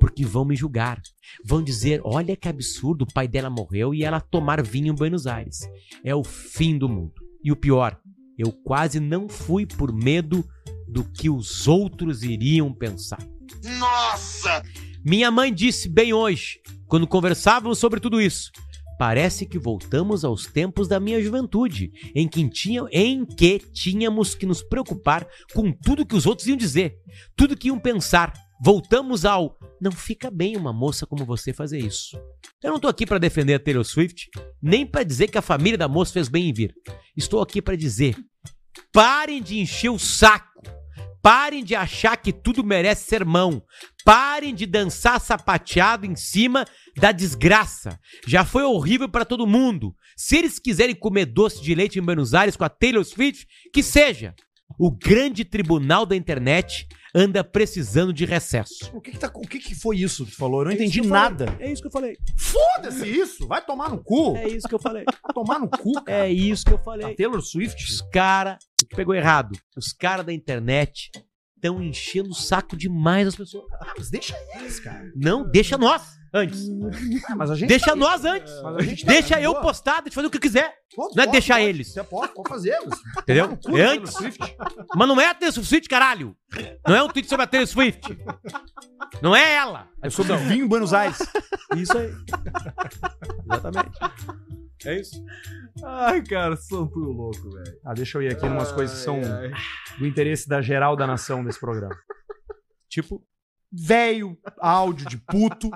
porque vão me julgar. Vão dizer: "Olha que absurdo, o pai dela morreu e ela tomar vinho em Buenos Aires. É o fim do mundo". E o pior, eu quase não fui por medo do que os outros iriam pensar. Minha mãe disse bem hoje, quando conversávamos sobre tudo isso. Parece que voltamos aos tempos da minha juventude, em que, tinha, em que tínhamos que nos preocupar com tudo que os outros iam dizer, tudo que iam pensar. Voltamos ao não fica bem uma moça como você fazer isso. Eu não tô aqui para defender a Taylor Swift, nem para dizer que a família da moça fez bem em vir. Estou aqui para dizer: parem de encher o saco. Parem de achar que tudo merece sermão. Parem de dançar sapateado em cima da desgraça. Já foi horrível para todo mundo. Se eles quiserem comer doce de leite em Buenos Aires com a Taylor Swift, que seja. O grande tribunal da internet anda precisando de recesso.
O que que, tá- o que que foi isso que tu falou? Eu não
É isso
entendi
que eu falei.
nada.
É isso que eu falei.
Foda-se isso! Vai tomar no cu!
É isso que eu falei.
Vai tomar no cu, cara.
É isso que eu falei.
A Taylor Swift?
Os caras. Pegou errado. Os caras da internet estão enchendo o saco demais das pessoas.
Ah, mas deixa eles, cara.
Não deixa nós antes.
Ah, mas a gente.
Deixa nós antes.
mas a gente tá-
Deixa eu
Boa.
postar, deixa eu fazer o que eu quiser.
Pode,
Não é
pode,
deixar
pode.
eles.
Você pode, pode fazer. Mas... Tomar
Entendeu?
no cu,
É
Taylor
antes.
Swift.
Mas não é a Taylor Swift, caralho. Não é um tweet sobre a Taylor Swift. Não é ela. É sobre
Vinho em Buenos Aires.
Isso aí. Exatamente. É isso.
Ai, cara, são tudo louco, velho.
Ah, deixa eu ir aqui em umas coisas que são
Ai,
do interesse da geral da nação desse programa.
Tipo,
Velho, áudio de puto,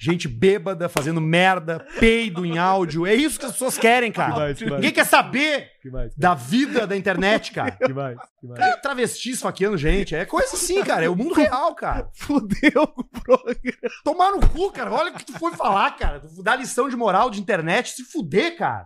Gente bêbada, fazendo merda, peido em áudio. É isso que as pessoas querem, cara. Ninguém quer saber
Que mais?
da vida da internet, cara.
Que mais? Que mais?
É travesti esfaqueando gente. É coisa assim, cara. É o mundo real, cara.
Fudeu com o programa.
Tomar no cu, cara. Olha o que tu foi falar, cara. Tu Dá lição de moral de internet, se fuder, cara.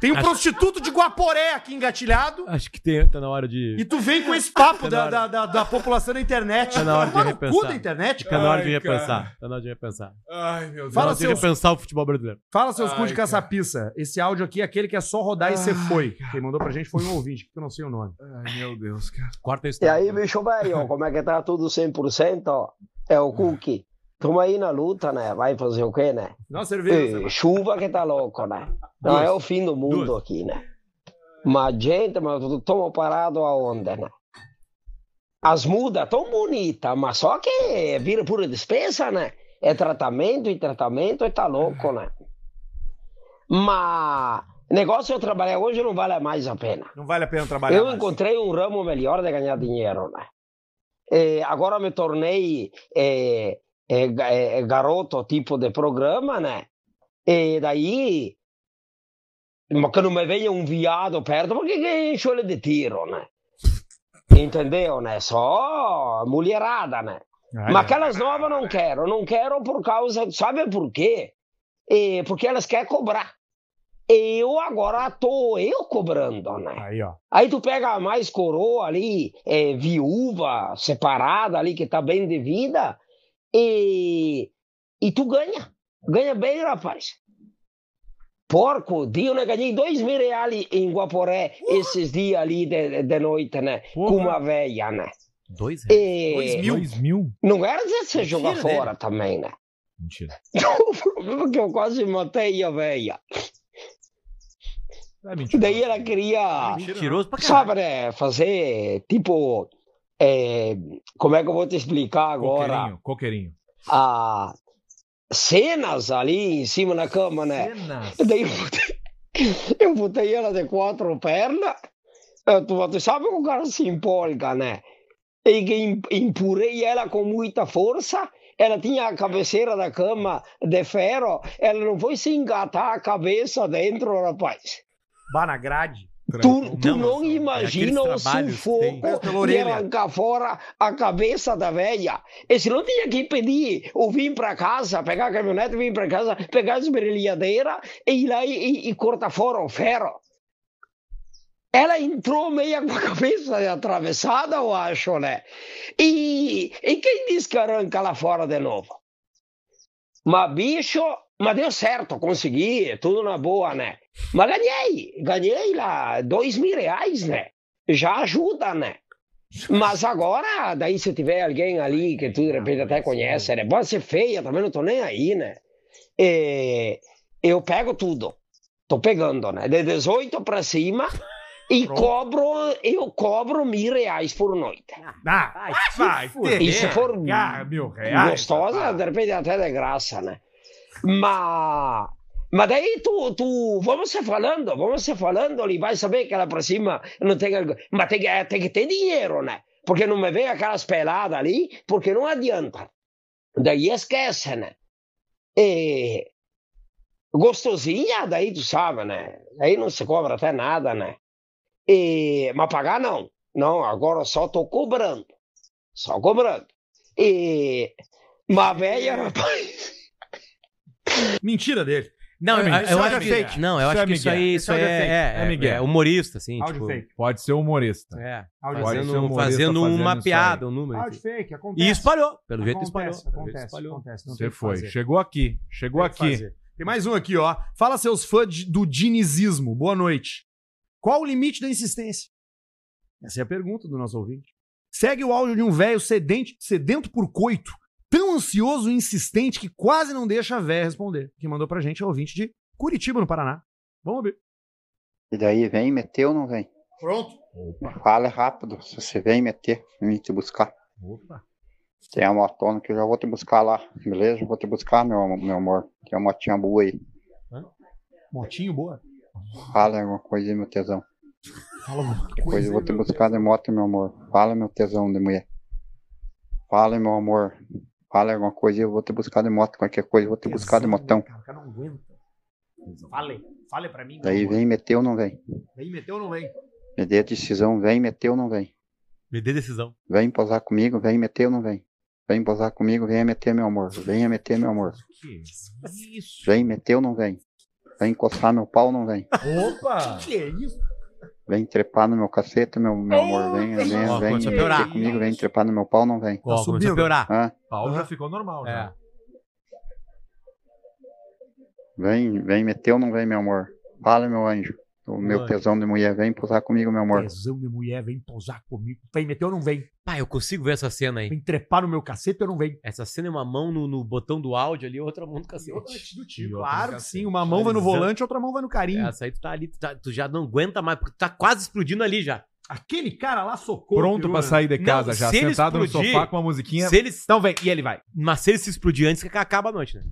Tem um
Acho-
prostituto de Guaporé aqui engatilhado.
Acho que tem, tá na hora de.
E tu vem com esse papo da,
Tá na
da, da, da população da internet.
Tá na hora de
Tomar no cu
repensar.
da internet,
Tá
cara.
na hora de
Ai, cara.
repensar. Tá na hora de repensar.
Ai, meu
Fala
Deus.
Tá na hora de
seus-
repensar o futebol brasileiro.
Fala seus
Ai,
cu de
cara.
caçapiça. Esse áudio aqui é aquele que é só rodar e você foi. Quem mandou pra gente foi um ouvinte, que eu não sei o nome.
Ai, meu Deus, cara.
Corta isso.
E aí, bicho velho, como é que tá tudo 100%? ó? É o cookie. Tamo aí na luta, né? Vai fazer o quê, né?
Dá uma cerveja.
Eh, chuva que tá louco, né? Não é o fim do mundo aqui, né? Mas, gente, mas estamos parados aonde, né? As mudas tão bonitas, mas só que vira pura despesa, né? É tratamento e tratamento e tá louco, né? Mas negócio eu trabalhar hoje não vale mais a pena.
Não vale a pena trabalhar.
Eu
mais.
encontrei um ramo melhor de ganhar dinheiro, né? Eh, agora me tornei eh, eh, ga- eh, garoto tipo de programa, né? E daí, mas que não me venha um viado perto, porque que encho ele de tiro, né? Entendeu, né? Só mulherada, né?
Ai,
Mas aquelas novas não quero, não quero por causa, sabe por quê? Eh, porque elas querem cobrar. Eu agora tô eu cobrando, né?
Aí, ó.
Aí tu pega a mais coroa ali, é, viúva, separada ali, que tá bem de vida, e, e tu ganha. Ganha bem, rapaz. Porco, Dio, né? Ganhei dois mil reais em Guaporé esses dias ali de, de noite, né? Com uma velha, né?
Dois reais.
E
Dois mil?
não era dizer que você jogar
Mentira
fora também, né?
Mentira.
O problema é que eu quase matei a velha.
É mentira.
Daí ela queria.
Mentiroso pra caralho.
Sabe, né? Fazer tipo. é, como é que eu vou te explicar agora?
Coqueirinho, coqueirinho.
Ah, cenas ali em cima da cama, né?
Cenas.
Daí eu botei, eu botei ela de quatro pernas. Eu, tu, tu sabe que o cara se empolga, né? E que em- empurrei ela com muita força. Ela tinha a cabeceira da cama de ferro. Ela não foi se engatar a cabeça dentro, rapaz.
Bah na grade.
Tu, tu
Não,
não,
mas é
imagina o
aqueles trabalhos que tem.
Pela
sufoco de
orelha.
arrancar fora a cabeça da velha. E se não tinha que pedir ou vir para casa, pegar a caminhonete, vir para casa, pegar a esmerilhadeira e ir lá e, e- e cortar fora o ferro. Ela entrou meia com a cabeça atravessada, eu acho, né? E, e quem diz que arranca lá fora de novo? Mas, bicho, mas deu certo, consegui, tudo na boa, né? Mas ganhei, ganhei lá dois mil reais, né? Já ajuda, né? Mas agora, daí se tiver alguém ali que tu de repente até conhece, né? Pode ser feia, também não tô nem aí, né? É, eu pego tudo. Tô pegando, né? De 18 pra cima e cobro, eu cobro mil reais por noite.
Ah,
Vai ter.
E se for
Ah, mil reais.
gostosa, de repente até de graça, né? Mas, mas daí tu, tu, vamos se falando, vamos se falando, e vai saber que lá pra cima não tem, algo- mas tem, que- eh, tem que ter dinheiro, né? Porque não me vem aquelas peladas ali, porque não adianta. Daí esquece, né? E, gostosinha, daí tu sabe, né? Aí não se cobra até nada, né? E, mas pagar não. Não, agora só tô cobrando. Só cobrando. E, mas velha, rapaz.
mentira dele.
Não,
É
eu,
mentira.
eu
Isso é
acho que.
fake.
Não, eu
Isso
acho
é
que isso
Miguel.
aí
Isso
isso
é
é,
fake. É
é,
Miguel.
é humorista, assim.
Áudio
tipo,
fake.
Pode ser humorista.
É.
Áudio
Pode
fake.
ser
Fazendo,
humorista
fazendo
fazendo
uma
isso
piada, um número.
Áudio
assim.
fake, acontece.
E espalhou. Pelo jeito espalhou.
acontece,
Pelo jeito
acontece,
espalhou.
acontece. não tem
Você
o que
foi.
fazer.
Chegou aqui. Chegou
Tem que
aqui.
fazer. Tem mais um aqui, ó. Fala seus fãs de- do dinizismo. Boa noite. Qual o limite da insistência? Essa é a pergunta do nosso ouvinte. Segue o áudio de um velho sedente, sedento por coito, tão ansioso e insistente que quase não deixa a véia responder. Quem mandou pra gente é o ouvinte de Curitiba, no Paraná. Vamos ver.
E daí vem meter ou não vem?
Pronto.
Fala rápido, se você vem meter, vim te buscar.
Opa.
Tem a motona que eu já vou te buscar lá, beleza? Vou te buscar, meu, am- meu amor. Tem uma motinha boa aí.
Motinho, boa.
Fala alguma coisa aí, meu tesão.
Fala alguma
Depois eu vou
aí,
te
meu
buscar de moto, meu amor. Fala, meu tesão de mulher. Fala, meu amor. Fala alguma coisa e eu vou te buscar de moto. Qualquer coisa eu vou te buscar de motão.
Cara, o cara não aguenta. Fale, fale pra mim.
Daí
meu amor.
vem, meteu ou não vem?
Daí meteu ou não vem?
Me dê a decisão, vem, meteu ou não vem?
Me dê decisão.
Vem posar comigo, vem meter ou não vem? Vem posar comigo, venha meter meu amor. Venha meter meu amor.
Que isso?
Vem meter ou não vem? Vem encostar meu pau ou não vem?
Opa!
Que é isso?
Vem trepar no meu cacete, meu, meu
Oh,
amor. Venha, venha,
Ó,
vem Tá
começou a
meter
piorar.
comigo, vem trepar no meu pau ou não vem?
Ó, começou a
subindo.
piorar.
Hã?
Paulo já ficou normal,
É.
né?
Vem, vem meter ou não vem, meu amor? Fala, meu anjo. O meu tesão de mulher, vem posar comigo, meu amor.
Tesão de mulher, vem posar comigo. Vem meter ou não vem?
Pai, eu consigo ver essa cena aí.
Vem trepar no meu cacete ou não vem?
Essa cena é uma mão no, no botão do áudio ali, outra mão no cacete.
do
tio.
Claro que sim. Uma mão vai no volante, outra mão vai no carinho.
Essa aí tu tá ali, tu, tá- tu já não aguenta mais, porque tu tá quase explodindo ali já.
Aquele cara lá socou.
Pronto pra sair de
Não,
casa já,
se ele
sentado no
explodir-
sofá com uma musiquinha.
Se eles,
Então vem, e ele vai.
mas se eles se explodir antes, que acaba a noite, né?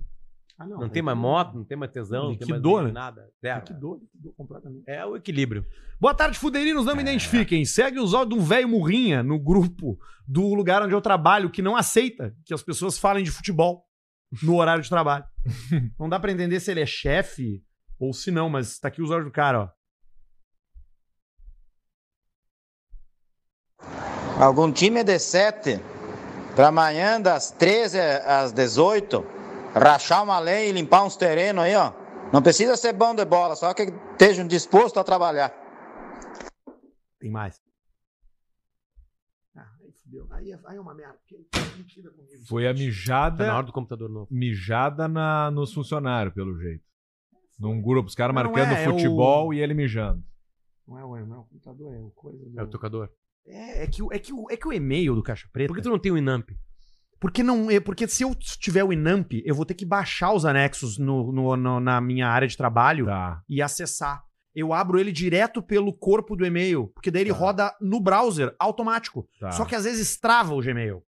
Ah,
Não tem mais moto, não tem mais tesão, não tem mais
Liquidou, né?
nada. É,
Liquidou, liquidou completamente.
é o equilíbrio.
Boa tarde, fuderinos,
É.
não me identifiquem. Segue os olhos de um velho murrinha no grupo do lugar onde eu trabalho que não aceita que as pessoas falem de futebol no horário de trabalho. não dá pra entender se ele é chefe ou se não, mas tá aqui os olhos do cara, ó.
Algum time de 7 para amanhã das 13 às 18, rachar uma lei e limpar uns terrenos aí, ó. Não precisa ser bom de bola, só que estejam dispostos a trabalhar.
Tem mais. Ah, aí fudeu. Aí é, aí é uma merda. porque ele tá mentindo comigo.
Foi
Tá
a
na
mijada,
hora do computador novo.
mijada na, nos funcionários, pelo jeito. Num grupo, os caras
Não
marcando
é, é
futebol e ele mijando.
Não é o, não é o computador, é o coisa. do-
É o tocador.
É, é que, o- é, que, o- é que o e-mail do Caixa Preta.
Por que tu não tem o Inamp?
Porque não, é porque se eu tiver o Inamp, eu vou ter que baixar os anexos no, no- no- na minha área de trabalho
Tá.
e acessar. Eu abro ele direto pelo corpo do e-mail, porque daí ele
Tá.
roda no browser automático.
Tá.
Só que às vezes trava o Gmail.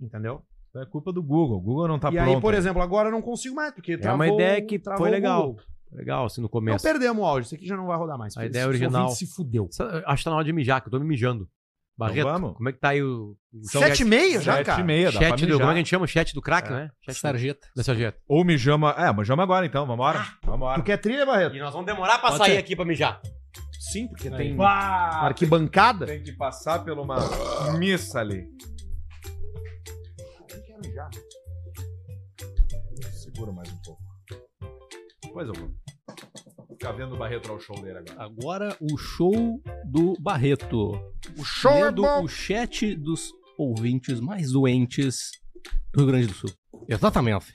Entendeu?
É culpa do Google. O Google não tá
e
pronto.
aí, por exemplo, agora eu não consigo mais, porque
É uma ideia que
travou
foi
o
legal.
Google.
Legal, assim, no
Então
começo.
perdemos o áudio, isso aqui já não vai rodar mais.
A
porque
ideia
esse
original.
ouvinte se fudeu.
Sa- Acho que tá na hora de mijar, que eu tô me mijando. Barreto,
vamos?
como é que tá aí o... o
Sete e meia já,
Sete e
cara?
meia, dá pra
Chat do,
mijar.
como é que a gente chama? O Chat do crack, né? Chat
Sarjeta.
da sarjeta.
Ou mijama... É, mijama agora então, vambora.
Tu
Vambora.
quer é trilha, Barreto?
E nós vamos demorar pra sair aqui pra mijar.
Sim, porque tem
Pá!
arquibancada.
Tem que passar por uma missa ali. Segura mais um pouco. Pois eu vou. Ficar vendo o Barreto ao show dele agora.
Agora o show do Barreto.
O show é
Lendo
bom.
o chat dos ouvintes mais doentes do Rio Grande do Sul. Exatamente.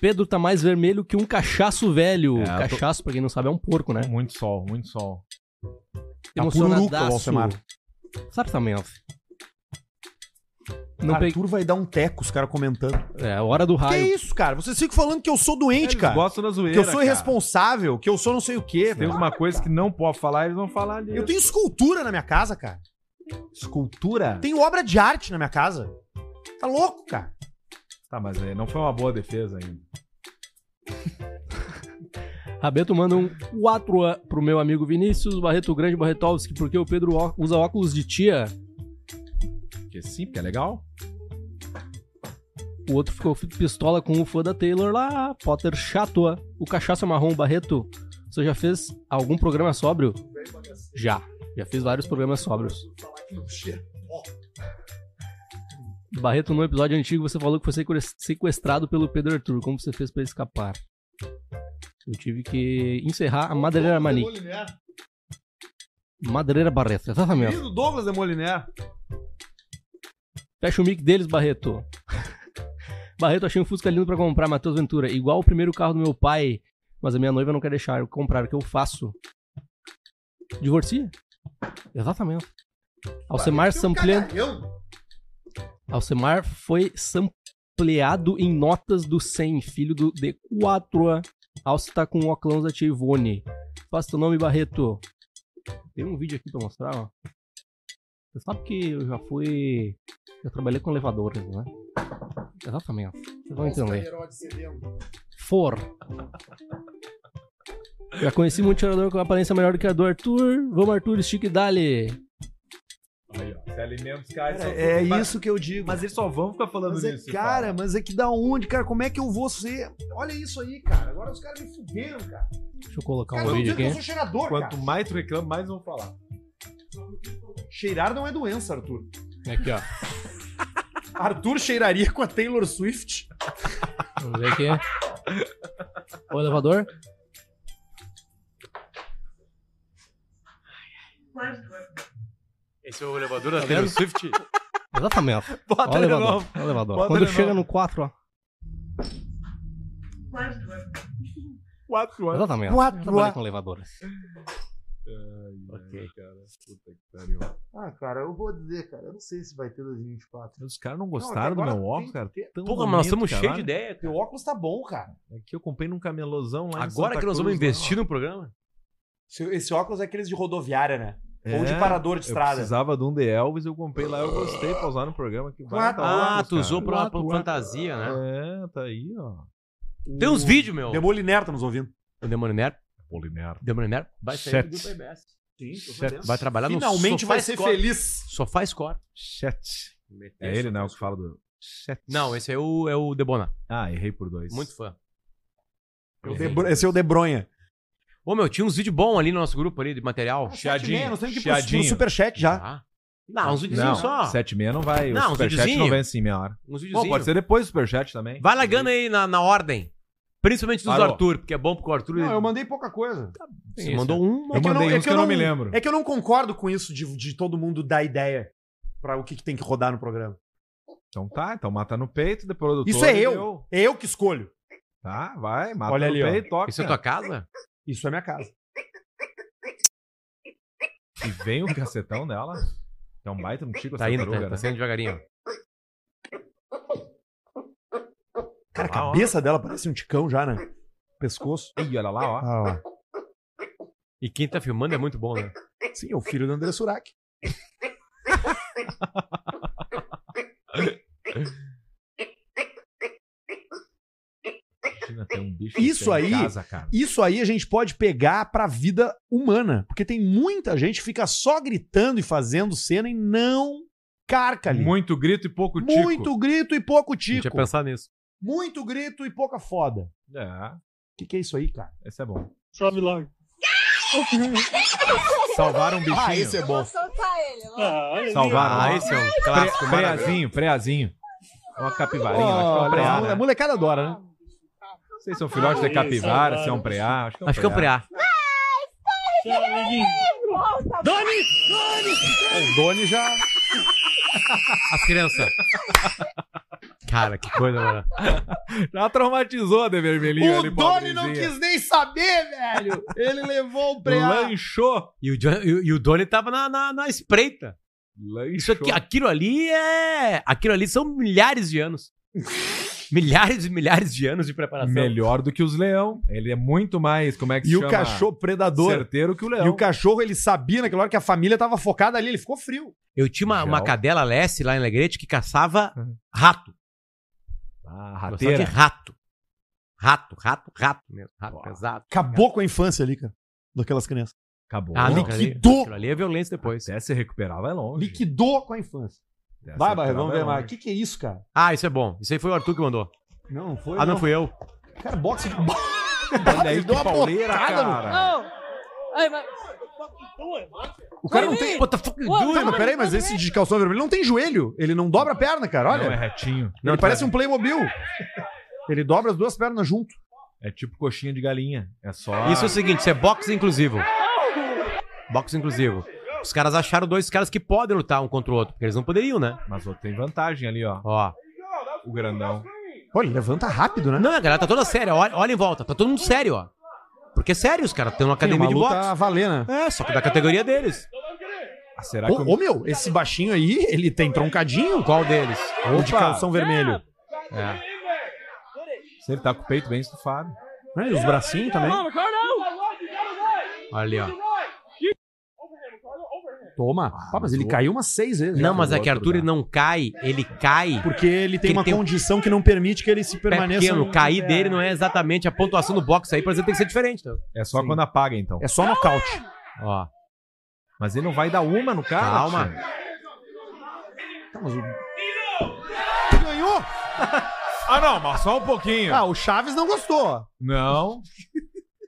Pedro tá mais vermelho que um cachaço velho.
É, eu tô-
um cachaço, pra quem não sabe, é um porco, né?
Muito sol, muito sol.
pururuca o Alcemar.
Certamente. Não peguei...
Arthur vai dar um teco, os caras comentando.
É, hora do
Que
raio.
isso, cara? Vocês ficam falando que eu sou doente, cara.
gostam da zoeira.
que eu sou
cara.
irresponsável, que eu sou não sei o quê.
Se Tem alguma coisa que não pode falar, eles vão falar ali.
Eu tenho escultura na minha casa, cara.
escultura?
Tenho obra de arte na minha casa. Tá louco, cara?
Tá, mas aí não foi uma boa defesa ainda.
Rabeto manda um 4 a- pro meu amigo Vinícius, Barreto Grande, Barretovski, porque o Pedro ó- usa óculos de tia.
Porque sim, porque é legal.
O outro ficou pistola com o fã da Taylor lá, Potter chato. ó. O cachaça marrom, Barreto, você já fez algum programa sóbrio? Já. Já fiz vários programas sóbrios. Barreto, no episódio antigo, você falou que foi sequer- sequestrado pelo Pedro Arthur. Como você fez pra escapar? Eu tive que encerrar a Madeira Mani. Madeira Barreto, exatamente.
Querido Douglas de Moliner.
Fecha o mic deles, Barreto. Barreto, achei um Fusca lindo pra comprar, Matheus Ventura. Igual o primeiro carro do meu pai, mas a minha noiva não quer deixar eu comprar, o que eu faço? Divorcia? Exatamente. Alcemar Samplento. Alcemar foi sampleado em notas do 100, filho do D4. Alce tá com o óculos da tia Ivone. Faça teu nome, Barreto. Tem um vídeo aqui pra mostrar, ó. Você sabe que eu já fui eu trabalhei com elevadores, né? Exatamente. Vocês vão entender. For. Já conheci muito tirador com aparência melhor do que a do Arthur. Vamos, Arthur, estica e dale.
Aí, ó. Se alimenta os caras.
Cara,
só-
é
mas-
isso que eu digo.
Mas eles só vão ficar falando
Mas
nisso.
é, cara, mas é que da onde, cara? Como é que eu vou ser? Olha isso aí, cara. Agora os caras me fuderam, cara.
Deixa eu colocar
Cara,
um
eu
vídeo
digo que eu
aqui.
sou cheirador,
Quanto
cara.
mais tu reclama, mais vão falar.
Cheirar não é doença, Arthur.
Aqui, ó.
Arthur cheiraria com a Taylor Swift.
Vamos ver aqui. O elevador.
Esse é o elevador da
Taylor
Swift?
Tá Exatamente.
Bota
Ó o
ele
elevador.
novo.
ó o elevador.
Bota
Quando
ele
chega
novo.
no 4, ó.
Quatro anos.
Exatamente.
Quatro,
Eu trabalhei
ó.
com elevador.
Ok. Cara, puta que pariu.
Ah, cara, eu vou dizer, cara. Eu não sei se vai ter 2024.
Os caras não
Não,
gostaram
até agora
do meu óculos,
tem-
cara.
tem-
Tão
Porra, mas nós
bonito,
estamos cheios de
caralho.
ideia. um
Teu óculos tá bom, cara.
Aqui eu comprei num camelozão lá em
Agora
Santa
que nós vamos
Cruz, né?
investir
lá.
no programa?
Esse- Esse óculos é aqueles de rodoviária, né? Ou de
É,
parador de
Eu
estrada.
precisava de um de Elvis, eu comprei lá, eu gostei pra usar no programa. Que baita
Ah,
óculos,
tu usou
cara.
pra, pra fantasia, né?
É, tá aí, ó.
Tem uns vídeos, meu.
Demoliner tá nos ouvindo.
O Demônio Nero.
Polimer.
Demônio Nero vai sair
Sete.
do Grupo RBS.
Sim, tô
Certo.
sabendo.
Vai trabalhar Tá no
Finalmente
Sofá
vai ser
Score.
feliz.
Sofá Score.
Chat. É ele, né? O que fala do. Chat.
Não, esse aí é o, é o Debona.
Ah, errei por dois.
Muito fã.
Eu debro- Esse é o Debronha.
Ô, meu, tinha uns vídeos bons ali no nosso grupo ali de material.
Chiadinho,
Nós temos que ir pro-
chiadinho.
pro superchat já.
Ah. Não, uns
não,
videozinhos só.
7 e meia não vai.
Não,
o
um
superchat não
videozinho.
vem assim meia hora.
Uns
Bom, pode
videozinhos.
ser depois do superchat também.
Vai lagando aí na, na ordem. Principalmente dos
Parou.
do Arthur, porque é bom porque o Arthur
Não, eu mandei pouca coisa.
você mandou um.
Eu
que eu
mandei
não- é
uns
que
que eu
eu
não me lembro.
É que eu não concordo com isso de, de todo mundo dar ideia pra o que, que tem que rodar no programa.
Então tá, então mata no peito, depois do
Isso é eu. É eu que escolho.
Tá, vai, mata
Olha
no
ali, ó.
peito, toca.
Isso é tua casa?
Isso é minha casa.
E vem o cacetão dela. É um baita no tico
Tá
essa
indo,
taruga,
tá, tá
né?
saindo devagarinho.
Cara, a
Lá, Ah, ó.
cabeça dela parece um ticão já, né? Pescoço.
né? Ih, olha lá, ó.
Ah, lá.
E quem tá filmando é muito bom, né?
Sim, é o filho do André Surak.
Imagina ter um bicho
Isso
desse
aí-
Em casa, cara.
Isso aí a gente pode pegar pra vida humana. Porque tem muita gente que fica só gritando e fazendo cena e não carca ali.
Muito grito e pouco tico.
Muito grito e pouco
Não
tico.
tinha pensado nisso.
Muito grito e pouca foda. O
É,
que, que é isso aí, cara?
esse é bom.
Sobe logo.
Salvaram um bichinho.
é bom.
Salvaram.
Ah,
ó.
esse é um
Pre-
clássico maravilhoso.
preazinho, preazinho. É Uma capivarinha, acho que é um
Olha,
preá,
a mule- a
né?
molecada adora, né?
Não sei se é um filhote de
Isso,
capivara, se é um
salvaram.
preá. Acho que é um
Acho que é um
preá.
preá.
Tchau, amiguinho.
O Doni já.
As crianças. Cara, que coisa, mano.
Já traumatizou a de vermelhinho ali, pobrezinha.
nem saber, velho. Ele levou o
Lanchou.
E o, John, e, o- e o Donnie tava na, na, na espreita.
Lanchou.
Isso aqui, aquilo ali é. Aquilo ali são milhares de anos. milhares e milhares de anos de preparação.
Melhor do que os leão. Ele é muito mais, como é que se
E o
chama?
cachorro predador.
certeiro que o leão.
E o cachorro, ele sabia naquela hora que a família tava focada ali, ele ficou frio.
Eu tinha uma, uma
Gel.
cadela Leste lá em Alegrete que caçava
Uhum.
rato.
Ah,
Gostava de
rateira.
rato. Rato, rato, rato mesmo. Rato
Ó.
pesado.
Acabou com a infância ali, cara. Daquelas crianças.
Acabou.
Ah, não, aquilo ali-
liquidou.
Aquilo ali é violência depois.
Se se recuperar, vai longe.
Liquidou com a infância.
Se essa
Vai, Barreto,
recuperar,
vamos ver
longe.
mais. O que, que é isso, cara?
Ah, isso é bom. Isso aí foi o Arthur que mandou.
Não, não foi.
Ah, não fui eu.
Cara, boxe de
Olha aí,
Ele deu
que
uma
pauleira,
portada no-
cara.
O cara não tem.
What the fuck you
Não, mas peraí, mas esse de calção vermelho não tem joelho. Ele não dobra a perna, cara. Olha.
Não, é retinho.
ele parece um Playmobil. Ele dobra as duas pernas junto.
É tipo coxinha de galinha. É só.
doing? Isso é o seguinte, isso é boxe inclusivo. Boxe inclusivo. Os caras acharam dois caras que podem lutar um contra o outro, porque eles não poderiam, né?
Mas ó, tem vantagem ali, ó.
Ó.
O grandão.
Olha, ele levanta rápido, né?
Não, a galera tá toda séria. Olha, olha em volta, tá todo mundo sério, ó. Porque é sério, os caras têm uma
Tem
academia de
luta
boxe.
a valer, né?
É, só que da categoria deles.
Ah, será que
Ô, ô, meu, esse baixinho aí, ele tem troncadinho?
Qual deles?
O de
Opa!
calção vermelho.
É.
Se ele tá com o peito bem estufado.
Né, E os bracinhos também.
Olha ali, ó.
Toma. Pá, mas ele
mas o-
caiu umas seis vezes.
Ah, Não,
né?
mas é que
outro
Arthur
dá.
ele não cai, ele cai.
Porque ele tem
Porque
uma
ele tem um-
condição que não permite que ele se
Pé
permaneça...
pequeno,
no-
cair dele não é exatamente a pontuação do boxe aí, por exemplo, tem que ser diferente. Então.
É só
Sim.
quando apaga, então.
É só nocaute.
Ó.
Mas ele não vai dar uma no cara.
Calma.
tio.
mas o... Ganhou?
Ah, não, mas só um pouquinho.
Ah, o Chaves não gostou.
Não.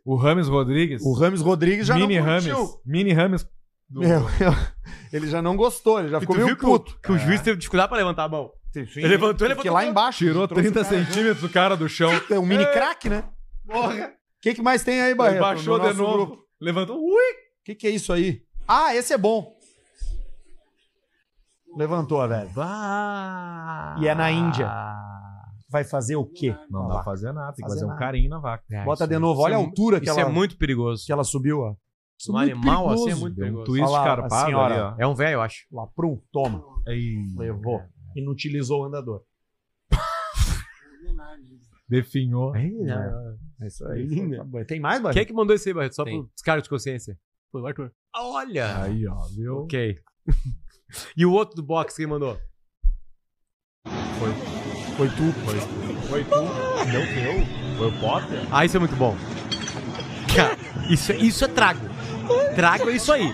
O Rames Rodrigues.
O Rames Rodrigues já
Mini
não
Rames.
curtiu.
Mini Rames. do-
Meu, eu- ele já não gostou, ele já ficou meio puto.
Que o
É.
juiz teve dificuldade pra levantar a mão. Ele levantou, ele
Porque
levantou.
lá embaixo.
Tirou
trouxe
30
o cara
centímetros o cara do chão.
junto. É um mini craque, né? Porra. O que, que mais tem aí, Barreto?
baixou de
nosso
novo.
grupo?
Levantou. Ui!
O que, que é isso aí? Ah, esse é bom. Levantou, velho. E é na Índia. Vai fazer o quê?
Não
Olha
dá
lá.
pra fazer nada, tem que
Fazer
fazer um
nada.
carinho na vaca.
Bota de novo, olha a altura que
Isso
ela,
é muito perigoso.
que ela subiu, ó.
Um animal assim é
perigoso.
muito
Deu um
perigoso.
twist
Olha lá,
carpado
a senhora.
ali, ó.
É um velho, eu acho.
Lá, prum, toma. Levou. É. Inutilizou o andador.
Definhou.
É isso aí. Tem mais, Barreto?
Quem é que mandou isso aí, Barreto? Só
Tem.
pro descargo de consciência.
Foi o Arthur.
Olha!
Aí, ó, viu?
Ok. e o outro do box, quem mandou?
Foi tu. Foi.
Foi tu. Não eu. Foi o Potter.
Ah, isso é muito bom. Cara, isso, isso é trago. Trago é isso aí.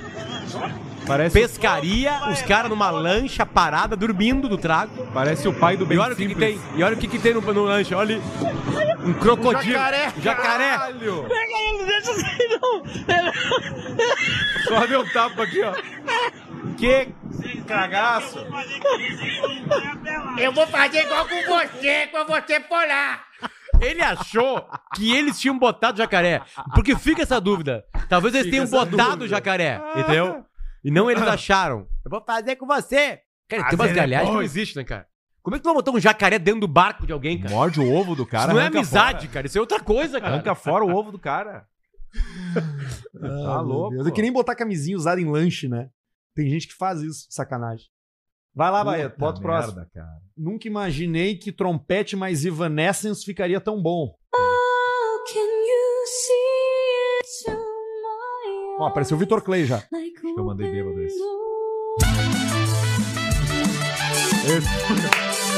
Parece,
Pescaria, os caras numa lancha parada, dormindo do trago.
parece o pai do
E
Ben
olha o que, que tem.
Simples.
E olha o que, que tem no, no lanche. Olha ali. Um crocodilo.
jacaré.
Jacaré.
Caralho!
não deixa assim, não.
Só deu um tapa aqui, ó.
Que
Cagaço.
Eu vou fazer igual com você, com você por lá.
Ele achou que eles tinham botado jacaré. Porque fica essa dúvida. Talvez eles
Fica
tenham
essa
botado
dúvida. Ah.
jacaré, entendeu? E não eles acharam. Eu vou fazer com você. Cara, tem umas
Fazer
galhadas que não
depois.
existe, né, cara? Como é que tu vai botar um jacaré dentro do barco de alguém, cara?
Morde o ovo do cara.
isso não é
arranca
amizade, cara. Isso é outra coisa,
Fora.
cara.
Arranca fora o ovo do cara.
Ah,
tá
meu
louco.
Deus. É que nem botar camisinha usada em lanche, né? Tem gente que faz isso, sacanagem. Vai lá, Barreto, bota o próximo.
cara.
Nunca imaginei que trompete mais Evanescence ficaria tão bom.
Oh, can you see it
Ó, apareceu o Vitor Clay já.
Acho
que eu mandei bêbado esse.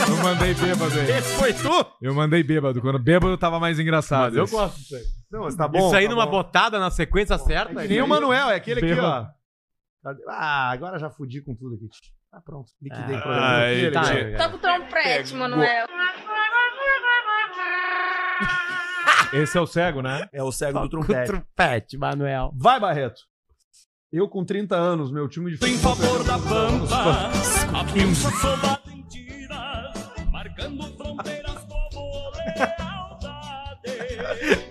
Eu mandei bêbado aí.
Esse foi tu?
Eu mandei bêbado. Quando bêbado tava mais engraçado.
eu
Esse.
gosto disso aí.
Não, mas tá
isso aí
tá
numa
bom.
botada na sequência certa. né?
Que nem o Manuel, é aquele aqui, ó.
Bêbado.
Cadê? Ah, agora já fudi com tudo aqui. Tá pronto. Liquidei o programa.
Ai,
Tá,
tia.
cara.
Toca o trompete, Manuel.
Esse é o cego, né?
É o cego do
Com o
trompete.
trompete, Manuel.
Vai, Barreto. Eu com 30 anos, meu time de Tem favor da pampa.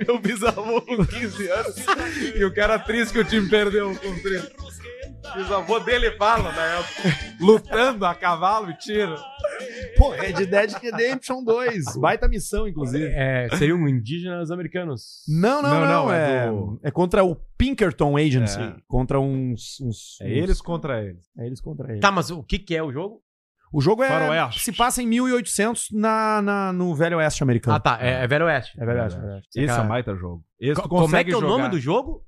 Meu bisavô com 15 anos. e o cara triste que o time perdeu com 30. O bisavô dele fala, na época. Lutando a cavalo e tiro.
Pô, Red Dead Redemption 2. Baita missão, inclusive.
É, seriam indígenas americanos.
Não, não, não.
Não, não,
é,
é
é,
do-
contra o Pinkerton Agency.
É.
Contra uns, uns-
É
uns-
eles contra eles.
É eles contra eles.
Tá, mas o que, que é o jogo?
O jogo é.
Faroeste.
Se passa em 1800 na, na, no Velho Oeste americano.
Ah, tá. É, é Velho Oeste.
é verdade, é verdade.
Esse é
Cara.
um baita jogo. Esse
Co-
tu
Como é
consegue
que é o nome
jogar.
do jogo?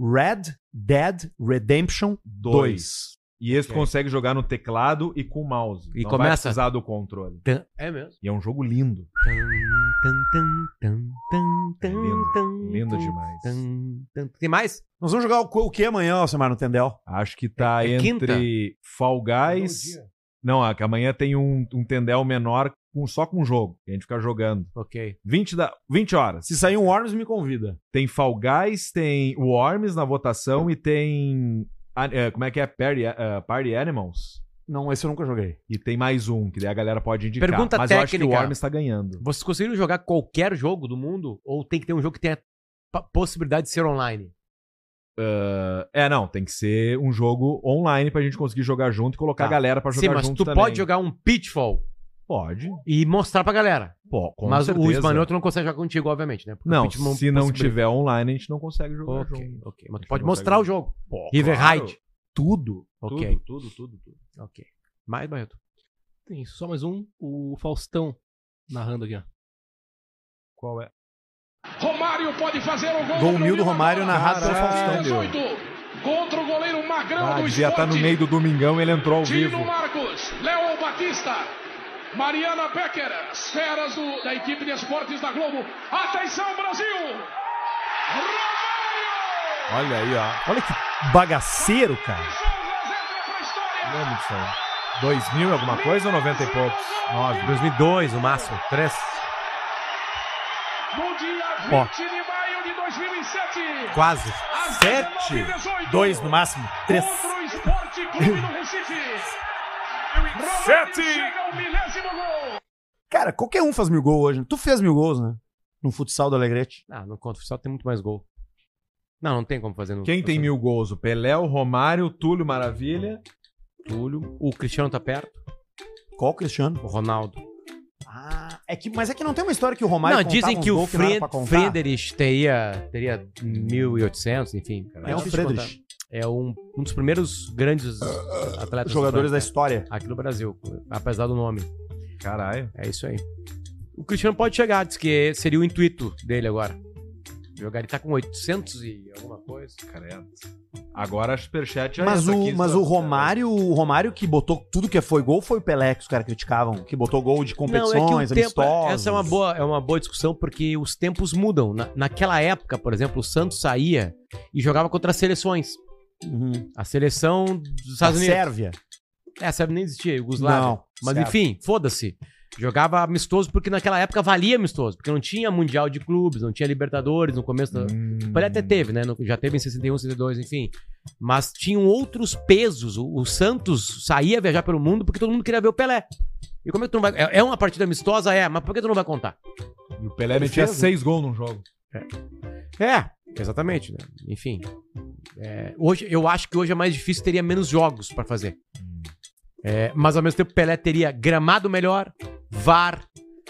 Red Dead Redemption 2.
E esse tu consegue jogar no teclado e com o mouse.
E
não vai
começa-
precisar do controle.
É mesmo.
E é um jogo lindo. É lindo. Lindo demais.
Tem mais?
Nós vamos jogar o, co- o que amanhã, Alcemar, no Tendel?
Acho que tá
É- é quinta?
entre Fall Guys. Não, ah, que amanhã tem um, um tendel menor com, só com um jogo. que A gente fica jogando.
Ok.
20, da, 20 horas.
Se sair um Worms, me convida.
Tem Fall Guys, tem Worms na votação e tem. ah, eh, como é que é? Party, ah, Party Animals.
Não, esse eu nunca joguei.
E tem mais um, que daí a galera pode indicar.
Pergunta
Mas eu acho que o
técnica.
Worms tá ganhando.
Vocês conseguiram jogar qualquer jogo do mundo? Ou tem que ter um jogo que tenha pa- possibilidade de ser online?
Ah, é, não, tem que ser um jogo online pra gente conseguir jogar junto e colocar
Tá.
a galera pra jogar
Sim, mas
junto
tu
também.
pode jogar um Pitfall
Pode.
e mostrar pra galera.
Pô, com
mas o
certeza.
Espanhol tu não consegue jogar contigo, obviamente, né? Porque o
Não,
Pitfall
se não
possibilita-
tiver online, a gente não consegue jogar
Ok,
junto.
ok. Mas tu
Acho
pode
que não
mostrar
um
consegue.
o jogo.
Pô,
River
claro.
Raid.
Tudo.
Ok. então.
Tudo, tudo, tudo.
Ok. Mais, Barreto.
Tem só mais um, o Faustão narrando aqui, ó.
Qual é?
Romário pode fazer o gol.
Gol mil do Romário narrado pelo
Caralho.
Faustão.
18. Contra o goleiro Magrão
Ah,
do
devia
Sport.
estar no meio do domingão, ele entrou ao vivo.
Dino Marcos, Léo Batista, Mariana Becker, as feras do- da equipe de esportes da Globo. Atenção, Brasil! Romário!
Olha aí, ó.
Olha que bagaceiro, cara.
Souza entra pra história.
Lembra disso aí. 2000 alguma coisa ou 90 e poucos? 9.
2002, no máximo. 3.
No dia
Ó.
20 de maio de 2007.
Quase.
às
7.
19h18,
Dois no máximo. Três.
Contra o Esporte Clube do Recife. Ronaldo chega ao milésimo gol.
Cara, qualquer um faz mil gols hoje. né? Tu fez mil gols, né? No futsal do Alegrete.
Ah, não conta. O futsal tem muito mais gol. Não, não tem como fazer. No
Quem tem mil gols? O Pelé, o Romário, o Túlio Maravilha.
Túlio. O Cristiano tá perto.
Qual Cristiano?
O Ronaldo.
Ah, é que, mas é que não tem uma história que o Romário
não,
contava
dizem
uns
que o
gols não era
Fre
pra contar?
Frederich teria, teria 1.800, enfim. cara,
É o
um
difícil de
Friedrich.
contar. É um, um dos primeiros grandes atletas.
Jogadores da
atletas
história. é
Aqui no Brasil, apesar do nome.
Caralho.
É isso aí. O Cristiano pode chegar, diz que seria o intuito dele agora. Jogar, ele tá com 800 e alguma coisa.
Caralho. Agora a superchat é
Mas,
essa
o,
aqui,
mas
só-
o Romário, o Romário que botou tudo que foi gol foi o Pelé que os caras criticavam, que botou gol de competições,
Não, é que o tempo,
amistosos.
essa é uma boa, é uma boa discussão porque os tempos mudam. Na- naquela época, por exemplo, o Santos saía e jogava contra as seleções. A seleção dos Estados
Da
Unidos.
Uhum. Sérvia.
É, a Sérvia nem existia, Yugoslávia.
Tá Não,
Mas
Sérvia.
enfim, foda-se. Jogava amistoso porque naquela época valia amistoso, porque não tinha Mundial de Clubes, não tinha Libertadores no começo. Da...
Hum.
O
é
Pelé até teve, né? No- Já teve em 61, 62, enfim. Mas tinham outros pesos. O, o Santos saía viajar pelo mundo porque todo mundo queria ver o Pelé. E como é que tu não vai. É, é uma partida amistosa? É, mas por que tu não vai contar?
E o Pelé metia seis gols num jogo.
É, exatamente, né? Enfim. É, hoje, eu acho que hoje é mais difícil, teria menos jogos pra fazer. É, mas ao mesmo tempo, Pelé teria gramado melhor, VAR,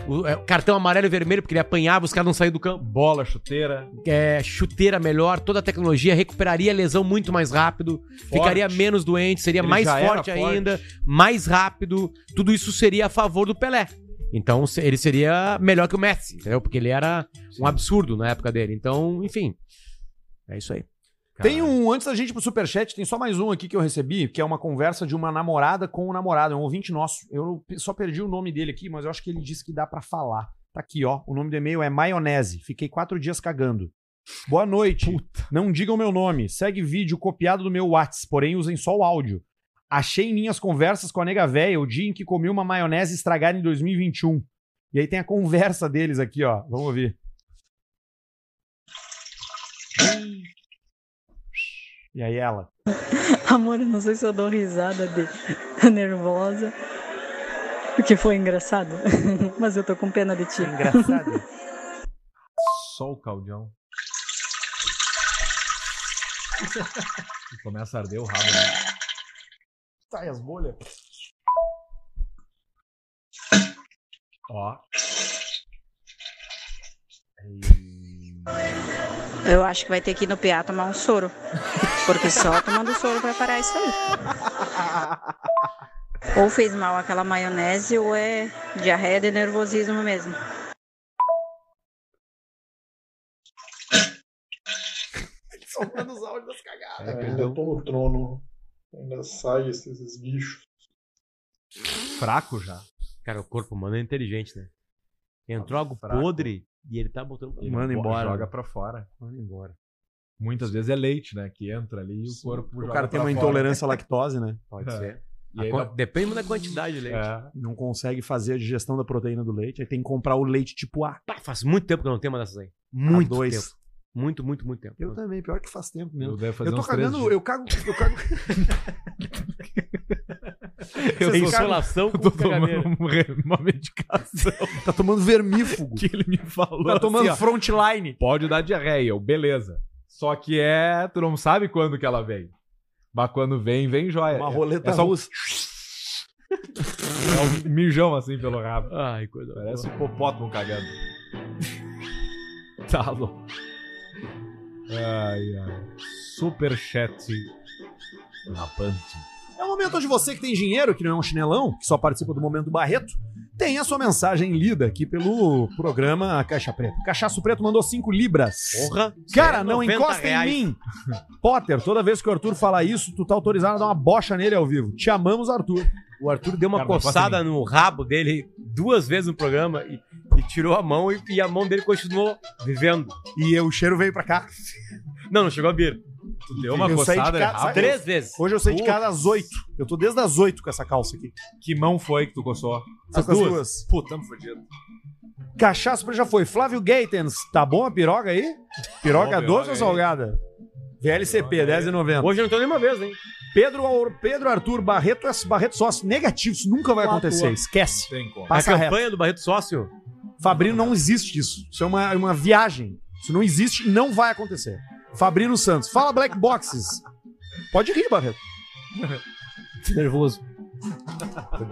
o- é, cartão amarelo e vermelho, porque ele apanhava, os caras não saíam do campo.
Bola, chuteira.
É, chuteira melhor, toda a tecnologia, recuperaria a lesão muito mais rápido, ficaria menos doente, seria
Ele
mais
já era
forte
forte.
ainda, mais rápido. Tudo isso seria a favor do Pelé. Então se- ele seria melhor que o Messi, entendeu? Porque ele era um absurdo na época dele. Então, enfim. É isso aí.
Tem um, antes da gente ir pro superchat, tem só mais um aqui que eu recebi, que é uma conversa de uma namorada com um namorado, é um ouvinte nosso. Eu pe- só perdi o nome dele aqui, mas eu acho que ele disse que dá pra falar. Tá aqui, ó. O nome do e-mail é Maionese. Fiquei quatro dias cagando. Boa noite. Não digam meu nome. Segue vídeo copiado do meu Whats, porém usem só o áudio. Achei em minhas conversas com a nega véia o dia em que comi uma maionese estragada em 2021. E aí tem a conversa deles aqui, ó. Vamos ouvir. E aí ela.
Amor, eu não sei se eu dou risada de nervosa, porque foi engraçado, mas eu tô com pena de ti.
engraçado. Só o caldeão. Começa a arder o rabo. né?
Sai as bolhas.
Ó.
Eu acho que vai ter que ir no PA tomar um soro. Porque só tomando soro vai parar isso aí. Ou fez mal aquela maionese ou é diarreia de nervosismo mesmo.
Soltando os áudios das cagadas.
É, ainda tô no trono. Ainda sai esses esguichos.
Fraco já.
Cara, o corpo humano é inteligente, né? Entrou algo
Fraco.
podre e ele tá botando.
Ele
Manda
bo-
embora.
Joga pra fora.
Manda embora.
Muitas vezes é leite, né? Que entra ali e o corpo.
O cara tem uma intolerância à lactose, né?
Pode
É.
ser.
E
A
aí É.
quan-
dá-
Depende da quantidade né? de leite.
Não consegue fazer a digestão da proteína do leite, aí tem que comprar o leite tipo A.
Pá, Faz muito tempo que eu não tenho uma dessas aí. Muito
dois.
tempo. Muito, muito, muito tempo.
Eu também, pior que faz tempo mesmo.
Eu devo fazer
tô
uns três
cagando,
dias.
eu cago, eu cago.
Eu
Vocês
sou
cagam-
insolação com caganeira. uma medicação.
tá tomando vermífugo.
que ele me falou.
Tá tomando
frontline. Pode dar diarreia, eu, beleza. Só que é. Tu não sabe quando que ela vem. Mas quando vem, vem jóia.
Uma
É-
roleta
é só um-
russa.
É um mijão assim pelo rabo.
Ai, coisa.
Parece um hipopótamo cagando. tá louco. Ai, ai. Superchat. Rapante.
É o momento onde você que tem dinheiro, que não é um chinelão, que só participa do momento do Barreto, tem a sua mensagem lida aqui pelo programa Caixa Preta. Cachaço Preto mandou 5 libras.
Porra,
Cara, não
190
encosta
reais.
em mim. Potter, toda vez que o Arthur falar isso, tu tá autorizado a dar uma bocha nele ao vivo. Te amamos, Arthur.
O Arthur deu uma
Cara, não encosta
coçada no rabo dele duas vezes no programa e, e tirou a mão e, e a mão dele continuou vivendo.
E o cheiro veio pra cá.
Não, não chegou a vir.
Deu uma
Eu saí de
coçada
casa-
errada.
Três vezes. Hoje eu saí de casa às oito. Eu tô desde as oito com essa calça aqui.
Que mão foi que tu coçou?
As duas.
Puta, me fodido.
Cachaça já foi. Flávio Gaitens, tá bom a piroga aí? Piroga
Bom, piroga
doce ou
aí.
salgada? VLCP, R$10,90.
Hoje não tem nenhuma vez, hein?
Pedro, Aur- Pedro Arthur Barreto, é- Barreto Sócio, negativo, isso nunca vai
Quatro
acontecer,
anos.
esquece.
Tem como.
Passa
a
reto.
campanha do Barreto Sócio?
Fabrino não existe isso. Isso é uma, é uma viagem. Isso não existe e não vai acontecer. Fabrino Santos, fala Black Boxes. Pode rir, Barreto.
Nervoso.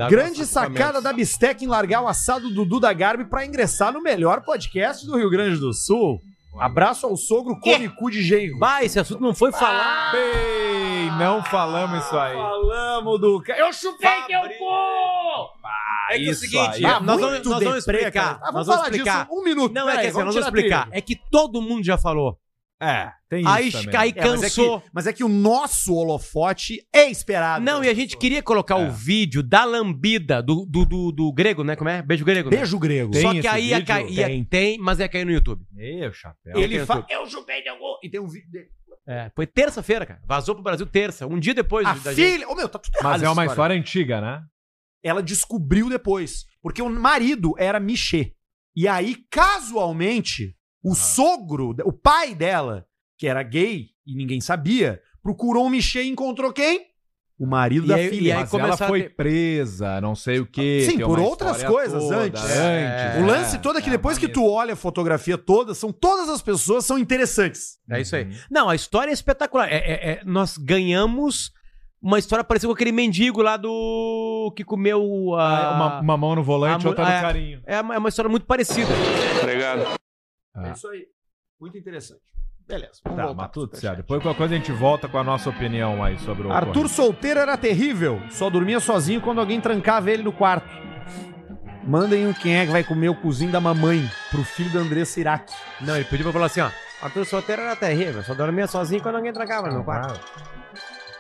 Grande sacada da Bistec em largar o assado Dudu da Garbi pra ingressar no melhor podcast do Rio Grande do Sul. Abraço ao sogro Comicu de Genro.
Bah, esse assunto não
Ah,
foi falado.
Ei, não falamos isso aí.
Falamos do. ca- Eu chutei
teu cu!
É que é o seguinte,
Ah, nós,
Tá muito
vamos, nós vamos
deprê,
explicar.
cara. Ah, vamos
nós vamos
falar disso
explicar.
um minuto,
Não, é
peraí,
que assim,
vamos
nós
tirar
vamos
a
explicar.
trilha.
É que todo mundo já falou.
É, tem
Aí,
isso também.
aí
É, mas é
cansou.
que- mas é que o nosso holofote é esperado.
Não, e a gente queria colocar o vídeo da lambida do, do, do, do grego, né? Como é? Beijo grego. né?
Beijo grego.
Só
Tem
que
esse
aí ia
vídeo?
cair. ia- Tem.
Tem.
mas ia cair no YouTube.
Meu chapéu.
Ele fala.
fala.
Eu chutei teu cu. E tem um vídeo dele.
É, foi terça-feira, cara. Vazou pro Brasil terça. Um dia depois
A
da gente.
filha. Ô, meu, tá tudo errado.
Mas é
essa
uma história antiga, né?
Ela descobriu depois. Porque o marido era Michê. E aí, casualmente, o sogro, o pai dela, que era gay e ninguém sabia, procurou o Michê e encontrou quem? O marido
E
da
aí-
filha.
e aí
Mas
começou
ela
a
foi
ter-
presa, não sei o quê.
Sim,
tem
por
uma
outras
história
coisas
toda,
antes.
antes,
O lance
é,
todo é que
é
depois que
uma
tu olha a fotografia toda, são todas as pessoas são interessantes.
É isso aí. Não, a história é espetacular. É- é- é- nós ganhamos uma história parecida com aquele mendigo lá do. que comeu a.
Ah, Uma, uma mão no
Ah, a
volante,
mu-
outra no
é-
carinho.
É, uma- é uma história muito parecida.
Obrigado.
Ah.
É isso aí. Muito interessante. Beleza. Vamos
Tá,
voltar.
mas tudo certo. Depois qualquer coisa a gente volta com a nossa opinião aí sobre o.
Arthur solteiro era terrível. Só dormia sozinho quando alguém trancava ele no quarto. Mandem um quem é que vai comer o cozinho da mamãe pro filho da Andressa Iraque.
Não, ele pediu pra falar assim, ó. Arthur solteiro era terrível, só dormia sozinho quando alguém trancava no quarto.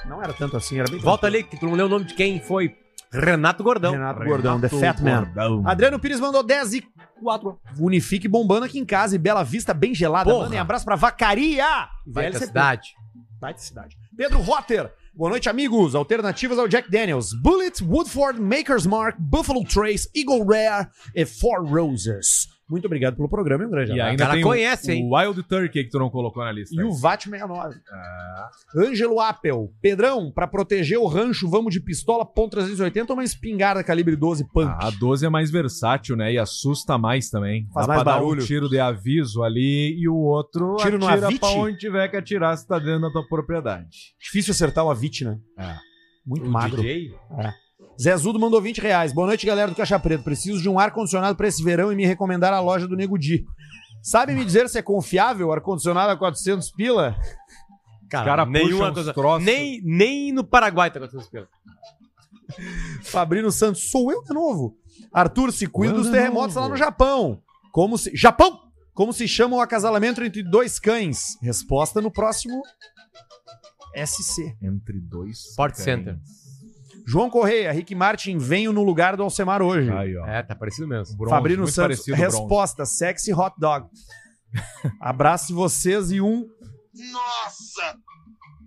Não era tanto assim, era bem
Volta ali, que tu não leu o nome de quem foi. Renato Gordão.
Renato Gordão, The Fat Man.
Gordão.
Adriano Pires mandou 10 e 4. Unifique bombando aqui em casa e Bela Vista bem gelada.
Porra.
Mandem abraço pra Vacaria.
Vai pra
VLCP.
cidade.
Baita cidade. Pedro Rotter. Boa noite, amigos. Alternativas ao Jack Daniels. Bullet, Woodford, Maker's Mark, Buffalo Trace, Eagle Rare e Four Roses. Muito obrigado pelo programa e um grande
E
abraço.
ainda
Ela
tem
conhece,
o,
hein?
o Wild Turkey que tu não colocou na lista.
E o é VAT69. Ângelo Apple. Pedrão, pra proteger o rancho, vamos de pistola ponto 380 ou uma espingarda calibre 12 punk?
A 12 é mais versátil, né? E assusta mais também.
Faz
Dá
mais
pra
barulho.
dar um tiro de aviso ali e o outro
Tiro no
atira
avite?
pra onde tiver que atirar se tá dentro da tua propriedade.
Difícil acertar o Avit, né?
É.
Muito magro.
DJ?
Zé Zudo mandou 20 reais. Boa noite, galera do Caixa Preto. Preciso de um ar-condicionado para esse verão e me recomendar a loja do Nego Di. Sabe me dizer se é confiável ar-condicionado a 400 pila?
Cara, um
cara puxa
Ah, nenhuma
uns
coisa.
troços.
Nem, nem no Paraguai tá acontecendo isso.
Fabrino Santos, sou eu de novo. Arthur, se cuida
Eu
dos
de
terremotos
novo.
lá no Japão. Como se... Japão! Como se chama o acasalamento entre dois cães? Resposta no próximo SC.
Entre dois.
Sport
cães.
Center.
João Correia, Rick Martin, venho no lugar do Alcemar hoje.
Aí, ó.
É, tá parecido mesmo.
Bronze,
Fabrino
muito
Santos,
parecido, bronze.
resposta, sexy hot dog. Abraço vocês e um...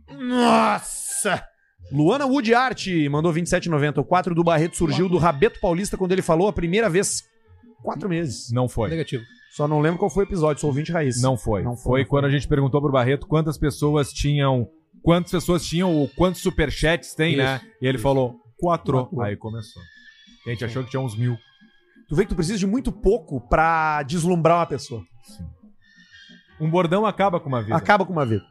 Nossa! Nossa! Luana Wood Art mandou 27,90. O quadro do Barreto surgiu do Rabeto Paulista quando ele falou a primeira vez. Quatro meses.
Não foi.
Negativo.
Só não lembro qual foi o episódio, sou ouvinte raiz.
Não foi.
Não foi,
foi.
não foi.
quando a gente perguntou pro Barreto quantas pessoas tinham. Quantas pessoas tinham ou quantos superchats tem,
Isso,
né? E ele falou quatro.
Quatro.
Aí começou. A gente achou que tinha uns mil.
Tu vê que tu precisa de muito pouco pra deslumbrar uma pessoa.
Um bordão acaba com uma vida.
Acaba com uma vida.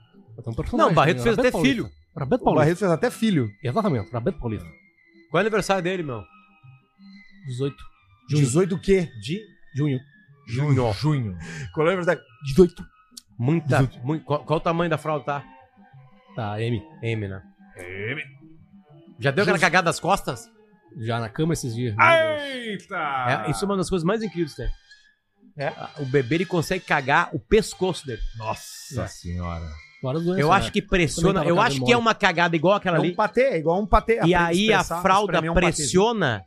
Não, o Barreto fez até filho.
Rabeto
O
Paulista.
Barreto fez até filho.
Exatamente, Rabeto Paulista.
Qual é o aniversário dele, meu?
18
18 o quê?
de junho.
Junho. Junho.
Qual é a verdade? 18.
Muita. mui- qual, qual o tamanho da fralda tá?
Tá, M.
M, né? Já deu aquela cagada das costas?
Já na cama esses dias. meu Deus.
Eita!
É, isso é uma das coisas mais incríveis que tem.
Ah. É?
Ah, O bebê ele consegue cagar o pescoço dele.
Nossa senhora.
Fora as doenças,
eu acho
né?
que pressiona.
Também
Eu
tava
acho
cagando
que é
mole.
uma cagada igual
É
aquela
um
ali.
patê, é igual um patê.
e
Aprende
aí a
expressar,
fralda
espremer um patezinho.
pressiona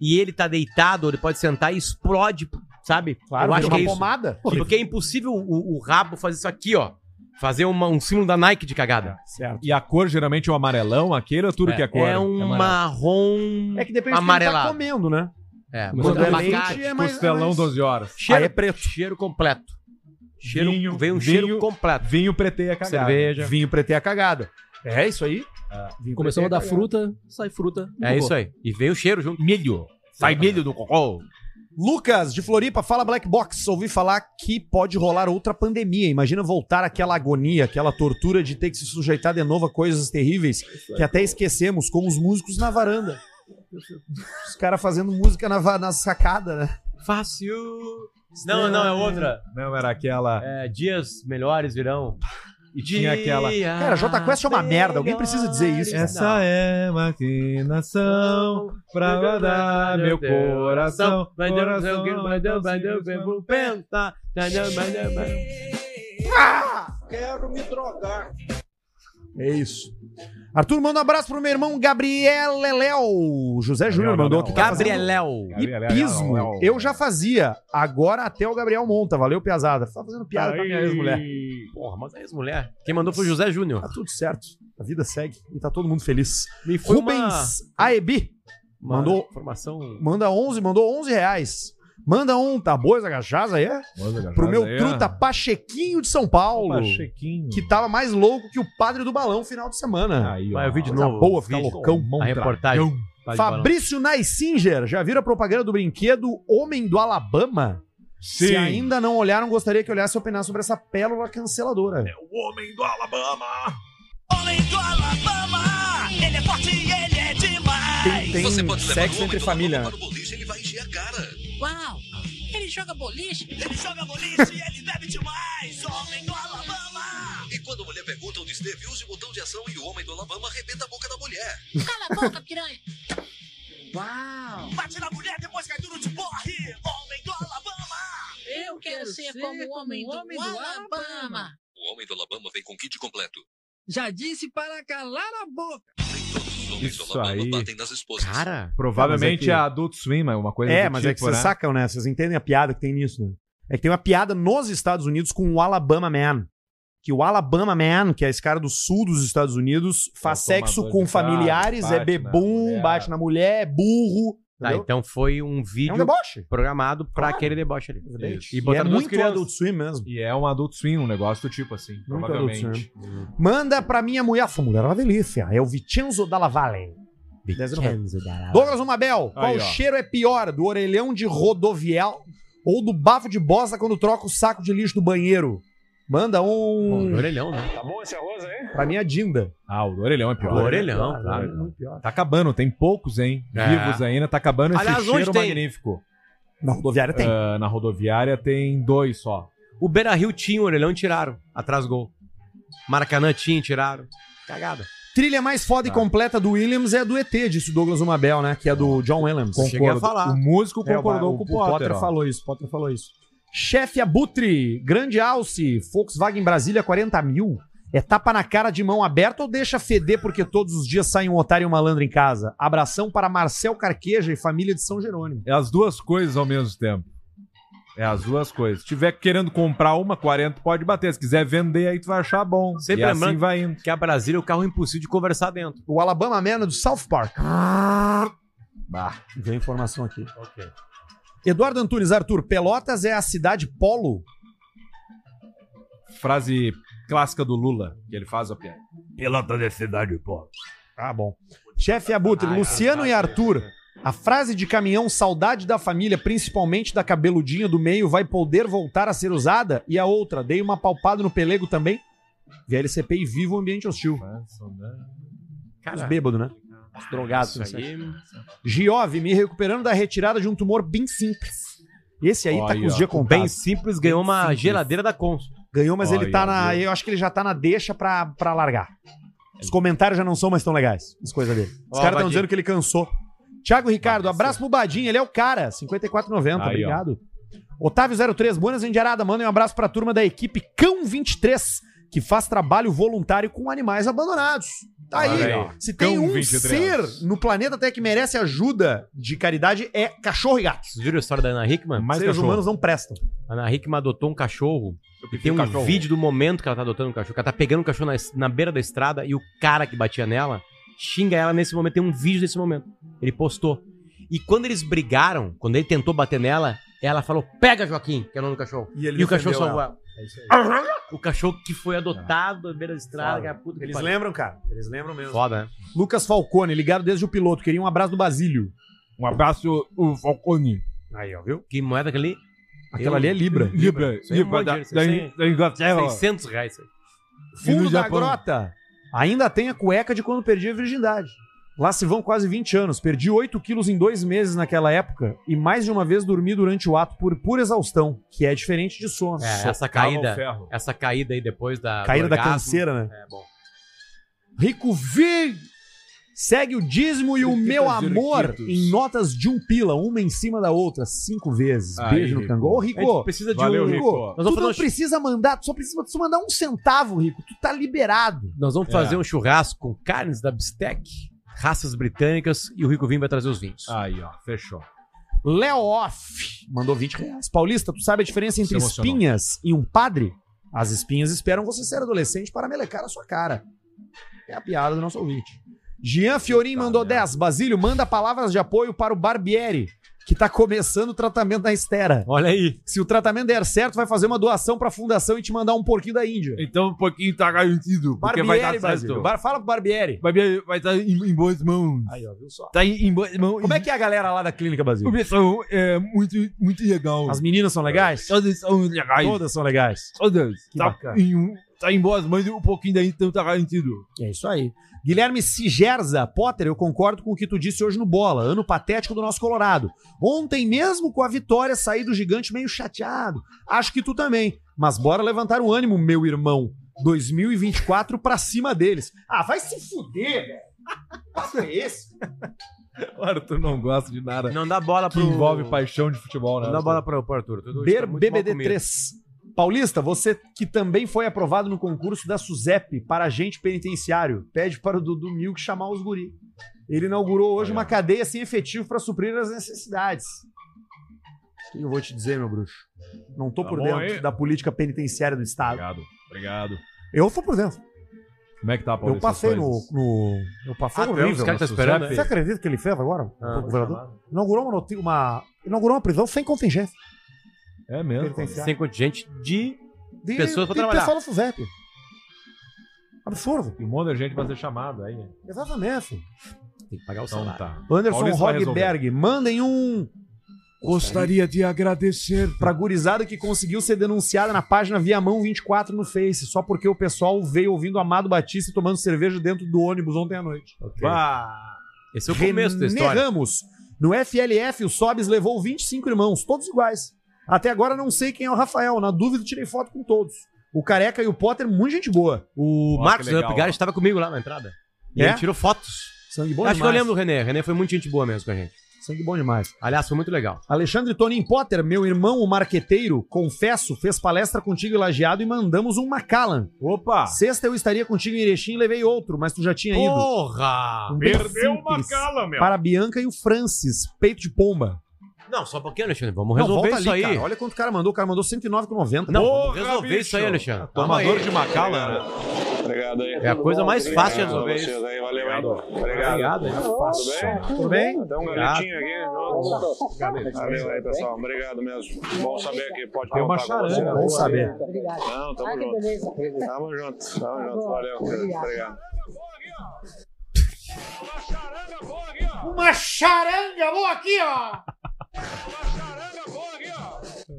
e ele tá deitado, ele pode sentar e explode, sabe?
Claro,
eu acho
uma
que é isso.
pomada.
Porque é impossível o, o rabo fazer isso aqui, ó. Fazer uma- um símbolo da Nike de cagada.
E a cor geralmente é o amarelão, aquele ou É. tudo que é cor?
É um
amarelo.
marrom.
É que depende do que ele tá
Amarelado.
comendo, né?
É,
Mas
quando
é
é
leite,
abacate,
é mais- costelão, é mais- 12 horas.
Cheiro,
Aí é
preto. Cheiro completo. Cheiro,
Vinho,
vem um
vinho,
cheiro completo.
Vinho é preteia a cagada.
Cerveja.
Vinho preteia a cagada. É isso aí? Vinho preteia
Começamos da
a cagada.
fruta, sai fruta. do
É
cocô.
isso aí. E vem o cheiro junto.
Milho.
Sai milho do cocô.
Lucas, de Floripa, fala Black Box. Ouvi falar que pode rolar outra pandemia. Imagina voltar àquela agonia, aquela tortura de ter que se sujeitar de novo a coisas terríveis que até esquecemos, como os músicos na varanda. Os caras fazendo música na, va- na sacada, né?
Fácil. Não, não, é outra.
Não, era aquela.
É, dias melhores virão. E
tinha aquela-
Cara, Jota Quest é uma merda. Alguém precisa dizer isso.
Essa é um- maquinação pra agradar meu coração. coração
Quero me drogar.
É isso. Arthur, manda um abraço pro meu irmão Gabriel Leléu. José Júnior mandou aqui. tá fazendo
Gabrieléu.
Hipismo. Eu já fazia. Agora até o Gabriel monta. Valeu, piazada. Tá fazendo piada com a minha ex-mulher.
Porra, mas a ex-mulher. Quem mandou foi o José Júnior.
Tá tudo certo. A vida segue e tá todo mundo feliz.
Me foi uma-
Rubens Aebi
Uma
mandou,
Informação.
manda 11, mandou 11 reais. Manda um, tá boa essa cachaça aí? é? Pro meu truta Pachequinho de São Paulo.
Pachequinho.
Que tava mais louco que o padre do balão final de semana.
Aí, ó.
Vai, eu vi de
Coisa
novo.
boa, fica
Vídeo.
loucão. É um
A reportagem. Tá de balão.
Fabrício Naisinger, já viram a propaganda do brinquedo Homem do Alabama?
Sim.
Se ainda não olharam, gostaria que olhasse e opinasse sobre essa pérola canceladora.
O homem do Alabama.
Homem do Alabama, ele é forte e ele é demais.
Tem, tem sexo entre família.
Uau, ele joga boliche. Ele joga boliche e ele bebe demais. Homem do Alabama. E quando a mulher pergunta onde esteve, use o botão de ação e o homem do Alabama arrebenta a boca da mulher. Cala a boca, piranha. Uau. Bate na mulher, depois cai duro de porre. Homem do Alabama. Eu quero ser como o homem do Alabama.
O homem do Alabama vem com kit completo.
Já disse para calar a boca.
Isso aí.
Cara.
Provavelmente
Tá, mas
é
é que-
Adult Swim, mas uma coisa
É,
do
mas é que
tipo,
vocês
né?
sacam, né? Vocês entendem a piada que tem nisso, né? É que tem uma piada nos Estados Unidos com o Alabama Man. Que o Alabama Man, que é esse cara do sul dos Estados Unidos, faz
tomador
sexo
de
com
carro,
familiares,
bate
é
na
bebum,
mulher.
bate na mulher, é burro.
Tá,
entendeu? É
então foi um vídeo
deboche.
programado pra aquele deboche ali.
Evidente.
E
E
botaram
é
duas
muito
crianças.
Adult Swim mesmo.
E é um Adult Swim, um negócio do tipo assim,
Muito Adult
provavelmente.
Manda pra minha mulher. Essa mulher é uma delícia. É o Vicenzo Dalla Valle.
Vicenzo Dalla Valle.
Douglas Umabel, qual
Aí, ó.
cheiro é pior? Do orelhão de rodovial ou do bafo de bosta quando troca o saco de lixo do banheiro? Manda um.
do orelhão, né?
Tá bom esse arroz aí? Pra mim é Dinda.
Ah, o do orelhão é pior.
O orelhão,
Ah,
claro.
não. Tá acabando, tem poucos, hein?
É.
Vivos ainda, tá acabando esse
Aliás, onde
cheiro
tem?
magnífico.
Na rodoviária tem.
É.
Ah, na rodoviária tem dois só.
O Beira Rio tinha o orelhão e tiraram. Atrás gol. Maracanã tinha e tiraram. Cagada.
Trilha mais foda
Tá.
e completa do Williams é a do ET, disse o Douglas Umabel, né? Que é do John Williams.
Cheguei a falar.
O músico
É,
concordou com o Potter. ó.
falou isso, o Potter falou isso. Chefe Abutre, grande alce, Volkswagen Brasília 40 mil. É tapa na cara de mão aberta ou deixa feder porque todos os dias sai um otário e um malandro em casa? Abração para Marcel Carqueja e família de São Jerônimo.
É as duas coisas ao mesmo tempo. É as duas coisas. Se tiver querendo comprar uma, 40 pode bater. Se quiser vender, aí tu vai achar bom.
Sempre
e
lembrando
assim vai indo.
que a Brasília é o carro impossível de conversar dentro.
O Alabama Mena do South Park.
Bah.
Deu informação aqui.
Ok.
Eduardo Antunes, Arthur, Pelotas é a cidade polo?
Frase clássica do Lula, que ele faz a piada. Pelota de cidade, pô.
Ah, bom. Chefe Abutre, Luciano e Arthur, a frase de caminhão saudade da família, principalmente da cabeludinha do meio, vai poder voltar a ser usada? E a outra, dei uma palpada no pelego também? VLCP e viva o ambiente hostil.
né?
Os bêbados, né? Os drogados.
Isso
né?
aí.
Giove, me recuperando da retirada de um tumor bem simples. Esse aí tá
Olha,
com os dias
ó, Bem
contados.
simples, ganhou uma
simples.
geladeira da Consul.
Ganhou, mas ele
Olha,
tá na. Eu acho que ele já tá na deixa pra, pra largar. Os comentários já não são mais tão legais. As coisas dele. Os caras
Ó, Badinho.
estão dizendo que ele cansou. Tiago Ricardo, abraço pro Badinho, ele é o cara. 54,90,
Aí, ó.
obrigado. Otávio03, Buenas Indiarada, mandem um abraço pra turma da equipe Cão23, que faz trabalho voluntário com animais abandonados. Tá aí,
Olha aí.
se tem
Cão
um
23.
ser no planeta até que merece ajuda de caridade, é cachorro e gato.
Vocês viram a história da Ana Hickman? Mais
Seres
cachorro.
humanos não prestam.
A Ana Hickman adotou um cachorro. E tem
prefiro
um
cachorro.
vídeo do momento que ela tá adotando um cachorro. que ela tá pegando o cachorro na, na beira da estrada e o cara que batia nela xinga ela nesse momento. Tem um vídeo desse momento. Ele postou. E quando eles brigaram, quando ele tentou bater nela, ela falou: Pega, Joaquim, que é o nome do cachorro.
E ele
o cachorro
defendeu
salvou
ela.
ela.
É isso aí.
O cachorro que foi adotado à beira da estrada. que é a puta que
Eles
pariu.
lembram, cara. Eles lembram mesmo.
Foda, né?
Lucas Falcone, ligado desde o piloto. Queria um abraço do Basílio.
Um abraço, o Falcone.
Aí, ó, viu?
Que moeda que ali?
Aquela ali é Libra.
Libra.
Isso aí é um
Libra.
monte de
da-
dinheiro, isso aí
da- Da Inglaterra.
600 reais. É, isso aí.
E
Fundo
no
da
Japão?
grota. Ainda tem a cueca de quando perdi a virgindade. Lá se vão quase 20 anos. Perdi 8 quilos em dois meses naquela época e mais de uma vez dormi durante o ato por pura exaustão, que é diferente de sono.
É, essa
Socava ao
caída.
ferro.
Essa caída aí depois da.
Caída da
do orgasmo.
canseira, né?
É bom.
Rico V! Segue o dízimo e o meu amor
Zirquitos.
em notas de um pila, uma em cima da outra, cinco vezes.
Aí,
Beijo no
Rico.
cango. Ô,
A
Rico!
gente precisa de
Valeu,
um-
Rico.
Nós
Tu
vamos fazer
não
um-
precisa mandar, tu só precisa tu mandar um centavo, Rico. Tu tá liberado.
Nós vamos
É.
fazer um churrasco com carnes da Bistec, raças britânicas e o Rico Vinho vai trazer os vinhos.
Ah.
Aí, ó, fechou.
Léo Off mandou 20 reais. Paulista, tu sabe a diferença entre
Se emocionou.
espinhas e um padre? As espinhas esperam você ser adolescente para melecar a sua cara. É a piada do nosso ouvinte. Jean Fiorin mandou 10. Basílio, manda palavras de apoio para o Barbieri, que tá começando o tratamento na estera.
Olha aí.
Se o tratamento der certo, vai fazer uma doação pra fundação e te mandar um porquinho da Índia.
Então um pouquinho tá garantido. Porque vai
Barbieri,
dar
Basílio.
certo.
Bar- Fala pro Barbieri.
Barbieri vai estar em, em boas mãos.
Aí, ó, viu só?
Tá em, em boas mãos.
Como é que é a galera lá da clínica, Basílio?
O pessoal é muito, muito legal.
As meninas são legais?
Todas são legais.
Todas são legais.
Todas.
Que
tá,
bacana.
em, um- tá em boas mãos e um pouquinho daí então tá garantido.
É isso aí. Guilherme Sigerza, Potter, eu concordo com o que tu disse hoje no Bola, ano patético do nosso Colorado. Ontem mesmo com a vitória saí do gigante meio chateado. Acho que tu também. Mas bora levantar o ânimo, meu irmão. 2024 pra cima deles. Ah, vai se fuder, velho. Passo é esse?
O Arthur não gosta de nada.
Não dá bola
Que
pro-
envolve paixão de futebol, né?
Não dá
Arthur?
bola para o Arthur. Tudo isso
Ber
tá muito mal comido.
BBD3. Paulista, você que também foi aprovado no concurso da SUSEP para agente penitenciário, pede para o Dudu Milk chamar os guri. Ele inaugurou hoje uma cadeia sem efetivo para suprir as necessidades. O que eu vou te dizer, meu bruxo? Não tô
Tá
por
bom
dentro
aí?
da política penitenciária do Estado.
Obrigado, obrigado.
Eu tô por dentro.
Como é que tá,
Eu passei no, no. Eu passei
Ah,
no
tu é um
nível,
dos caras que tá
no
esperando,
Suzep.
né?
Você acredita que ele fez agora?
Ah,
o governador? Inaugurou uma, noti- uma- inaugurou uma prisão sem contingência.
É mesmo.
Penitenciário.
Sem contingente de,
De-
pessoas pra
de
trabalhar.
pessoal da SUSEP. Absurdo.
E um monte de gente vai ser chamado aí. né?
Exatamente.
Tem que pagar o
Então
salário.
tá.
Anderson
Paulista vai
Rogberg, mandem um.
Gostaria de agradecer.
Pra gurizada que conseguiu ser denunciada na página Viamão 24 no Face, só porque o pessoal veio ouvindo Amado Batista e tomando cerveja dentro do ônibus ontem à noite.
Bah.
Esse é o começo da história.
Ramos, no FLF o Sobes levou 25 irmãos, todos iguais. Até agora não sei quem é o Rafael, na dúvida tirei foto com todos. O Careca e o Potter, muito gente boa.
O
Nossa,
Marcos
que legal,
Upgar
ó.
estava comigo lá na entrada. E
É?
ele tirou fotos.
Sangue bom
Acho que eu
demais.
lembro do René. René foi muito gente boa mesmo com a gente.
Sangue bom demais.
Aliás, foi muito legal.
Alexandre Tonin Potter, meu irmão, o marqueteiro, confesso, fez palestra contigo em Lajeado e mandamos um Macallan.
Ah.
Opa!
Sexta eu estaria contigo em Erechim e levei outro, mas tu já tinha ido.
Porra!
Um bem
Perdeu
simples, Para a Bianca e o Francis, peito de pomba.
Não, só um pouquinho, Alexandre. Vamos resolver
volta
isso
ali,
aí.
cara. Olha quanto o cara mandou. O cara mandou 109,90.
Não,
Porra,
vamos resolver
bicho. Tá
isso aí, Alexandre.
Amador
Vamos aí.
de
Macala, né?
Obrigado aí.
É a coisa mais
Obrigado
fácil de resolver
a vocês
isso.
aí, valeu, hein? Obrigado.
Obrigado. Nossa.
Tudo bem? Dá um
Obrigado.
galetinho aqui. junto. Valeu aí, pessoal. Obrigado mesmo. Bom saber que pode
É uma
contar com
charanga,
vocês.
bom saber.
Obrigado. Não,
Ah,
tamo junto. Tamo junto, tamo junto. Valeu. Obrigado.
Uma charanga boa aqui, ó!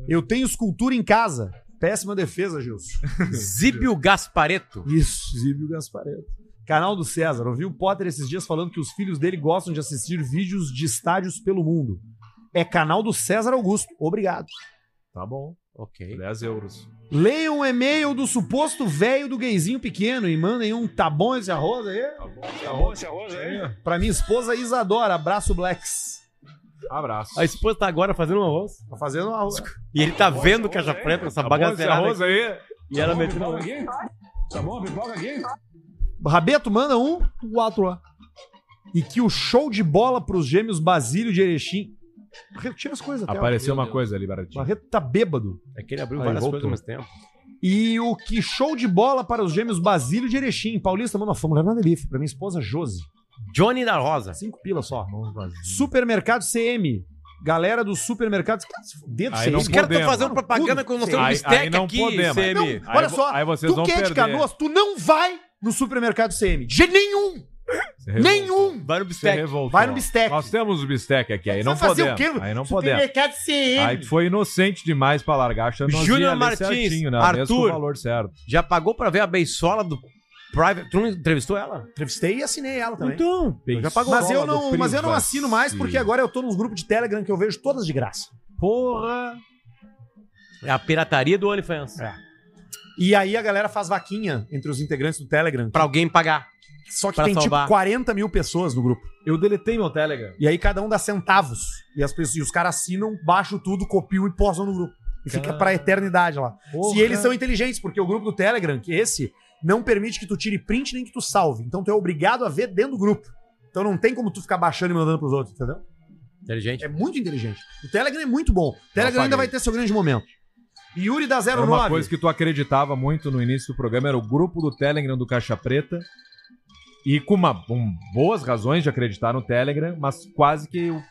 Eu tenho escultura em casa. Péssima defesa, Gilson.
Zíbio Gaspareto.
Isso, Zíbio Gaspareto. Canal do César. Ouvi o Potter esses dias falando que os filhos dele gostam de assistir vídeos de estádios pelo mundo. É canal do César Augusto. Obrigado.
Tá bom.
Ok.
10 euros.
Leia um e-mail do suposto velho do gayzinho pequeno e mandem um tá bom esse arroz aí?
Esse arroz aí.
Pra minha esposa Isadora. Abraço, Blacks.
Abraço.
A esposa tá agora fazendo um arroz.
Tá fazendo um arroz.
E ele tá vendo caixa preta, essa
Tá bom esse
bagaceira.
arroz aí?
E ela metendo.
Tá bom, pipoca aqui?
Rabeto, manda um. Quatro. E que o show de bola pros gêmeos Basílio de Erechim. Barreto, Tira as coisas, Theo.
Apareceu
Meu
uma
Deus.
coisa ali, Baratinho.
Barreto tá bêbado.
É que ele abriu
Aí,
várias
voltou.
coisas ao mesmo tempo.
E o que show de bola para os gêmeos Basílio de Erechim. Paulista, manda uma fórmula na Delife. Pra minha esposa, Josi. Tá,
Johnny da Rosa.
Cinco pilas só. Supermercado CM. Galera do supermercado. Cara, tá se fuder do
Aí
CM.
não
Os caras tão
podemos.
fazendo propaganda
Tudo.
com nós
Aí-
temos
aí não podemos.
CM.
Não,
olha
aí vo-
só.
aí vocês
tu
vão
que é de
perder.
canoas, tu não vai no supermercado CM. De jeito nenhum. Nenhum.
Vai no
Você revoltou.
Vai no bistec.
Nós temos o bistec aqui, aí
Você
não
vai fazer o
podemos.
quê?
Aí não podemos.
Supermercado CM.
Aí tu foi inocente demais pra largar, achando que nós ia
Júnior
ali
Martins,
certinho, né? Mesmo com o
Arthur,
valor certo.
já pagou pra ver a beisola do Private... Tu não entrevistou ela?
Entrevistei e assinei ela também.
Então, já pagou.
mas, eu
Sola do
não, mas eu não
Privacy.
assino mais porque agora eu tô nos grupos de Telegram que eu vejo todas de graça.
Porra! É a pirataria do OnlyFans.
É. E aí a galera faz vaquinha entre os integrantes do Telegram.
Pra alguém pagar.
Só que
pra
tem
salvar.
tipo 40 mil pessoas no grupo.
Eu deletei meu Telegram.
E aí cada um dá centavos. E, as pessoas, e os caras assinam, baixam tudo, copiam e postam no grupo. E fica
Cara.
pra eternidade lá.
Porra.
Se eles são inteligentes, porque o grupo do Telegram, que é esse, não permite que tu tire print nem que tu salve. Então tu é obrigado a ver dentro do grupo. Então não tem como tu ficar baixando e mandando pros outros, entendeu?
Inteligente.
É muito inteligente. O Telegram é muito bom. O Telegram
Apaguei.
ainda vai ter seu grande momento. Yuri da
Era uma
09.
coisa que tu acreditava muito no início do programa, era o grupo do Telegram do Caixa Preta. E com uma, um, boas razões de acreditar no Telegram, mas quase que o-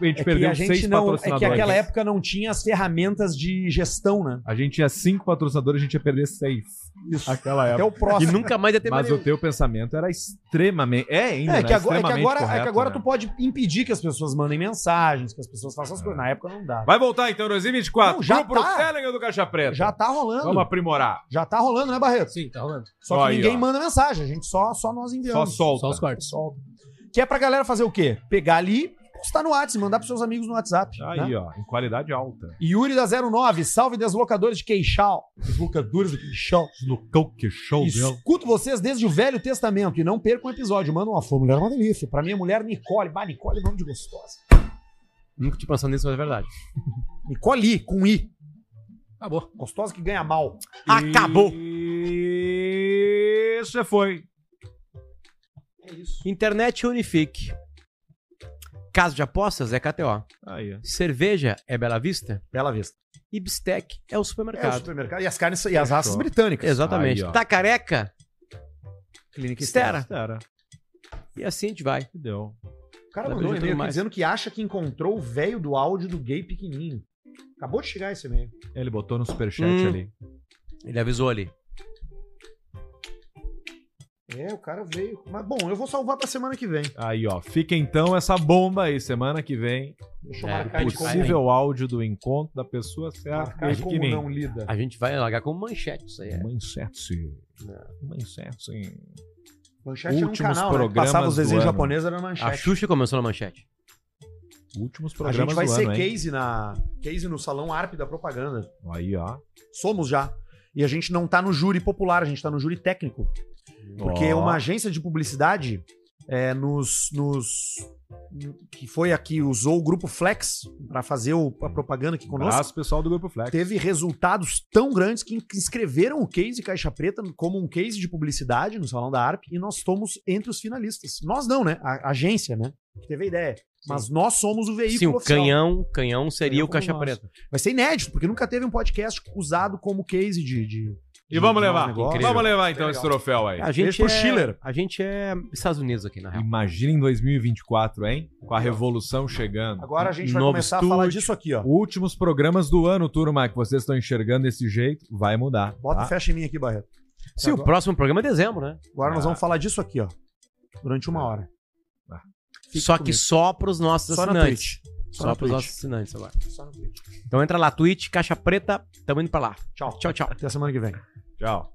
a gente
É que
perdeu
a gente
seis
não, é
patrocinadores.
que aquela época não tinha as ferramentas de gestão, né?
A gente tinha cinco patrocinadores, a gente ia perder seis.
Isso.
Aquela
Até
época.
o próximo.
E nunca mais ia ter
Mas
mais
o teu pensamento era extremamente. É, ainda.
É
né?
que, agora, é que
Extremamente
agora, é que
correto,
agora
né?
tu pode impedir que as pessoas mandem mensagens, que as pessoas façam as coisas. Na época não dá.
Vai voltar então, 2024.
Não, já
Grupo do
tá.
Telegram do Caixa Preta.
Já tá rolando.
Vamos aprimorar.
Já tá rolando, né, Barreto?
Sim, tá rolando.
Só que
Aí,
ninguém
ó.
manda mensagem, a gente só, só nós
Só
enviamos.
solta.
Só os cortes.
solta. Que é pra galera fazer o quê? Pegar ali, postar no WhatsApp, mandar pros seus amigos no WhatsApp. né?
Tá Aí, ó, em qualidade alta.
Yuri da 09, salve deslocadores de queixal. Deslocadores de queixal.
Lucão que show,
Escuto vocês desde o Velho Testamento e não percam o episódio. Manda uma fórmula, é uma delícia. Pra minha mulher, Nicole. Bah, Nicole é nome de gostosa.
Nunca te pensando nisso, mas é verdade.
Nicole, com I.
Acabou.
Gostosa que ganha mal.
Acabou.
E você foi.
Internet Unifique. Caso de apostas é KTO.
Aí, ó.
Cerveja é Bela Vista.
Bela vista.
E bistec é o
É o
supermercado.
supermercado. E as carnes e as raças britânicas.
Exatamente.
Aí, ó.
tá careca?
Clínica
Estera.
Era.
E assim a gente vai.
Que deu.
O cara
Tá
mandou um
acreditando
e-mail aqui
mais.
dizendo que acha que encontrou o velho do áudio do gay pequenininho. Acabou de chegar esse e-mail.
Ele botou no superchat
Hum.
ali.
Ele avisou ali.
É, o cara veio. Mas bom, eu vou salvar pra semana que vem.
Aí, ó. Fica então essa bomba aí. Semana que vem.
Deixa eu
É,
marcar de como,
Possível áudio do encontro da pessoa certa.
marcar de como um não lida.
A gente vai largar como manchete isso aí. É.
Manchete.
É.
Manchete.
Manchete era um
Últimos
canal, né? que
programas
Passava os
do
desenhos
ano.
japoneses, era
A
manchete.
Xuxa começou na manchete.
Últimos
A
programas
gente vai
do
ser
ano, hein?
case, na, case no Salão Arp da Propaganda.
Aí, ó.
Somos já. E a gente não tá no júri popular, a gente tá no júri técnico. Porque
Ó.
uma agência de publicidade é, nos, nos- que foi a que usou o grupo Flex pra fazer o- a propaganda aqui conosco,
Abraço, pessoal do Grupo Flex.
teve resultados tão grandes que inscreveram o case Caixa Preta como um case de publicidade no Salão da ARP e nós estamos entre os finalistas. Nós não, né? A, a agência, né? Que teve a ideia. Mas nós somos o veículo
Sim, o
oficial.
canhão, canhão seria
Canhão
o caixa
como nosso.
preta.
Vai ser inédito, porque nunca teve um podcast usado como case de. de-
E vamos
de
levar.
um negócio.
Vamos levar então esse troféu aí.
A
Beijo
gente
pro
é,
Schiller.
A gente é Estados Unidos aqui, na real.
Imagina em 2024, hein? Com a revolução chegando.
Agora a gente vai
Novo
começar
estúdio.
a falar disso aqui, ó.
Últimos programas do ano, turma, que vocês estão enxergando desse jeito, vai mudar.
Bota
tá?
fecha em mim aqui, Barreto.
Sim, o
Agora-
próximo programa é dezembro, né?
Agora nós
Ah.
vamos falar disso aqui, ó. Durante uma hora.
Ah.
Fique
só que
comigo.
só pros nossos
Só na
assinantes. Só,
Só na
pros
Twitch.
nossos assinantes agora.
Só no Twitch.
Então entra lá, Twitch, Caixa Preta, tamo indo pra lá.
Tchau.
Tchau, tchau.
Até a semana que vem.
Tchau.